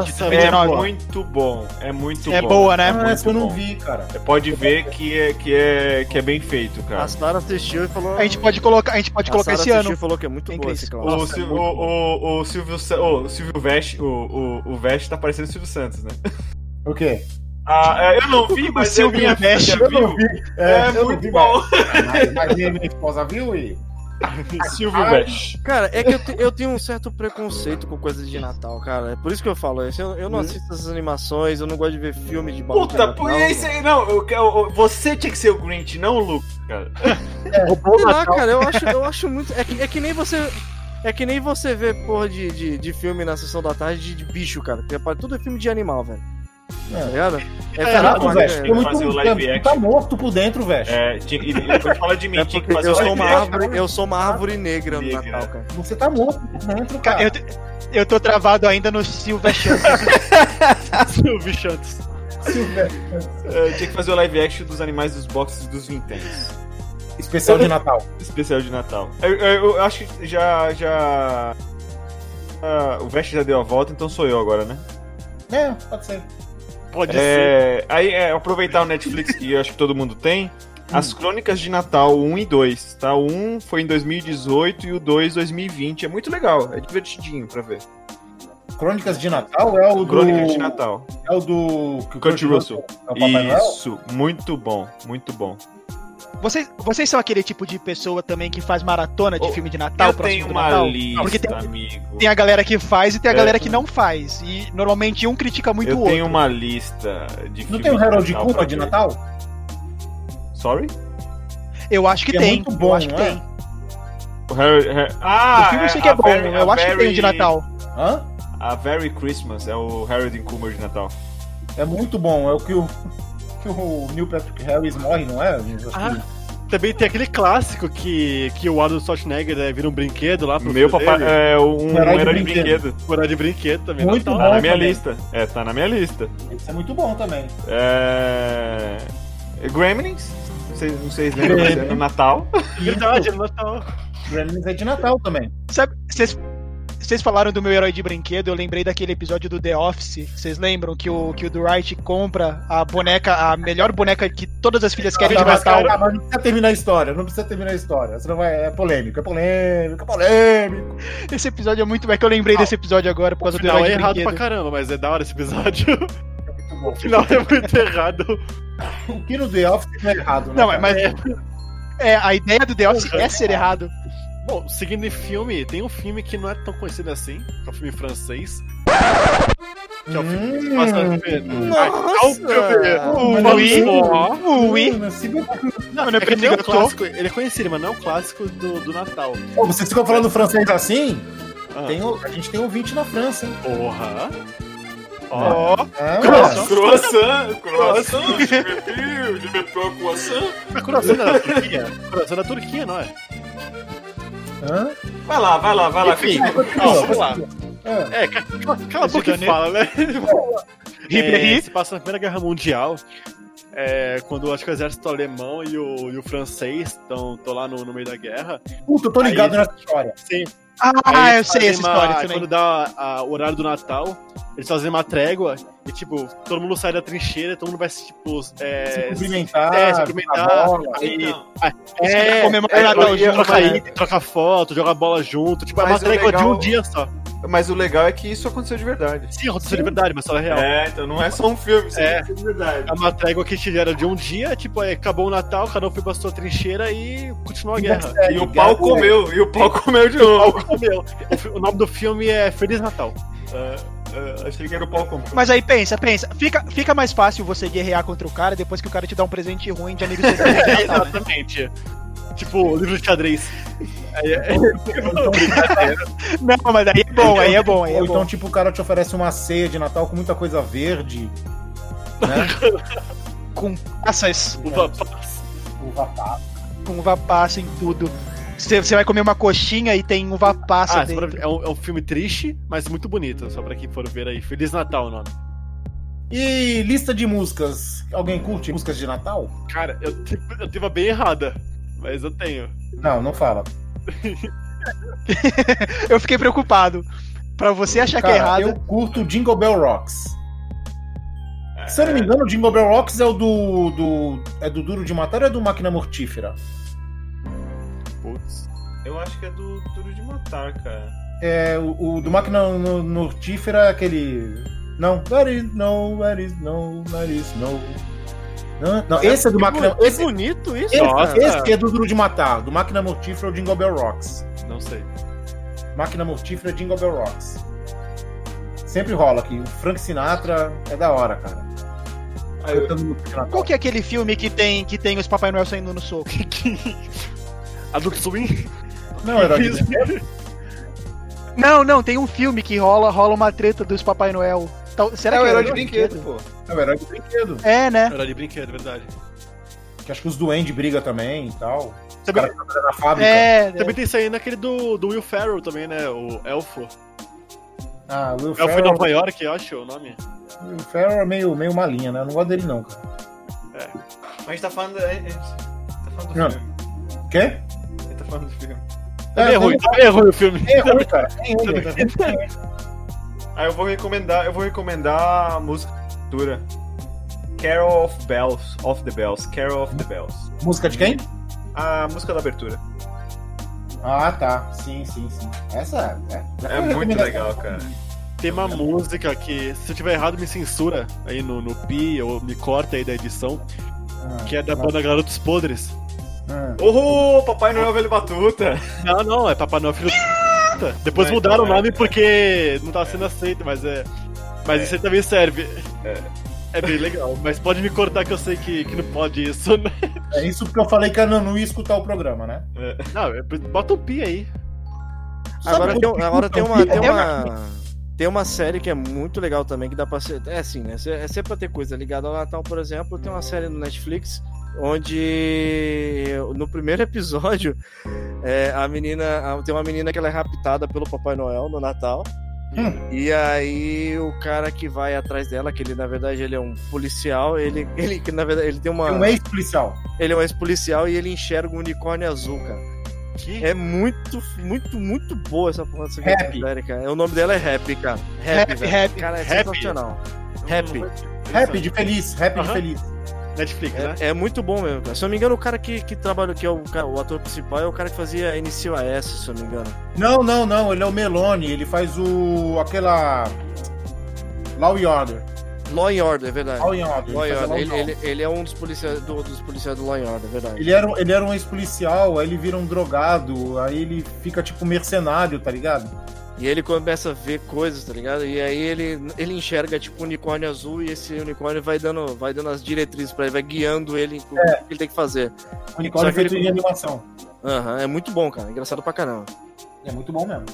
[SPEAKER 5] que tem também, de
[SPEAKER 4] Oh, nossa,
[SPEAKER 7] É
[SPEAKER 5] 2019?
[SPEAKER 7] muito bom, é muito
[SPEAKER 5] É
[SPEAKER 7] bom.
[SPEAKER 5] boa, né?
[SPEAKER 3] Ah, essa eu não
[SPEAKER 7] bom.
[SPEAKER 3] vi, cara.
[SPEAKER 7] Pode ver que é, que é, que é bem feito, cara.
[SPEAKER 8] A Sara assistiu e falou.
[SPEAKER 5] A gente pode colocar, a gente pode
[SPEAKER 8] a
[SPEAKER 5] colocar
[SPEAKER 8] Sara
[SPEAKER 5] esse
[SPEAKER 8] assistiu
[SPEAKER 5] ano.
[SPEAKER 8] e falou que é muito
[SPEAKER 5] Hein,
[SPEAKER 8] boa
[SPEAKER 5] Cris?
[SPEAKER 8] esse
[SPEAKER 7] O,
[SPEAKER 8] Klaus.
[SPEAKER 7] Sil- o, o, o Silvio Sa- o Silvio Vest, o, o, o Vest tá parecendo o Silvio Santos, né?
[SPEAKER 3] O quê?
[SPEAKER 7] Ah, é, eu não vi, mas eu
[SPEAKER 5] Silvio
[SPEAKER 7] minha
[SPEAKER 5] Vest,
[SPEAKER 7] filha
[SPEAKER 3] eu não
[SPEAKER 7] viu.
[SPEAKER 3] vi. eu
[SPEAKER 7] É,
[SPEAKER 3] não vi,
[SPEAKER 7] muito bom.
[SPEAKER 3] Mas, mas minha minha esposa viu e.
[SPEAKER 7] Silvio Vest.
[SPEAKER 8] Cara, é que eu, te- eu tenho um certo preconceito com coisas de Natal, cara. É por isso que eu falo isso. Eu,
[SPEAKER 5] Hum?
[SPEAKER 8] eu não assisto essas animações, eu não gosto de ver filme de balão. de
[SPEAKER 7] Puta, pô,
[SPEAKER 8] Natal,
[SPEAKER 7] é isso aí, não. eu quero- eu- você tinha que ser o Grinch, não o Luke, cara. É.
[SPEAKER 8] Sei lá, cara, eu acho, eu acho muito. É que, é que nem você. É que nem você vê porra de, de, de filme na sessão da tarde de, de bicho, cara. Que é pra- tudo é filme de animal, velho.
[SPEAKER 3] É.
[SPEAKER 8] Tá ligado? É,
[SPEAKER 3] Caraca,
[SPEAKER 8] filme-
[SPEAKER 3] velho. Tem
[SPEAKER 7] fazer o
[SPEAKER 3] muito
[SPEAKER 7] live
[SPEAKER 3] tempo. Tu
[SPEAKER 7] action.
[SPEAKER 3] tá morto por dentro, velho.
[SPEAKER 7] É, tinha, e depois fala de mim,
[SPEAKER 8] É
[SPEAKER 7] tinha que
[SPEAKER 8] porque
[SPEAKER 7] fazer
[SPEAKER 8] eu
[SPEAKER 7] o
[SPEAKER 8] sou uma
[SPEAKER 7] live action.
[SPEAKER 8] árvore, eu sou uma árvore negra no
[SPEAKER 7] Negra.
[SPEAKER 8] Natal, cara.
[SPEAKER 3] Você tá morto por dentro, cara.
[SPEAKER 5] Eu, eu tô travado ainda no Silva
[SPEAKER 4] Silvio Santos.
[SPEAKER 7] É, tinha que fazer o live action dos animais dos boxes dos vinténs.
[SPEAKER 3] Especial de Natal.
[SPEAKER 7] Especial de Natal. Eu, eu- eu acho que já. já... ah, o Vest já deu a volta, então sou eu agora, né?
[SPEAKER 3] É, pode ser.
[SPEAKER 4] Pode ser.
[SPEAKER 7] É, aí é, aproveitar o Netflix, que eu acho que todo mundo tem. As Crônicas de Natal 1 e 2, tá? O 1 foi em 2018 e o 2 2020. É muito legal, é divertidinho pra ver.
[SPEAKER 3] Crônicas de Natal é o do.
[SPEAKER 7] Crônicas de Natal.
[SPEAKER 3] É o do. que o
[SPEAKER 7] Kurt Russell.
[SPEAKER 3] É o Papai Noel?
[SPEAKER 7] Isso, muito bom, muito bom.
[SPEAKER 5] Vocês, vocês são aquele tipo de pessoa também que faz maratona de
[SPEAKER 7] Oh,
[SPEAKER 5] filme de Natal É
[SPEAKER 7] eu tenho
[SPEAKER 5] próximo do
[SPEAKER 7] uma
[SPEAKER 5] Natal?
[SPEAKER 7] lista,
[SPEAKER 5] Porque tem-
[SPEAKER 7] amigo.
[SPEAKER 5] Tem a galera que faz e tem a
[SPEAKER 7] É.
[SPEAKER 5] galera que não faz. E normalmente um critica muito
[SPEAKER 7] eu
[SPEAKER 5] o outro.
[SPEAKER 7] tenho uma lista de
[SPEAKER 3] Não
[SPEAKER 7] filmes
[SPEAKER 3] tem o Harold
[SPEAKER 7] Natal pra
[SPEAKER 3] Kuma de
[SPEAKER 7] ver.
[SPEAKER 3] Natal?
[SPEAKER 7] Sorry?
[SPEAKER 5] Eu acho que
[SPEAKER 3] É
[SPEAKER 5] tem.
[SPEAKER 3] muito bom,
[SPEAKER 5] eu acho que
[SPEAKER 3] não é?
[SPEAKER 5] tem.
[SPEAKER 7] O Harry, Harry- né? Ah!
[SPEAKER 5] o filme eu sei que
[SPEAKER 7] a
[SPEAKER 5] é bom.
[SPEAKER 7] Very-
[SPEAKER 5] eu
[SPEAKER 7] a
[SPEAKER 5] acho que tem
[SPEAKER 7] Very-
[SPEAKER 5] o de Natal.
[SPEAKER 3] Hã?
[SPEAKER 7] A Very Christmas é o Harold Kumar de Natal.
[SPEAKER 3] É muito bom. É o que o. Que o Neil Patrick Harris morre, não é? Eu acho
[SPEAKER 4] Ah,
[SPEAKER 3] que-
[SPEAKER 4] Também tem aquele clássico que, que o Arnold Schwarzenegger né, vira um brinquedo lá pro
[SPEAKER 7] Meu
[SPEAKER 4] filho
[SPEAKER 7] papai
[SPEAKER 4] dele.
[SPEAKER 7] é um,
[SPEAKER 3] Um herói de
[SPEAKER 7] herói de
[SPEAKER 3] brinquedo.
[SPEAKER 7] brinquedo.
[SPEAKER 4] Morar de brinquedo também.
[SPEAKER 3] Muito
[SPEAKER 4] Natal.
[SPEAKER 7] Tá na
[SPEAKER 3] Bom
[SPEAKER 7] minha
[SPEAKER 3] também.
[SPEAKER 7] lista. É, tá na minha lista.
[SPEAKER 3] Isso é muito bom também.
[SPEAKER 7] É... Gremlins? Vocês, vocês lembram? mas é no Natal.
[SPEAKER 4] Verdade, é no Natal.
[SPEAKER 3] Gremlins é de Natal também.
[SPEAKER 5] Sabe, vocês, vocês falaram do meu herói de brinquedo, eu lembrei daquele episódio do The Office. Vocês lembram que o, que o Dwight compra a boneca, a melhor boneca que todas as filhas
[SPEAKER 4] É
[SPEAKER 5] querem de
[SPEAKER 3] mas,
[SPEAKER 5] Natal.
[SPEAKER 3] cara, mas não precisa terminar a história, não precisa terminar a história. Senão vai, é polêmico, é polêmico, é polêmico.
[SPEAKER 5] Esse episódio é muito. É que eu lembrei desse episódio agora por causa
[SPEAKER 4] O
[SPEAKER 5] do
[SPEAKER 4] final
[SPEAKER 5] herói
[SPEAKER 4] é
[SPEAKER 5] de
[SPEAKER 4] errado
[SPEAKER 5] brinquedo.
[SPEAKER 4] pra caramba, mas é da hora esse episódio. O final é muito errado.
[SPEAKER 3] O que no The Office não é errado, né?
[SPEAKER 5] Não,
[SPEAKER 3] cara?
[SPEAKER 5] mas. É, a ideia do The Office é ser errado.
[SPEAKER 4] Bom, seguindo em filme, tem um filme que não é tão conhecido assim, que é um filme francês. Que é o filme que se passa na é tá
[SPEAKER 8] Nossa!
[SPEAKER 4] Não,
[SPEAKER 5] Ui,
[SPEAKER 3] Hum, Não,
[SPEAKER 5] ui.
[SPEAKER 3] não, se bem que-
[SPEAKER 4] não, é que ele, é um clássico, ele é conhecido, mas não é um clássico do, do Natal.
[SPEAKER 3] Pô, vocês ficam falando francês assim?
[SPEAKER 4] Ah,
[SPEAKER 3] Tem o- a gente tem ouvinte na França, hein?
[SPEAKER 4] Porra! Ó,
[SPEAKER 5] Ó,
[SPEAKER 3] Ah,
[SPEAKER 4] Croissant.
[SPEAKER 7] Croissant! Croissant! Je m'appelle- je m'appelle croissant.
[SPEAKER 4] a É coração da Turquia? Coração da Turquia, não é?
[SPEAKER 3] hã?
[SPEAKER 7] Vai lá, vai lá, vai lá.
[SPEAKER 4] Enfim,
[SPEAKER 7] continua.
[SPEAKER 4] Não,
[SPEAKER 3] Continua,
[SPEAKER 4] vamos lá.
[SPEAKER 3] Ah,
[SPEAKER 4] É, ca- cala cala a boca e fala, né? É,
[SPEAKER 5] Ribéry.
[SPEAKER 4] se passa na Primeira Guerra Mundial, é, quando acho que o exército alemão e o, e o francês estão lá no, no meio da guerra.
[SPEAKER 3] Puta, eu tô ligado nessa história.
[SPEAKER 4] Sim.
[SPEAKER 5] Ah, eu sei essa história
[SPEAKER 4] Aí,
[SPEAKER 5] também.
[SPEAKER 4] quando dá a- o horário do Natal, eles fazem uma trégua e, tipo, todo mundo sai da trincheira, todo mundo vai, tipo,
[SPEAKER 3] Se
[SPEAKER 4] é,
[SPEAKER 3] cumprimentar,
[SPEAKER 4] é, se cumprimentar.
[SPEAKER 3] jogar bola.
[SPEAKER 4] aí,
[SPEAKER 7] Não,
[SPEAKER 4] é,
[SPEAKER 5] comemorar
[SPEAKER 4] é,
[SPEAKER 5] o Natal
[SPEAKER 4] troca-
[SPEAKER 5] junto,
[SPEAKER 4] troca,
[SPEAKER 5] né?
[SPEAKER 4] item, troca foto, joga bola junto. Tipo, é uma
[SPEAKER 7] Mas o
[SPEAKER 4] trégua de
[SPEAKER 7] legal-
[SPEAKER 4] um dia só.
[SPEAKER 7] Mas o legal é que isso aconteceu de verdade.
[SPEAKER 4] Sim, aconteceu de verdade, mas só é real.
[SPEAKER 7] É, então não é só um filme, isso
[SPEAKER 4] É.
[SPEAKER 7] aconteceu de verdade.
[SPEAKER 4] É uma trégua que tiveram de um dia, tipo, aí acabou o Natal, cada um foi pra sua trincheira e continuou a guerra.
[SPEAKER 3] É,
[SPEAKER 7] E o
[SPEAKER 3] ligado,
[SPEAKER 7] pau
[SPEAKER 3] né?
[SPEAKER 7] comeu, e o pau comeu de
[SPEAKER 4] Pau
[SPEAKER 7] novo.
[SPEAKER 4] comeu. O fi- O nome do filme é Feliz Natal.
[SPEAKER 7] Ah, ah, achei que era o pau comeu.
[SPEAKER 4] é.
[SPEAKER 5] Mas aí pensa, pensa. Fica, fica mais fácil você guerrear contra o cara depois que o cara te dá um presente ruim de amigo secreto.
[SPEAKER 4] É, exatamente. Tipo, livro de xadrez. É,
[SPEAKER 5] Não, mas aí é bom, aí é bom, aí é
[SPEAKER 3] Ou então,
[SPEAKER 5] bom.
[SPEAKER 3] tipo, o cara te oferece uma ceia de Natal com muita coisa verde, né?
[SPEAKER 5] Com passas,
[SPEAKER 4] Uva passa.
[SPEAKER 3] Uva passa.
[SPEAKER 5] com uva passa um em tudo. Você você vai comer uma coxinha e tem uva passa
[SPEAKER 4] Ah, só pra-
[SPEAKER 5] dentro.
[SPEAKER 4] é, um, é um filme triste, mas muito bonito, só pra quem for ver aí. Feliz Natal o nome.
[SPEAKER 3] E lista de músicas. Alguém curte músicas de Natal?
[SPEAKER 4] Cara, eu, te- eu tive uma bem errada, mas eu tenho.
[SPEAKER 3] Não, não fala.
[SPEAKER 5] Eu fiquei preocupado. Pra você achar que é
[SPEAKER 3] Cara,
[SPEAKER 5] errado.
[SPEAKER 3] eu curto Jingle Bell Rocks. Se eu não me engano, o Jingle Bell Rocks é o do, do. É do Duro de Matar ou é do Máquina Mortífera?
[SPEAKER 4] Putz.
[SPEAKER 7] Eu acho que é do Duro de Matar, cara.
[SPEAKER 3] É, o, o do Máquina no- Mortífera é aquele. Não, that is no, that is no, that is no. Não, não esse é do Máquina.
[SPEAKER 8] Que
[SPEAKER 3] Esse,
[SPEAKER 8] bonito isso,
[SPEAKER 3] esse,
[SPEAKER 4] Nossa.
[SPEAKER 3] esse que é do Duro de Matar. Do Máquina Mortífera é o Jingle Bell Rocks.
[SPEAKER 4] Não sei.
[SPEAKER 3] Máquina Mortífera Jingle Bell Rocks. Sempre rola aqui. O Frank Sinatra é da hora, cara.
[SPEAKER 7] Ah, eu-
[SPEAKER 3] Cantando música de Natal.
[SPEAKER 5] Qual que é aquele filme que tem, que tem os Papai Noel saindo no soco?
[SPEAKER 4] Adult Swim?
[SPEAKER 3] Não, é herói de
[SPEAKER 5] Não, não, tem um filme que rola, rola uma treta dos Papai Noel. Tal- será
[SPEAKER 7] É
[SPEAKER 5] que
[SPEAKER 7] o herói de brinquedo, pô.
[SPEAKER 3] É o herói do brinquedo.
[SPEAKER 5] É, né?
[SPEAKER 4] Era de brinquedo, é verdade.
[SPEAKER 3] Que acho que os duendes brigam também e tal. O
[SPEAKER 4] Também,
[SPEAKER 3] cara que trabalha na fábrica.
[SPEAKER 5] É, é.
[SPEAKER 4] também tem isso aí naquele do, do Will Ferrell também, né? O Elfo.
[SPEAKER 3] Ah, Will
[SPEAKER 4] Elfo em
[SPEAKER 3] Ferrell,
[SPEAKER 4] Nova York, eu acho o nome.
[SPEAKER 3] Will Ferrell é meio, meio malinha, né? Eu não gosto dele, não, cara.
[SPEAKER 7] Mas a gente tá falando. A gente tá falando do
[SPEAKER 3] Não.
[SPEAKER 7] filme.
[SPEAKER 3] Quê?
[SPEAKER 7] A gente tá falando do filme.
[SPEAKER 4] Tá meio ruim, tá meio ruim o filme.
[SPEAKER 3] É ruim, cara. É ruim, cara.
[SPEAKER 7] Ah, eu vou recomendar, eu vou recomendar a música dura. Carol of Bells, of the Bells, Carol of the Bells.
[SPEAKER 3] Música de quem?
[SPEAKER 7] A música da abertura.
[SPEAKER 3] Ah, tá. Sim, sim, sim. Essa é.
[SPEAKER 7] É muito legal, cara.
[SPEAKER 4] Tem uma música que, se eu tiver errado, me censura aí no, no Pi ou me corta aí da edição, que é da banda Garotos Podres.
[SPEAKER 3] Ah.
[SPEAKER 7] Oh, Papai Noel Velho Batuta!
[SPEAKER 4] Não, não, é Papai Noel Filho da Puta. Depois
[SPEAKER 7] Não,
[SPEAKER 4] mudaram o
[SPEAKER 7] então, é,
[SPEAKER 4] nome
[SPEAKER 7] é.
[SPEAKER 4] porque não tá sendo aceito, mas é. Mas isso aí também serve. É. bem legal, mas pode me cortar que eu sei que, que não pode isso. né?
[SPEAKER 3] É isso porque eu falei que a Nanu ia escutar o programa, né?
[SPEAKER 4] Não, é- bota um pi aí.
[SPEAKER 8] Agora
[SPEAKER 3] Sabe
[SPEAKER 8] tem,
[SPEAKER 3] quando
[SPEAKER 8] um- agora tem
[SPEAKER 3] escuta
[SPEAKER 8] uma.
[SPEAKER 3] um
[SPEAKER 8] Tem
[SPEAKER 3] filme?
[SPEAKER 8] uma... Tem uma série que é muito legal também, que dá pra ser. É assim, né? Se- É sempre pra ter coisa ligada ao Natal, por exemplo. Tem uma série no Netflix onde no primeiro episódio é, a menina. a- Tem uma menina que ela é raptada pelo Papai Noel no Natal. E aí o cara que vai atrás dela, que ele na verdade ele é um policial, ele, ele que na verdade ele tem uma
[SPEAKER 3] É um ex-policial.
[SPEAKER 8] ele é um ex-policial e ele enxerga um unicórnio azul, cara.
[SPEAKER 4] Que?
[SPEAKER 8] É muito, muito, muito boa essa porra dessa
[SPEAKER 3] Happy.
[SPEAKER 8] série, cara. O nome dela é Happy, cara. Happy,
[SPEAKER 5] Happy,
[SPEAKER 8] velho.
[SPEAKER 5] Happy.
[SPEAKER 8] Cara, é
[SPEAKER 4] Happy.
[SPEAKER 8] sensacional. Happy.
[SPEAKER 3] Rap de feliz, rap de
[SPEAKER 4] Aham.
[SPEAKER 3] feliz.
[SPEAKER 4] Netflix, né?
[SPEAKER 8] É, é muito bom mesmo, cara. Se eu não me engano, o cara que, que trabalha, que é o, cara- o ator principal, é o cara que fazia Início AS, se eu não me engano.
[SPEAKER 3] Não, não, não, ele é o Melone, ele faz o. aquela. Law and Order.
[SPEAKER 8] Law and Order, é verdade.
[SPEAKER 3] Law and Order.
[SPEAKER 8] Law and
[SPEAKER 3] faz a
[SPEAKER 8] Order.
[SPEAKER 3] Law and
[SPEAKER 8] Ele,
[SPEAKER 3] Order.
[SPEAKER 8] ele, ele é um dos policiais do, dos policiais do Law and Order, é verdade.
[SPEAKER 3] Ele era, um- ele era um ex-policial, aí ele vira um drogado, aí ele fica tipo mercenário, tá ligado?
[SPEAKER 8] E ele começa a ver coisas, tá ligado? E aí ele, ele enxerga tipo um unicórnio azul e esse unicórnio vai dando, vai dando as diretrizes pra ele, vai guiando ele em o que ele tem que fazer.
[SPEAKER 3] O unicórnio
[SPEAKER 8] Só que ele-
[SPEAKER 3] feito de animação.
[SPEAKER 8] Aham, é muito bom, cara. Engraçado pra caramba.
[SPEAKER 3] É muito bom mesmo.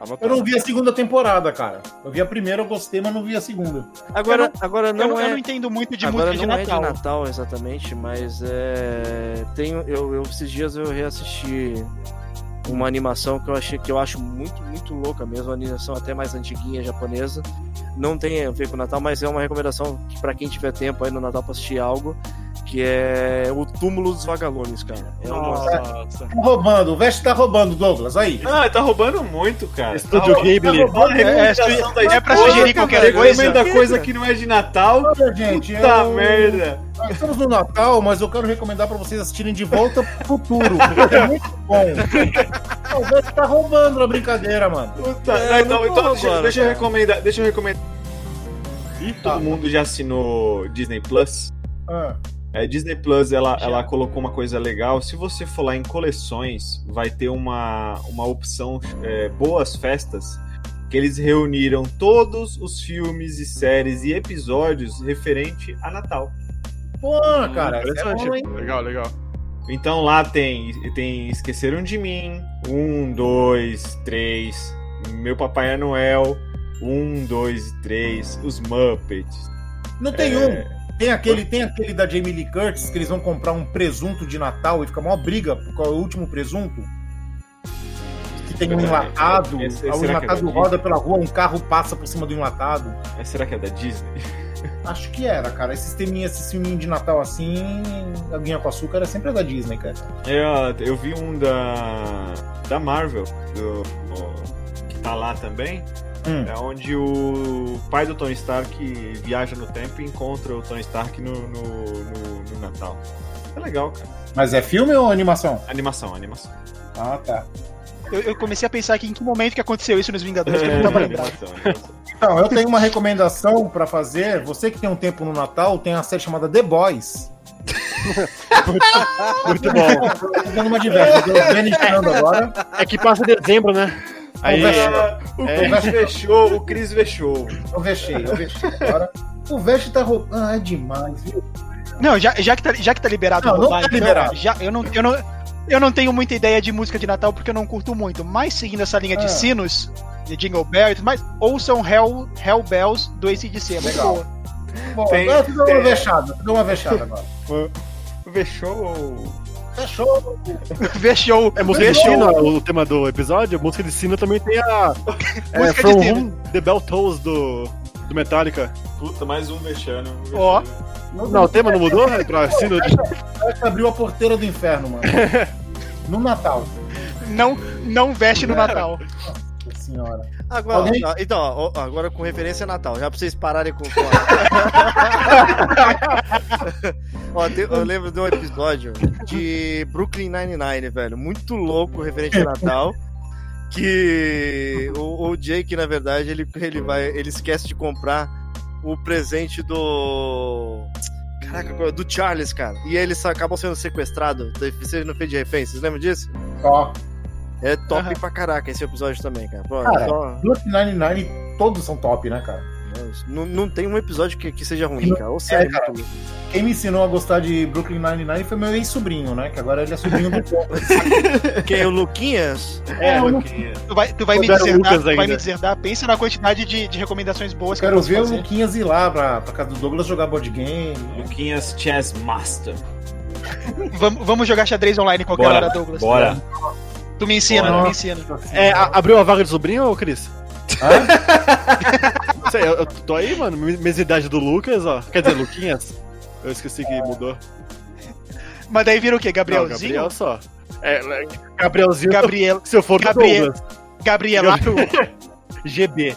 [SPEAKER 8] Anotar.
[SPEAKER 3] Eu não vi a segunda temporada, cara. Eu vi a primeira, eu gostei, mas não vi a segunda.
[SPEAKER 8] Agora, agora
[SPEAKER 5] eu,
[SPEAKER 8] não
[SPEAKER 5] não, eu não
[SPEAKER 8] é.
[SPEAKER 5] entendo muito de
[SPEAKER 8] agora
[SPEAKER 5] música de
[SPEAKER 8] não é
[SPEAKER 5] Natal.
[SPEAKER 8] de Natal exatamente, mas é. Tenho, eu, eu- esses dias eu reassisti uma animação que eu achei que eu acho muito, muito louca mesmo, uma animação até mais antiguinha japonesa. Não tem a ver com o Natal, mas é uma recomendação que pra quem tiver tempo aí no Natal pra assistir algo, que é O Túmulo dos Vagalumes, cara. É uma-
[SPEAKER 4] Nossa.
[SPEAKER 3] Tá roubando, o Vest tá roubando, Douglas, aí.
[SPEAKER 7] Ah, tá roubando muito, cara. Tá
[SPEAKER 4] Estúdio Ghibli.
[SPEAKER 7] Olha a recomendação da
[SPEAKER 5] é pra
[SPEAKER 7] esposa,
[SPEAKER 5] sugerir qualquer
[SPEAKER 7] velho.
[SPEAKER 5] coisa?
[SPEAKER 7] Recomenda coisa que não é de Natal.
[SPEAKER 3] Olha, gente,
[SPEAKER 7] Puta
[SPEAKER 3] eu-
[SPEAKER 7] merda.
[SPEAKER 3] nós estamos no Natal, mas eu quero recomendar pra vocês assistirem De Volta pro Futuro, porque é muito bom. Ah, O Vest tá roubando na brincadeira, mano.
[SPEAKER 7] Puta,
[SPEAKER 8] É,
[SPEAKER 7] não,
[SPEAKER 8] eu
[SPEAKER 7] então,
[SPEAKER 8] não
[SPEAKER 7] então
[SPEAKER 8] vou
[SPEAKER 7] deixa,
[SPEAKER 8] agora,
[SPEAKER 7] deixa eu
[SPEAKER 8] cara.
[SPEAKER 7] recomendar. Deixa eu recomendar. Todo mundo já assinou Disney Plus?
[SPEAKER 3] Ah,
[SPEAKER 7] É, Disney Plus, ela,
[SPEAKER 5] Já.
[SPEAKER 7] ela colocou uma coisa legal. Se você for lá em coleções, vai ter uma, uma opção é, Boas Festas, que eles reuniram todos os filmes e séries e episódios referente a Natal.
[SPEAKER 3] Pô,
[SPEAKER 7] Hum,
[SPEAKER 3] cara, isso é
[SPEAKER 4] Interessante.
[SPEAKER 3] bom, hein?
[SPEAKER 4] legal, legal.
[SPEAKER 7] Então lá tem, tem Esqueceram de Mim, um, dois, três, Meu Papai é Noel, um, dois, três, Os Muppets.
[SPEAKER 3] Não tem
[SPEAKER 7] É.
[SPEAKER 3] um. Tem aquele, tem aquele da Jamie Lee Curtis que eles vão comprar um presunto de Natal e fica uma briga porque é o último presunto. Que tem um enlatado,
[SPEAKER 7] É, Esse-
[SPEAKER 3] aí o
[SPEAKER 7] será que é
[SPEAKER 3] enlatado
[SPEAKER 7] da
[SPEAKER 3] roda pela rua, um carro passa por cima do enlatado.
[SPEAKER 7] Mas será que é da Disney?
[SPEAKER 3] Acho que era, cara. Esse sisteminha, esse filminho de Natal assim, aguinha com açúcar era sempre da Disney, cara.
[SPEAKER 7] Eu, É, eu vi um da, da Marvel, do- o- que tá lá também,
[SPEAKER 3] Hum.
[SPEAKER 7] é onde o pai do Tony Stark viaja no tempo e encontra o Tony Stark no, no, no- no Natal. É legal, cara.
[SPEAKER 3] Mas é filme ou animação?
[SPEAKER 7] Animação, animação.
[SPEAKER 3] Ah, tá.
[SPEAKER 5] Eu, eu comecei a pensar aqui em que momento que aconteceu isso nos Vingadores, que eu não
[SPEAKER 3] É.
[SPEAKER 5] tava lembrado.
[SPEAKER 7] animação, animação.
[SPEAKER 3] Então, eu tenho uma recomendação pra fazer. Você que tem um tempo no Natal, tem uma série chamada The Boys.
[SPEAKER 4] Muito bom.
[SPEAKER 3] Tô dando uma diversa, eu tô beneficiando agora.
[SPEAKER 4] É que passa dezembro, né? Aí,
[SPEAKER 7] Ah, o
[SPEAKER 3] É.
[SPEAKER 7] Chris fechou, o Chris fechou.
[SPEAKER 3] Eu vexei, eu vexei agora. O Vest tá roubando. Ah, é demais, viu?
[SPEAKER 5] Não, já, já, que tá, já que tá liberado
[SPEAKER 3] Não, não
[SPEAKER 5] roubar,
[SPEAKER 3] tá liberado.
[SPEAKER 5] já, eu, não, eu, não, eu não tenho muita ideia de música de Natal porque eu não curto muito, mas seguindo essa linha
[SPEAKER 3] Ah.
[SPEAKER 5] de sinos, de Jingle Bell e tudo mais, ouçam Hell, Hell Bells do ACDC, é muito
[SPEAKER 3] Legal.
[SPEAKER 5] boa.
[SPEAKER 3] Bom,
[SPEAKER 7] Tem-
[SPEAKER 3] agora tu deu uma
[SPEAKER 7] tem-
[SPEAKER 3] vexada, tu deu uma vexada agora.
[SPEAKER 7] Fechou.
[SPEAKER 3] Fechou.
[SPEAKER 5] Fechou,
[SPEAKER 4] é música de
[SPEAKER 5] fechou.
[SPEAKER 4] sino o tema do episódio. Música de sino também tem a. é,
[SPEAKER 5] Música de
[SPEAKER 4] From
[SPEAKER 5] sino.
[SPEAKER 4] Whom The Bell Tolls do, do Metallica.
[SPEAKER 7] Puta, mais um mexendo.
[SPEAKER 5] Ó.
[SPEAKER 4] Não, o tema não mudou né, pra sino.
[SPEAKER 3] Vest abriu a porteira do inferno, mano. No Natal.
[SPEAKER 5] Não, não veste no
[SPEAKER 3] É.
[SPEAKER 5] Natal.
[SPEAKER 3] Nossa senhora.
[SPEAKER 8] Agora,
[SPEAKER 3] Alguém?
[SPEAKER 8] ó, então, ó, ó, agora com referência a Natal, já pra vocês pararem com. com a- Ó, tem- eu lembro de um episódio de Brooklyn Nine-Nine, velho. Muito louco referente a Natal. Que o, o Jake, na verdade, ele, ele, vai, ele esquece de comprar o presente do. Caraca, qual é? do Charles, cara. E eles acabam sendo sequestrados. Você não fez de refém, vocês lembram disso?
[SPEAKER 3] Ó,
[SPEAKER 8] É top
[SPEAKER 5] Aham.
[SPEAKER 8] pra caraca esse episódio também, cara. Pô,
[SPEAKER 3] Cara,
[SPEAKER 8] só-
[SPEAKER 3] Blue 99 todos são top, né, cara?
[SPEAKER 8] não, não tem um episódio que, que seja ruim, cara. Ou
[SPEAKER 3] É,
[SPEAKER 8] sério, né,
[SPEAKER 3] cara.
[SPEAKER 8] muito ruim.
[SPEAKER 3] Quem me ensinou a gostar de Brooklyn Nine-Nine foi meu ex-sobrinho, né? Que agora ele é sobrinho do Tom.
[SPEAKER 8] Quem é o Luquinhas?
[SPEAKER 7] É,
[SPEAKER 3] eu não-
[SPEAKER 5] Tu vai, tu vai,
[SPEAKER 4] Eu
[SPEAKER 5] me,
[SPEAKER 4] quero
[SPEAKER 5] deserdar,
[SPEAKER 4] Lucas
[SPEAKER 5] tu vai
[SPEAKER 4] ainda.
[SPEAKER 5] me deserdar, pensa na quantidade de, de recomendações boas
[SPEAKER 3] Eu quero
[SPEAKER 5] eu posso
[SPEAKER 3] ver um o
[SPEAKER 5] fazer.
[SPEAKER 3] Luquinhas ir lá pra, pra casa do Douglas jogar board game.
[SPEAKER 7] Luquinhas Chess Master.
[SPEAKER 5] Vamos, vamos jogar xadrez online qualquer
[SPEAKER 7] Bora,
[SPEAKER 5] hora, Douglas.
[SPEAKER 7] Bora.
[SPEAKER 5] Tu me ensina,
[SPEAKER 7] Bora.
[SPEAKER 5] tu me ensina.
[SPEAKER 4] É, a- abriu a vaga de sobrinho ou Cris? Sei, eu, eu tô aí, mano. mes- Mesma idade do Lucas, ó. Quer dizer, Luquinhas? Eu esqueci que mudou.
[SPEAKER 5] Mas daí vira o quê?
[SPEAKER 4] Não,
[SPEAKER 5] Gabrielzinho?
[SPEAKER 4] Gabriel só. É, é, Gabrielzinho.
[SPEAKER 5] Gabriel.
[SPEAKER 4] Se eu for do
[SPEAKER 5] Gabriel.
[SPEAKER 4] Douglas,
[SPEAKER 5] Gabrielaro?
[SPEAKER 4] GB.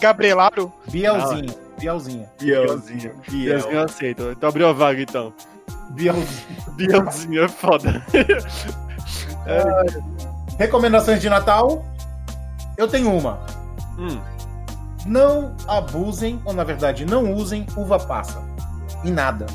[SPEAKER 5] Gabrielaro?
[SPEAKER 3] Bielzinha.
[SPEAKER 5] Ah, é.
[SPEAKER 3] Bielzinha.
[SPEAKER 7] Bielzinho.
[SPEAKER 4] Bielzinho eu aceito. Então abriu a vaga, então.
[SPEAKER 3] Bielzinha.
[SPEAKER 4] Bielzinho é foda.
[SPEAKER 3] Recomendações de Natal? Eu tenho uma.
[SPEAKER 4] Hum.
[SPEAKER 3] Não abusem, ou na verdade, não usem uva passa. Em nada.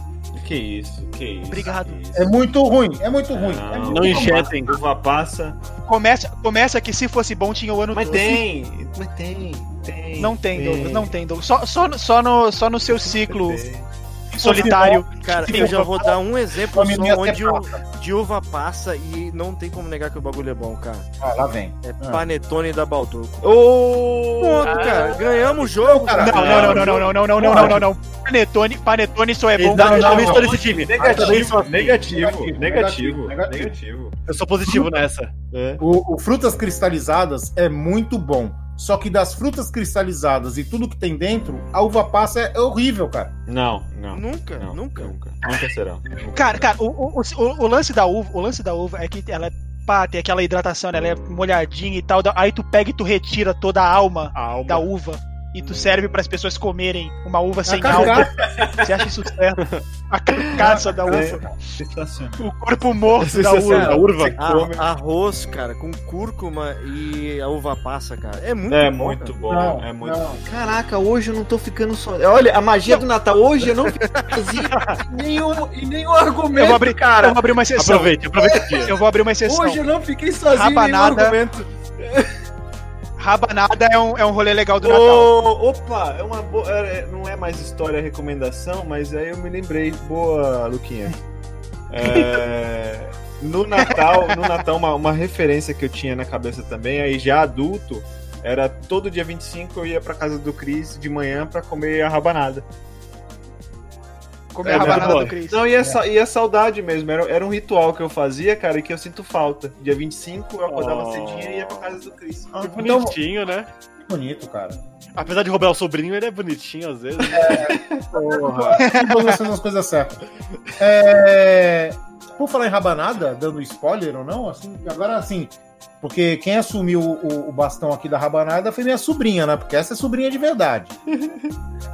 [SPEAKER 7] Que isso, que isso.
[SPEAKER 5] Obrigado.
[SPEAKER 7] que isso.
[SPEAKER 3] É muito ruim, é muito ruim.
[SPEAKER 5] Ah,
[SPEAKER 3] é
[SPEAKER 7] Não,
[SPEAKER 3] muito
[SPEAKER 4] Não
[SPEAKER 3] ruim.
[SPEAKER 4] injetem.
[SPEAKER 7] Uva passa.
[SPEAKER 5] Começa, começa que se fosse bom tinha o ano
[SPEAKER 7] Mas
[SPEAKER 5] doce.
[SPEAKER 3] assim.
[SPEAKER 7] tem, mas tem, tem.
[SPEAKER 5] Não tem, Douglas, não tem, Douglas. Só, só, no- só, no, só no seu ciclo
[SPEAKER 7] Tem.
[SPEAKER 5] solitário.
[SPEAKER 8] Cara,
[SPEAKER 5] Tipo,
[SPEAKER 8] eu já vou dar um exemplo
[SPEAKER 3] Come
[SPEAKER 8] só
[SPEAKER 3] minha
[SPEAKER 8] onde
[SPEAKER 3] cepa.
[SPEAKER 8] o de uva passa e não tem como negar que o bagulho é bom, cara.
[SPEAKER 3] Ah, lá vem.
[SPEAKER 8] É
[SPEAKER 3] Ah.
[SPEAKER 8] panetone da Balduco.
[SPEAKER 7] Ô,
[SPEAKER 8] Ponto, cara. Ganhamos o jogo, cara.
[SPEAKER 5] Não, não, não, não, não, não, não, não, não, não, não. Panetone, panetone só é bom.
[SPEAKER 4] Não,
[SPEAKER 5] quando-
[SPEAKER 7] um
[SPEAKER 4] não, não, todo esse time.
[SPEAKER 7] Negativo, é um
[SPEAKER 3] Negativo,
[SPEAKER 7] negativo,
[SPEAKER 3] negativo, negativo.
[SPEAKER 7] negativo, negativo.
[SPEAKER 4] Eu sou positivo nessa.
[SPEAKER 3] O, o frutas cristalizadas é muito bom. Só que das frutas cristalizadas e tudo que tem dentro, a uva passa é, é horrível, cara.
[SPEAKER 7] Não, não.
[SPEAKER 8] Nunca,
[SPEAKER 7] não,
[SPEAKER 8] nunca.
[SPEAKER 7] Nunca, nunca será. Nunca
[SPEAKER 5] Cara,
[SPEAKER 7] será.
[SPEAKER 5] cara, o, o, o- o lance da uva, o lance da uva é que ela é pá, tem aquela hidratação, né? ela é molhadinha e tal. da- Aí tu pega e tu retira toda a alma
[SPEAKER 4] A alma.
[SPEAKER 5] da uva e tu serve pras pessoas comerem uma uva sem alma.
[SPEAKER 3] Carcaça,
[SPEAKER 5] Você acha isso certo? A carcaça da uva,
[SPEAKER 7] Sensacional.
[SPEAKER 5] o corpo morto da
[SPEAKER 4] Sensacional.
[SPEAKER 5] uva.
[SPEAKER 4] Da urva.
[SPEAKER 8] A- Ah, arroz, cara, com cúrcuma e a uva passa, cara. É muito
[SPEAKER 7] É
[SPEAKER 8] bom,
[SPEAKER 7] muito bom,
[SPEAKER 3] não,
[SPEAKER 7] é muito
[SPEAKER 3] não.
[SPEAKER 10] Caraca, hoje eu não tô ficando só. É, Olha, a magia do Natal. Hoje eu não fiquei sozinho em nenhum, em nenhum argumento,
[SPEAKER 5] Eu vou abrir, eu
[SPEAKER 10] cara.
[SPEAKER 5] vou abrir uma exceção.
[SPEAKER 4] Aproveite, aproveita o dia.
[SPEAKER 5] Eu vou abrir uma exceção.
[SPEAKER 10] Hoje eu não fiquei sozinho em nenhum
[SPEAKER 5] Rabanada.
[SPEAKER 10] argumento.
[SPEAKER 5] Rabanada é um, é um rolê legal do Natal.
[SPEAKER 7] Ô, opa, é uma boa. é- é- não é mais história recomendação, mas aí eu me lembrei. Boa, Luquinha. É, no Natal, no Natal uma, uma referência que eu tinha na cabeça também, aí já adulto, era todo dia 25 eu ia pra casa do Cris de manhã pra comer a rabanada.
[SPEAKER 5] Comer
[SPEAKER 4] É,
[SPEAKER 5] a
[SPEAKER 4] muito
[SPEAKER 5] rabanada
[SPEAKER 4] bom.
[SPEAKER 5] do Cris.
[SPEAKER 7] Não, e
[SPEAKER 3] É.
[SPEAKER 7] a, sa- e a saudade mesmo, era, era um ritual que eu fazia, cara, e que eu sinto falta. Dia 25 eu acordava
[SPEAKER 4] Oh.
[SPEAKER 7] cedinho e ia pra casa do Cris.
[SPEAKER 4] Que
[SPEAKER 3] Então-
[SPEAKER 4] bonitinho, né?
[SPEAKER 3] Bonito, cara.
[SPEAKER 4] Apesar de roubar o sobrinho, ele é bonitinho às vezes.
[SPEAKER 3] Todas essas são as coisas certas. É, Por falar em rabanada, dando spoiler ou não, assim, agora assim, porque quem assumiu o, o bastão aqui da rabanada foi minha sobrinha, né? Porque essa é sobrinha de verdade.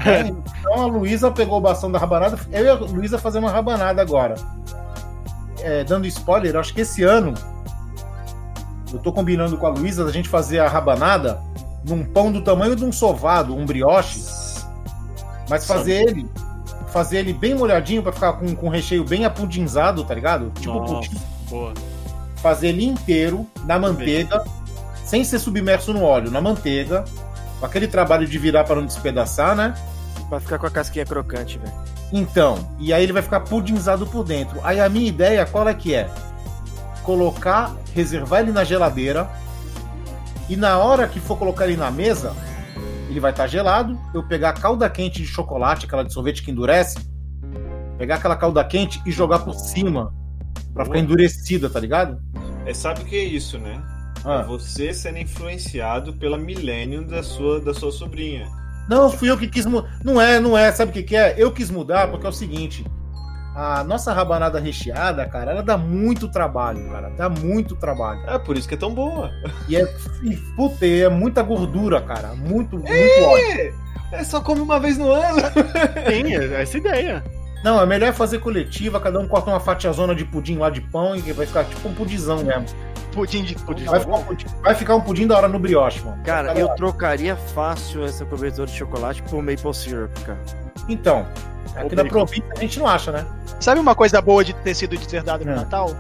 [SPEAKER 3] É, então a Luísa pegou o bastão da rabanada, eu e a Luísa fazemos uma rabanada agora. É, dando spoiler, acho que esse ano eu tô combinando com a Luísa a gente fazer a rabanada num pão do tamanho de um sovado, um brioche, mas fazer ele fazer ele bem molhadinho pra ficar com, com o recheio bem apudinzado, tá ligado? Tipo
[SPEAKER 4] Nossa.
[SPEAKER 3] pudim.
[SPEAKER 4] Boa.
[SPEAKER 3] Fazer ele inteiro na manteiga, sem ser submerso no óleo, na manteiga. Com aquele trabalho de virar pra não despedaçar, né?
[SPEAKER 8] Pra ficar com a casquinha crocante, velho.
[SPEAKER 3] Então, e aí ele vai ficar pudinzado por dentro. Aí a minha ideia, qual é que é? Colocar, reservar ele na geladeira e na hora que for colocar ele na mesa, ele vai estar gelado. Eu pegar a calda quente de chocolate, aquela de sorvete que endurece, pegar aquela calda quente e jogar por cima pra ficar endurecida, tá ligado?
[SPEAKER 7] É, sabe o que é isso, né? É
[SPEAKER 3] Ah.
[SPEAKER 7] Você sendo influenciado pela Millennium da sua, da sua sobrinha.
[SPEAKER 3] Não, fui eu que quis mudar. Não é, não é. Sabe o que, que é? Eu quis mudar porque é o seguinte: a nossa rabanada recheada, cara, ela dá muito trabalho, cara. Dá muito trabalho.
[SPEAKER 7] É por isso que é tão boa.
[SPEAKER 3] E é, e, puta, e é muita gordura, cara. Muito, muito óleo.
[SPEAKER 7] É só come uma vez no ano.
[SPEAKER 4] Sim, é essa ideia.
[SPEAKER 3] Não, é melhor fazer coletiva, cada um corta uma fatiazona de pudim lá de pão e que vai ficar tipo um pudizão mesmo.
[SPEAKER 5] É, Pudim de pudim.
[SPEAKER 3] Vai ficar um pudim, vai ficar um pudim da hora no brioche, mano.
[SPEAKER 8] Cara, eu trocaria fácil essa cobertura de chocolate por maple syrup, cara.
[SPEAKER 3] Então, aqui
[SPEAKER 4] Ô,
[SPEAKER 3] na
[SPEAKER 4] bacon.
[SPEAKER 3] província a gente não acha, né?
[SPEAKER 5] Sabe uma coisa boa de ter sido deserdado no
[SPEAKER 3] É.
[SPEAKER 5] Natal?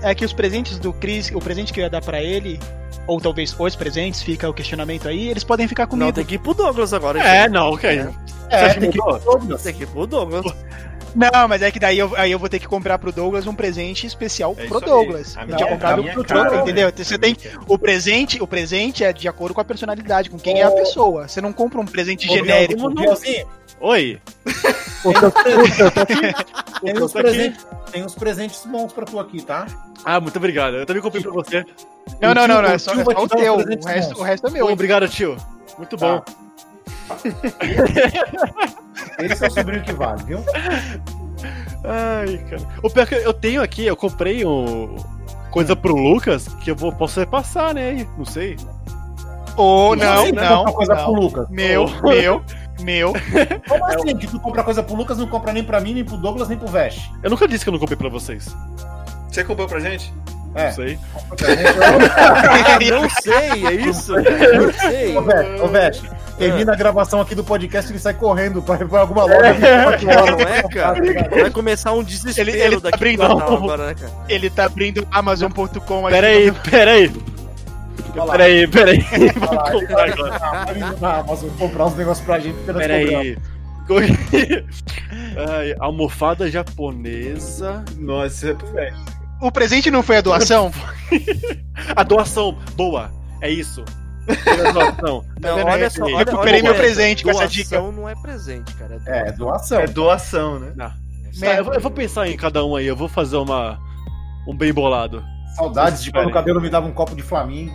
[SPEAKER 5] É que os presentes do Cris, o presente que eu ia dar pra ele, ou talvez os presentes, fica o questionamento aí, eles podem ficar
[SPEAKER 8] Não,
[SPEAKER 5] comigo.
[SPEAKER 8] tem que ir pro Douglas agora.
[SPEAKER 4] É,
[SPEAKER 8] gente.
[SPEAKER 4] não, ok.
[SPEAKER 8] É.
[SPEAKER 3] É,
[SPEAKER 4] acha
[SPEAKER 3] tem
[SPEAKER 4] que
[SPEAKER 3] que todas.
[SPEAKER 8] Tem que ir pro Douglas.
[SPEAKER 5] Não, mas é que daí eu, aí eu vou ter que comprar pro Douglas um presente especial
[SPEAKER 7] É isso
[SPEAKER 5] pro
[SPEAKER 7] aí.
[SPEAKER 5] Douglas.
[SPEAKER 7] A
[SPEAKER 5] Eu
[SPEAKER 7] minha-
[SPEAKER 5] tinha comprado
[SPEAKER 7] a minha
[SPEAKER 5] pro
[SPEAKER 7] cara,
[SPEAKER 5] Douglas, entendeu?
[SPEAKER 4] Então
[SPEAKER 7] né?
[SPEAKER 5] Você tem o presente, o presente é de acordo com a personalidade, com quem é a pessoa. Você não compra um presente
[SPEAKER 3] Ô,
[SPEAKER 5] genérico.
[SPEAKER 3] Bielzinho, Bielzinho,
[SPEAKER 4] Oi.
[SPEAKER 3] tem
[SPEAKER 4] Eu
[SPEAKER 3] uns
[SPEAKER 4] tô aqui.
[SPEAKER 3] presentes- Tem uns presentes bons pra tu aqui, tá?
[SPEAKER 4] Ah, muito obrigado. Eu também comprei pra você.
[SPEAKER 5] Não, não, não, não. É só,
[SPEAKER 3] tio
[SPEAKER 5] é
[SPEAKER 3] vai
[SPEAKER 5] só
[SPEAKER 3] te um
[SPEAKER 5] o
[SPEAKER 3] dar
[SPEAKER 5] teu.
[SPEAKER 3] uns 300
[SPEAKER 5] O resto,
[SPEAKER 3] pontos.
[SPEAKER 5] o resto é meu. Tá.
[SPEAKER 4] Bom, obrigado, tio. Muito bom.
[SPEAKER 3] Esse é o sobrinho que vale, viu?
[SPEAKER 4] Ai, cara. O pior que eu tenho aqui, eu comprei um. Coisa pro Lucas que eu vou, posso repassar, né? aí, Não sei.
[SPEAKER 5] Ou não,
[SPEAKER 3] Você
[SPEAKER 5] não.
[SPEAKER 3] compra coisa
[SPEAKER 5] não.
[SPEAKER 3] pro
[SPEAKER 5] É
[SPEAKER 3] Lucas.
[SPEAKER 5] Meu, meu, meu.
[SPEAKER 3] Como assim? Que tu compra coisa pro Lucas, não compra nem pra mim, nem pro Douglas, nem pro Vesh.
[SPEAKER 4] Eu nunca disse que eu não comprei pra vocês.
[SPEAKER 7] Você comprou pra gente?
[SPEAKER 3] É.
[SPEAKER 4] Não sei.
[SPEAKER 5] tá,
[SPEAKER 8] não sei, é isso? Não sei.
[SPEAKER 3] Ô, Vesh, ô, Vesh, termina a gravação aqui do podcast, ele sai correndo pra, pra alguma
[SPEAKER 5] É.
[SPEAKER 3] loja. 24 horas.
[SPEAKER 8] Não é, cara? Vai começar um desespero
[SPEAKER 5] Ele- ele tá
[SPEAKER 8] daqui pro
[SPEAKER 5] brindando.
[SPEAKER 8] Natal agora, né, cara?
[SPEAKER 5] Ele tá abrindo Amazon.com ali.
[SPEAKER 4] Pera aí, pera aí.
[SPEAKER 3] Olha lá,
[SPEAKER 4] Pera aí, pera aí.
[SPEAKER 3] olha lá, ele
[SPEAKER 4] Vamos comprar agora.
[SPEAKER 3] tá indo na Amazon comprar uns negócios pra gente porque nós
[SPEAKER 4] Pera
[SPEAKER 3] cobramos.
[SPEAKER 4] aí. Ai, almofada japonesa.
[SPEAKER 7] Nossa, velho.
[SPEAKER 5] O presente não foi a doação?
[SPEAKER 4] A doação, boa. É isso. Olha a doação.
[SPEAKER 8] Não,
[SPEAKER 4] vendo
[SPEAKER 8] olha
[SPEAKER 4] aí,
[SPEAKER 8] só.
[SPEAKER 4] Felipe?
[SPEAKER 8] olha-
[SPEAKER 5] Recuperei
[SPEAKER 8] olha,
[SPEAKER 5] meu
[SPEAKER 8] é,
[SPEAKER 5] presente com essa dica.
[SPEAKER 8] Doação não é presente, cara. É
[SPEAKER 3] É, doação.
[SPEAKER 7] É doação, né?
[SPEAKER 4] Tá, eu, vou, eu vou pensar em cada um aí. Eu vou fazer uma um bem bolado.
[SPEAKER 3] Saudades de quando o
[SPEAKER 4] Espere.
[SPEAKER 3] cabelo me dava um copo de flamingo.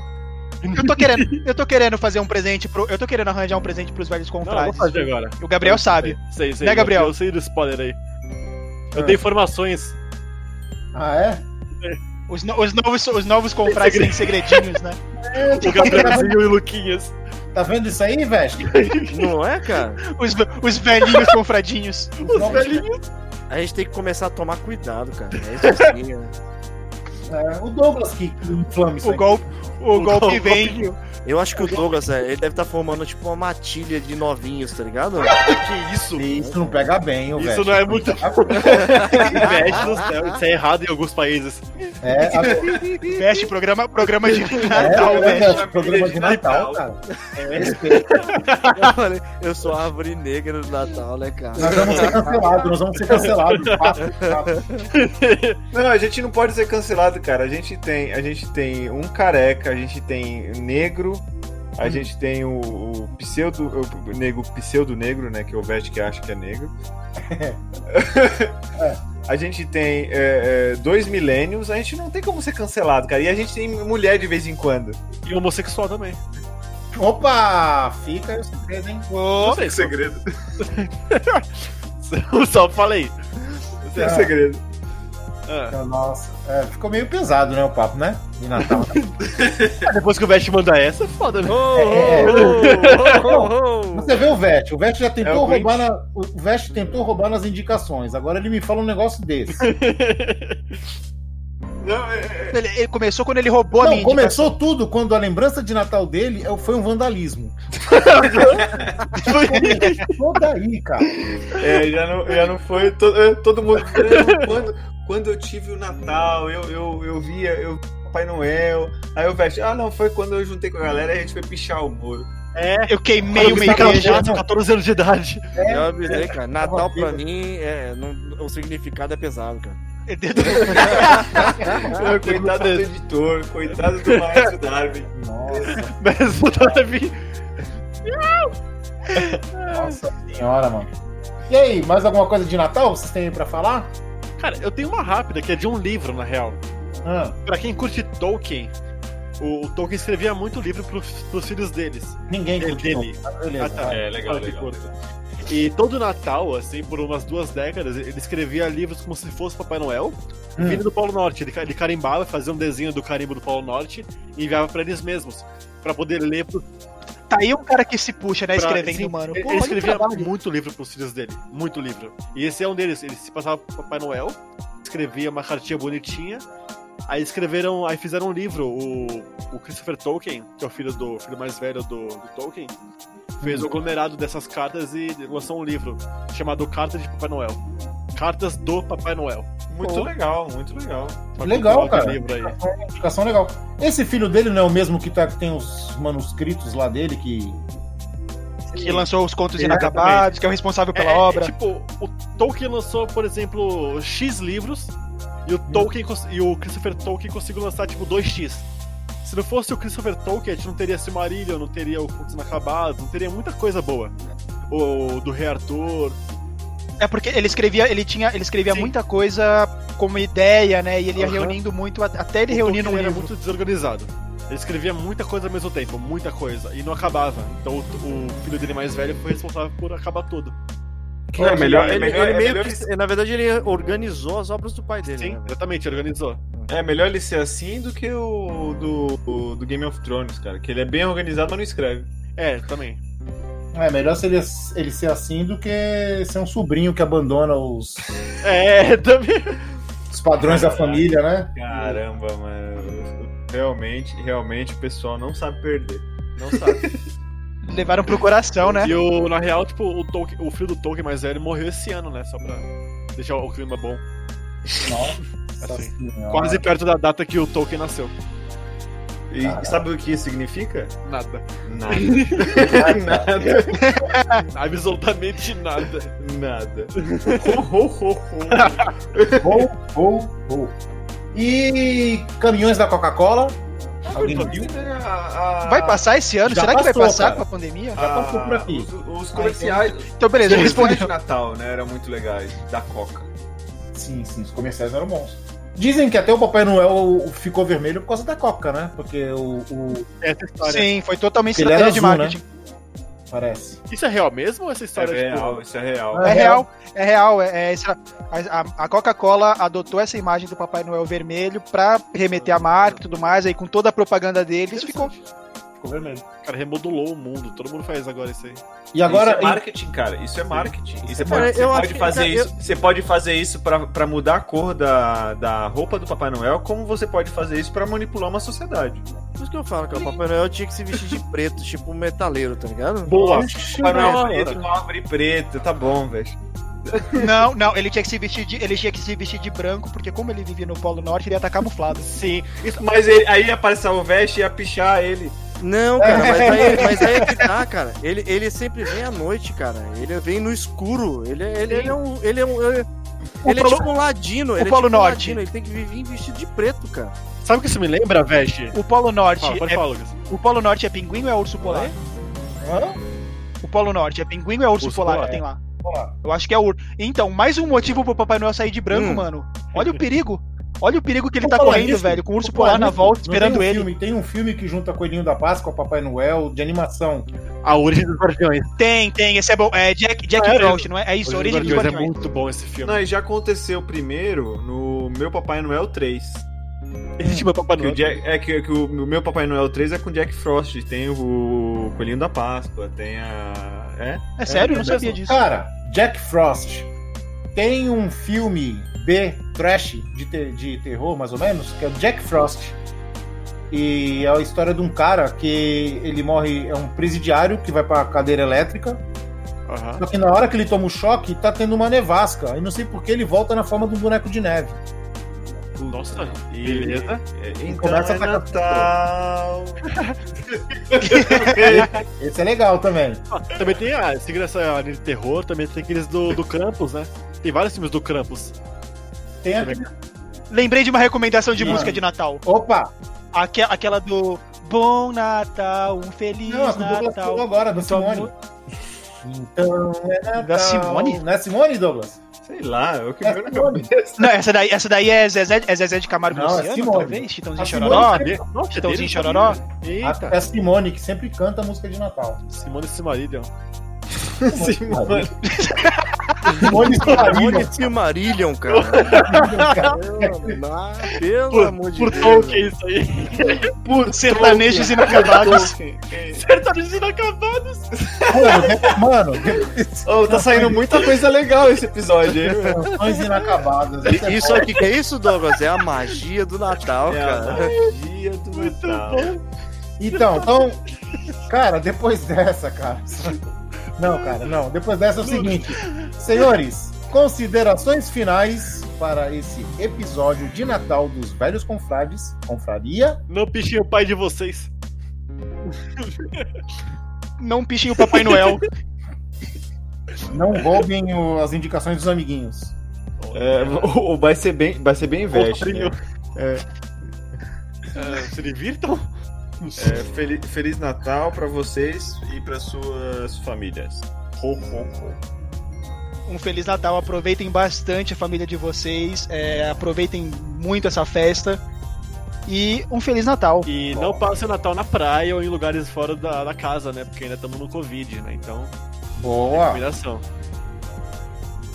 [SPEAKER 5] Eu tô querendo, eu tô querendo fazer um presente pro, eu tô querendo arranjar um presente pros velhos
[SPEAKER 4] Não, eu vou
[SPEAKER 5] contrários.
[SPEAKER 4] fazer agora.
[SPEAKER 5] O Gabriel sabe.
[SPEAKER 4] Sei, sei.
[SPEAKER 5] Né,
[SPEAKER 4] eu-
[SPEAKER 5] Gabriel?
[SPEAKER 4] Eu sei do spoiler aí. Eu
[SPEAKER 3] Ah.
[SPEAKER 4] dei informações.
[SPEAKER 3] Ah, é?
[SPEAKER 5] Os, no- os novos, os novos comprados têm segredinhos, né?
[SPEAKER 4] O Gabrielzinho e o Luquinhas.
[SPEAKER 3] Tá vendo isso aí, Vesh?
[SPEAKER 8] Não é, cara?
[SPEAKER 5] Os, ve- os velhinhos confradinhos.
[SPEAKER 3] Os novos-
[SPEAKER 8] A gente tem que começar a tomar cuidado, cara. É isso assim, né?
[SPEAKER 3] é, o Douglas que que inflama isso
[SPEAKER 5] O
[SPEAKER 3] aí.
[SPEAKER 5] golpe, o, golpe
[SPEAKER 4] golpe.
[SPEAKER 5] vem.
[SPEAKER 8] Eu acho que o Douglas, é, ele deve estar formando tipo uma matilha de novinhos, tá ligado?
[SPEAKER 4] Que isso?
[SPEAKER 3] Isso não pega bem, ô,
[SPEAKER 4] Isso
[SPEAKER 3] Vesh.
[SPEAKER 4] não é muito inveja do céu. Isso é errado em alguns países.
[SPEAKER 3] É, agora-
[SPEAKER 5] Veste programa, programa de Natal,
[SPEAKER 3] é, é,
[SPEAKER 5] veste.
[SPEAKER 3] Vesh, programa de Natal, cara. É
[SPEAKER 8] Eu falei, eu sou a árvore negra do Natal, né, cara?
[SPEAKER 3] Nós vamos ser cancelados, nós vamos ser cancelados. fácil, fácil.
[SPEAKER 7] Não, a gente não pode ser cancelado, cara. A gente tem, a gente tem um careca, a gente tem negro, a gente tem o, o pseudo o negro, pseudo negro, né, que é o Vest que acha que é negro. a gente tem é, é, dois milênios, a gente não tem como ser cancelado, cara. E a gente tem mulher de vez em quando.
[SPEAKER 4] E um homossexual também.
[SPEAKER 3] Opa! Fica aí o segredo, hein?
[SPEAKER 4] Não sei, só-
[SPEAKER 7] segredo.
[SPEAKER 4] Eu só falei.
[SPEAKER 7] Tem um segredo.
[SPEAKER 4] Ah,
[SPEAKER 3] Nossa, é, ficou meio pesado, né, o papo, né? De Natal.
[SPEAKER 4] Ah, depois que o Vest manda essa, é foda, né?
[SPEAKER 8] Oh,
[SPEAKER 3] É.
[SPEAKER 8] oh, oh, oh, oh.
[SPEAKER 3] Você vê o Vete, o Vete já tentou
[SPEAKER 7] É o Grinch.
[SPEAKER 3] roubar na- o Vete tentou roubar nas indicações. Agora ele me fala um negócio desse.
[SPEAKER 7] Não, é- é-
[SPEAKER 5] Ele, ele começou quando ele roubou a
[SPEAKER 3] Não,
[SPEAKER 5] minha
[SPEAKER 3] começou tudo quando a lembrança de Natal dele é- foi um vandalismo. Começou daí, cara.
[SPEAKER 7] É, já não, já não foi to- é, todo mundo. "Não, Quando, quando eu tive o Natal, eu, eu, eu via eu via Papai Noel. Aí eu vejo, ah não, foi quando eu juntei com a galera e a gente foi pichar o muro.
[SPEAKER 5] indicação. Eu queimei
[SPEAKER 4] Meio
[SPEAKER 5] uma
[SPEAKER 3] Gustavo
[SPEAKER 5] igreja.
[SPEAKER 3] Natal.
[SPEAKER 4] com 14 anos de idade.
[SPEAKER 8] Eu avisei,
[SPEAKER 4] É.
[SPEAKER 8] cara. Natal pra mim, é, não- o significado é pesado, cara.
[SPEAKER 7] Ah, coitado do editor, coitado do Márcio Darwin.
[SPEAKER 3] Nossa,
[SPEAKER 4] Mas o é Davi.
[SPEAKER 3] nossa senhora, mano. E aí, mais alguma coisa de Natal vocês têm aí pra falar?
[SPEAKER 4] Cara, eu tenho uma rápida que é de um livro, na real.
[SPEAKER 3] Ah,
[SPEAKER 4] Pra quem curte Tolkien, o, o Tolkien escrevia muito livro pros, pros filhos deles.
[SPEAKER 3] ninguém
[SPEAKER 4] Dele,
[SPEAKER 3] curtiu.
[SPEAKER 4] dele.
[SPEAKER 3] Mas beleza.
[SPEAKER 4] Ah, tá.
[SPEAKER 3] vai.
[SPEAKER 7] É,
[SPEAKER 4] Olha que curto. E todo Natal, assim, por umas duas décadas, ele escrevia livros como se fosse Papai Noel,
[SPEAKER 3] Hum.
[SPEAKER 4] vindo do Polo Norte. Ele, ca- ele carimbava, fazia um desenho do carimbo do Polo Norte e enviava pra eles mesmos. Pra poder ler pro
[SPEAKER 5] Tá aí um cara que se puxa, né?
[SPEAKER 4] pra-
[SPEAKER 5] Escrevendo,
[SPEAKER 4] sim,
[SPEAKER 5] mano.
[SPEAKER 4] Ele,
[SPEAKER 5] Pô,
[SPEAKER 4] ele
[SPEAKER 5] olha o
[SPEAKER 4] escrevia
[SPEAKER 5] trabalho.
[SPEAKER 4] muito livro pros filhos dele. Muito livro. E esse é um deles. Ele se passava por Papai Noel, escrevia uma cartinha bonitinha. Aí escreveram, aí fizeram um livro, o, o Christopher Tolkien, que é o filho do filho mais velho do, do Tolkien,
[SPEAKER 7] Hum.
[SPEAKER 4] fez um aglomerado dessas cartas e lançou um livro chamado Cartas de Papai Noel. Cartas do Papai Noel.
[SPEAKER 7] Muito
[SPEAKER 3] Pô.
[SPEAKER 7] legal, muito legal.
[SPEAKER 4] Pra
[SPEAKER 3] Legal,
[SPEAKER 4] comprar outro
[SPEAKER 3] cara.
[SPEAKER 4] Livro aí.
[SPEAKER 3] Indicação legal. Esse filho dele não é o mesmo que, tá, que tem os manuscritos lá dele que
[SPEAKER 5] Que lançou os contos
[SPEAKER 4] Exatamente.
[SPEAKER 5] inacabados, que é o responsável pela
[SPEAKER 4] É, é,
[SPEAKER 5] obra.
[SPEAKER 4] tipo, o Tolkien lançou, por exemplo, X livros e o Tolkien
[SPEAKER 7] Hum.
[SPEAKER 4] cons- e o Christopher Tolkien conseguiu lançar tipo 2X. Se não fosse o Christopher Tolkien, a gente não teria Silmarillion, não teria o Contos Inacabados, não teria muita coisa boa. O do Rei Arthur.
[SPEAKER 5] É porque ele escrevia, ele tinha, ele escrevia
[SPEAKER 4] Sim.
[SPEAKER 5] muita coisa como ideia, né? E ele ia
[SPEAKER 4] Aham.
[SPEAKER 5] reunindo muito, a- até ele
[SPEAKER 4] o
[SPEAKER 5] reunindo
[SPEAKER 4] Tolkien
[SPEAKER 5] um
[SPEAKER 4] era
[SPEAKER 5] livro.
[SPEAKER 4] muito desorganizado. Ele escrevia muita coisa ao mesmo tempo, muita coisa, e não acabava. Então o, o filho dele mais velho foi responsável por acabar tudo.
[SPEAKER 7] Não, é melhor, é
[SPEAKER 8] Ele,
[SPEAKER 7] melhor,
[SPEAKER 8] ele
[SPEAKER 7] é
[SPEAKER 8] meio
[SPEAKER 7] melhor ele-
[SPEAKER 8] que, na verdade, ele organizou as obras do pai dele.
[SPEAKER 4] Sim,
[SPEAKER 8] né?
[SPEAKER 4] exatamente, ele organizou.
[SPEAKER 7] é melhor ele ser assim do que o do, o- do Game of Thrones, cara. Que ele é bem organizado, mas não escreve.
[SPEAKER 4] É, também.
[SPEAKER 3] É melhor se ele, ele ser assim do que ser um sobrinho que abandona os,
[SPEAKER 4] É, também.
[SPEAKER 3] os padrões da família, né?
[SPEAKER 7] Caramba,
[SPEAKER 4] Hum.
[SPEAKER 7] mano. Realmente, realmente o pessoal não sabe perder. Não sabe.
[SPEAKER 5] Levaram pro coração, né?
[SPEAKER 4] E o, na real, tipo, o, Tolkien- o filho do Tolkien mais velho morreu esse ano, né? Só pra deixar o clima bom.
[SPEAKER 3] Nossa
[SPEAKER 4] Assim.
[SPEAKER 3] senhora.
[SPEAKER 4] Quase perto da data que o Tolkien nasceu.
[SPEAKER 7] E sabe o que isso significa?
[SPEAKER 4] Nada.
[SPEAKER 7] Nada.
[SPEAKER 4] Absolutamente nada.
[SPEAKER 7] Nada. Ho, ho, ho, ho.
[SPEAKER 3] Ou, ou, ou. E caminhões da Coca-cola? Alguém viu?
[SPEAKER 5] Vai passar esse ano?
[SPEAKER 3] Já
[SPEAKER 5] Será que vai
[SPEAKER 3] passou,
[SPEAKER 5] passar
[SPEAKER 3] cara.
[SPEAKER 5] com a pandemia?
[SPEAKER 3] Já
[SPEAKER 7] um
[SPEAKER 3] passou por aqui.
[SPEAKER 7] Ah, Os, os comerciais.
[SPEAKER 5] Então, beleza,
[SPEAKER 7] Os
[SPEAKER 5] eu respondi.
[SPEAKER 7] comerciais de Natal, né? Eram muito legais. Da Coca.
[SPEAKER 3] Sim, sim, os comerciais eram bons. Dizem que até o Papai Noel ficou vermelho por causa da Coca, né? Porque o. o-
[SPEAKER 4] Essa história.
[SPEAKER 5] Sim, foi totalmente
[SPEAKER 3] Ele era
[SPEAKER 5] estratégia de
[SPEAKER 3] azul, né?
[SPEAKER 5] marketing.
[SPEAKER 3] Parece.
[SPEAKER 4] Isso é real mesmo ou essa
[SPEAKER 7] Isso é
[SPEAKER 4] história
[SPEAKER 7] real,
[SPEAKER 4] tipo,
[SPEAKER 7] isso é real.
[SPEAKER 3] É
[SPEAKER 5] É real, é real. É, é essa- a a- a Coca-Cola adotou essa imagem do Papai Noel vermelho pra remeter a marca e tudo mais, aí com toda a propaganda deles ficou.
[SPEAKER 3] Ficou vermelho.
[SPEAKER 4] cara, remodulou o mundo? Todo mundo faz agora isso aí.
[SPEAKER 3] E agora.
[SPEAKER 7] isso é marketing, cara. Isso é marketing. E você pode,
[SPEAKER 8] Cara,
[SPEAKER 7] você
[SPEAKER 8] É, eu
[SPEAKER 7] pode
[SPEAKER 8] acho que-
[SPEAKER 7] fazer
[SPEAKER 8] cara, eu-
[SPEAKER 7] isso. Você pode fazer isso pra, pra mudar a cor da, da roupa do Papai Noel, como você pode fazer isso pra manipular uma sociedade.
[SPEAKER 8] Por isso que eu falo, cara. O Papai Noel tinha que se vestir de preto, tipo um metaleiro, tá ligado?
[SPEAKER 4] Boa!
[SPEAKER 7] Papai Noel é
[SPEAKER 8] da
[SPEAKER 7] preto,
[SPEAKER 8] hora.
[SPEAKER 7] com árvore preta, tá bom, velho.
[SPEAKER 5] Não, não, ele tinha que se vestir de, ele tinha que se vestir de branco, porque como ele vivia no Polo Norte, ele ia estar camuflado.
[SPEAKER 4] Sim,
[SPEAKER 7] Isso- Mas ele- aí ia aparecer o veste e ia pichar ele.
[SPEAKER 8] Não, cara, mas aí, mas aí é que tá, cara. Ele, ele sempre vem à noite, cara. Ele vem no escuro. Ele, é- ele, ele é um. Ele é um. Ele, ele é
[SPEAKER 5] Polo-
[SPEAKER 8] tipo um ladino. ele é
[SPEAKER 5] Polo
[SPEAKER 8] tipo um
[SPEAKER 5] Norte.
[SPEAKER 8] ladino, Ele tem que vir vestido de preto, cara.
[SPEAKER 4] sabe o que isso me lembra, Veste?
[SPEAKER 5] O Polo Norte,
[SPEAKER 4] Fala, pode
[SPEAKER 5] é,
[SPEAKER 4] falar, Lucas.
[SPEAKER 5] o Polo Norte é pinguim ou é urso polar?
[SPEAKER 3] Hã?
[SPEAKER 5] O Polo Norte é pinguim ou é urso,
[SPEAKER 4] Urso
[SPEAKER 5] polar,
[SPEAKER 4] polar,
[SPEAKER 5] que tem lá?
[SPEAKER 3] Polar.
[SPEAKER 5] Eu acho que é urso. Então, mais um motivo pro Papai Noel sair de branco,
[SPEAKER 8] Hum.
[SPEAKER 5] mano. Olha o perigo. Olha o perigo que ele
[SPEAKER 3] Por
[SPEAKER 5] tá
[SPEAKER 3] falar
[SPEAKER 5] correndo,
[SPEAKER 3] nisso,
[SPEAKER 5] velho, com o urso
[SPEAKER 3] por falar
[SPEAKER 5] polar na
[SPEAKER 3] nisso,
[SPEAKER 5] volta
[SPEAKER 3] não
[SPEAKER 5] esperando
[SPEAKER 3] tem um
[SPEAKER 5] ele.
[SPEAKER 3] Filme, tem um filme que junta Coelhinho da Páscoa, Papai Noel, de animação.
[SPEAKER 4] A Origem dos Guardiões.
[SPEAKER 5] Tem, tem, esse é bom. É Jack, Jack
[SPEAKER 4] Ah, é,
[SPEAKER 5] Frost, não é? É isso, Origem dos
[SPEAKER 4] Guardiões. É
[SPEAKER 5] Guardiões.
[SPEAKER 4] muito bom esse filme.
[SPEAKER 7] Não, e já aconteceu primeiro no Meu Papai Noel 3.
[SPEAKER 4] Existe meu Papai
[SPEAKER 7] Que o
[SPEAKER 4] Noel.
[SPEAKER 7] Jack- é que, que o Meu Papai Noel 3 é com Jack Frost. Tem o Coelhinho da Páscoa, tem a. É?
[SPEAKER 5] É sério?
[SPEAKER 7] é
[SPEAKER 5] Eu não sabia disso.
[SPEAKER 3] Cara, Jack Frost tem um filme B trash de, te- de terror, mais ou menos, que é o Jack Frost. E é a história de um cara que ele morre, é um presidiário que vai pra cadeira elétrica.
[SPEAKER 4] Aham.
[SPEAKER 3] Só que na hora que ele toma o choque, tá tendo uma nevasca. E não sei por que ele volta na forma de um boneco de neve.
[SPEAKER 4] Nossa,
[SPEAKER 7] né? E-
[SPEAKER 4] beleza.
[SPEAKER 7] é, então
[SPEAKER 3] começa
[SPEAKER 7] é
[SPEAKER 3] a tacar
[SPEAKER 7] Natal.
[SPEAKER 3] Esse é legal também.
[SPEAKER 4] Também tem ah, a seguindo essa linha de terror, também tem aqueles do, do Krampus, né? Tem vários filmes do Krampus.
[SPEAKER 3] Tem aqui.
[SPEAKER 5] Lembrei de uma recomendação de
[SPEAKER 3] Mano.
[SPEAKER 5] música de Natal.
[SPEAKER 3] Opa!
[SPEAKER 5] Aque- aquela do Bom Natal, um Feliz
[SPEAKER 3] Não, é com o Douglas
[SPEAKER 5] Natal.
[SPEAKER 3] falou agora, da
[SPEAKER 5] Muito
[SPEAKER 3] Simone.
[SPEAKER 5] amor.
[SPEAKER 3] Então, é Natal.
[SPEAKER 5] Da Simone?
[SPEAKER 3] Não é Simone, Douglas?
[SPEAKER 7] Sei lá, é o que
[SPEAKER 3] É
[SPEAKER 7] veio na
[SPEAKER 3] Simone.
[SPEAKER 7] cabeça.
[SPEAKER 5] Não, essa daí, essa daí é Zezé, é Zezé de Camargo e
[SPEAKER 3] Não, é
[SPEAKER 5] Luciano,
[SPEAKER 3] Simone.
[SPEAKER 5] talvez?
[SPEAKER 3] A
[SPEAKER 5] Chitãozinho
[SPEAKER 3] Simone
[SPEAKER 5] Chororó?
[SPEAKER 3] sempre-
[SPEAKER 4] Ah, é? Nossa,
[SPEAKER 5] Chitãozinho
[SPEAKER 4] dele,
[SPEAKER 5] Chororó?
[SPEAKER 7] Ah, tá.
[SPEAKER 4] Eita,
[SPEAKER 3] É a Simone que sempre canta música de Natal.
[SPEAKER 4] Simone Simarillion.
[SPEAKER 7] Simone.
[SPEAKER 3] Simone Somarilha.
[SPEAKER 8] Olha esse Marillion, cara. Pelo amor de
[SPEAKER 4] Por
[SPEAKER 8] Deus.
[SPEAKER 4] Tolkien, isso aí.
[SPEAKER 5] Por sertanejos inacabados.
[SPEAKER 4] Sertanejos inacabados.
[SPEAKER 3] Mano,
[SPEAKER 7] Oh, tá saindo muita coisa legal esse episódio, hein?
[SPEAKER 3] canções inacabadas. Isso é
[SPEAKER 8] Isso aqui que é isso, Douglas? É a magia do Natal,
[SPEAKER 7] É a
[SPEAKER 8] cara.
[SPEAKER 7] magia do Natal.
[SPEAKER 3] Então, então, cara, depois dessa, cara. Não, cara, não. Depois dessa é o seguinte. Senhores, considerações finais para esse episódio de Natal dos Velhos Confrades, Confraria.
[SPEAKER 4] Não pichinho o pai de vocês.
[SPEAKER 5] Não pichem o Papai Noel.
[SPEAKER 3] Não roubem o- as indicações dos amiguinhos.
[SPEAKER 7] É, o- o- vai ser bem, vai ser bem veste.
[SPEAKER 4] Padrinho.
[SPEAKER 7] Né?
[SPEAKER 4] É, se divirtam.
[SPEAKER 7] É, feli- feliz Natal pra vocês e pra suas famílias. Ho, ho, ho.
[SPEAKER 5] Um Feliz Natal, aproveitem bastante a família de vocês, é, aproveitem muito essa festa. e um Feliz Natal.
[SPEAKER 4] E não passe o Natal na praia ou em lugares fora da, da casa, né? Porque ainda estamos no Covid, né? Então,
[SPEAKER 3] Boa.
[SPEAKER 4] recomendação.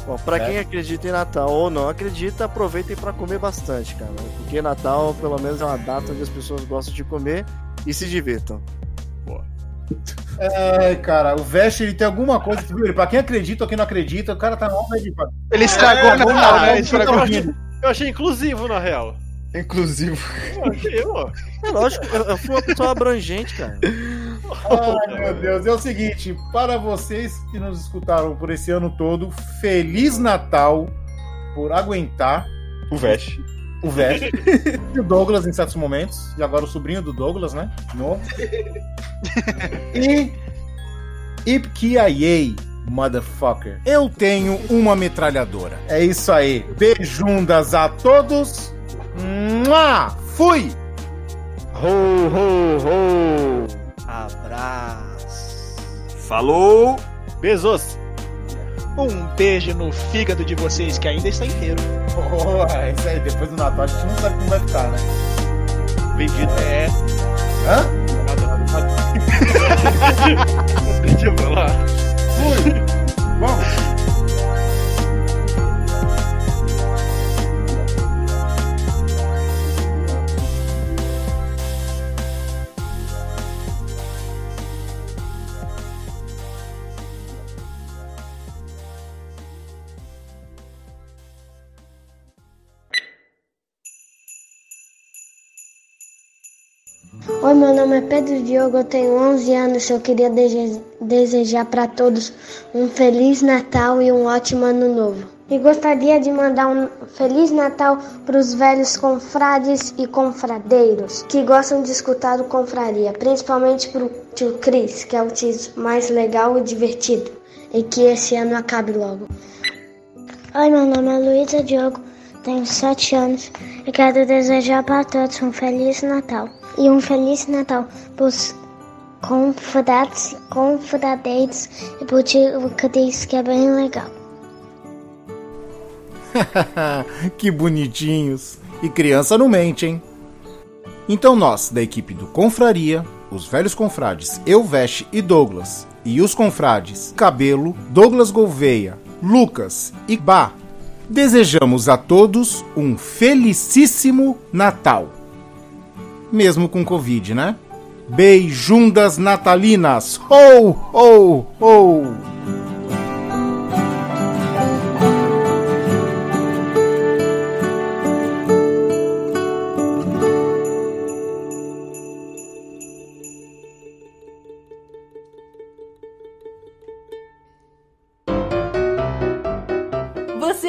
[SPEAKER 8] Bom, pra
[SPEAKER 3] É.
[SPEAKER 8] quem acredita em Natal ou não acredita, aproveitem pra comer bastante, cara. Porque Natal, pelo menos, é uma data onde as pessoas gostam de comer e se divirtam.
[SPEAKER 3] Ai, cara, o Vest, ele tem alguma coisa que, viu? Ele, pra quem acredita ou quem não acredita, o cara tá mal, velho.
[SPEAKER 5] Ele estragou
[SPEAKER 3] É,
[SPEAKER 5] o Natal,
[SPEAKER 3] vamos lá,
[SPEAKER 5] né?
[SPEAKER 3] vamos
[SPEAKER 5] Estragou.
[SPEAKER 3] lá.
[SPEAKER 4] Eu achei, eu achei inclusivo, na real.
[SPEAKER 10] Inclusive.
[SPEAKER 4] Eu achei, ó.
[SPEAKER 8] É lógico, eu, eu fui uma pessoa abrangente, cara.
[SPEAKER 3] Ai, meu Deus. É o seguinte, para vocês que nos escutaram por esse ano todo, Feliz Natal por aguentar
[SPEAKER 7] O Vest.
[SPEAKER 3] o Vest e o Douglas em certos momentos. E agora o sobrinho do Douglas, né? De Novo. E. Ipkiaei, motherfucker. Eu tenho uma metralhadora. É isso aí. Beijundas a todos. Mua! Fui!
[SPEAKER 7] Falou!
[SPEAKER 4] Beijos.
[SPEAKER 5] Um beijo no fígado de vocês que ainda está inteiro.
[SPEAKER 3] Boa, é isso aí. Depois do Natal a gente não sabe como vai ficar, né?
[SPEAKER 4] Vendido.
[SPEAKER 5] É.
[SPEAKER 3] Hã?
[SPEAKER 4] Deixa eu falar.
[SPEAKER 3] Fui! Vamos!
[SPEAKER 9] Oi, meu nome é Pedro Diogo, eu tenho 11 anos. Eu queria dese- desejar para todos um Feliz Natal e um ótimo Ano Novo. E gostaria de mandar um Feliz Natal para os velhos confrades e confradeiros que gostam de escutar o Confraria, principalmente para o tio Cris, que é o tio mais legal e divertido. E que esse ano acabe logo. Oi, meu nome é Luísa Diogo, tenho 7 anos e quero desejar para todos um Feliz Natal. E um Feliz Natal para os confrades, confradeiros e para o tio Cris, que é bem legal.
[SPEAKER 3] que bonitinhos. E criança não mente, hein? Então nós, da equipe do Confraria, os velhos confrades Eu, Veste e Douglas, e os confrades Cabelo, Douglas Gouveia, Lucas e Bá, desejamos a todos um felicíssimo Natal. Mesmo com Covid, né? Beijundas natalinas! Ho, ho, ho!
[SPEAKER 11] Você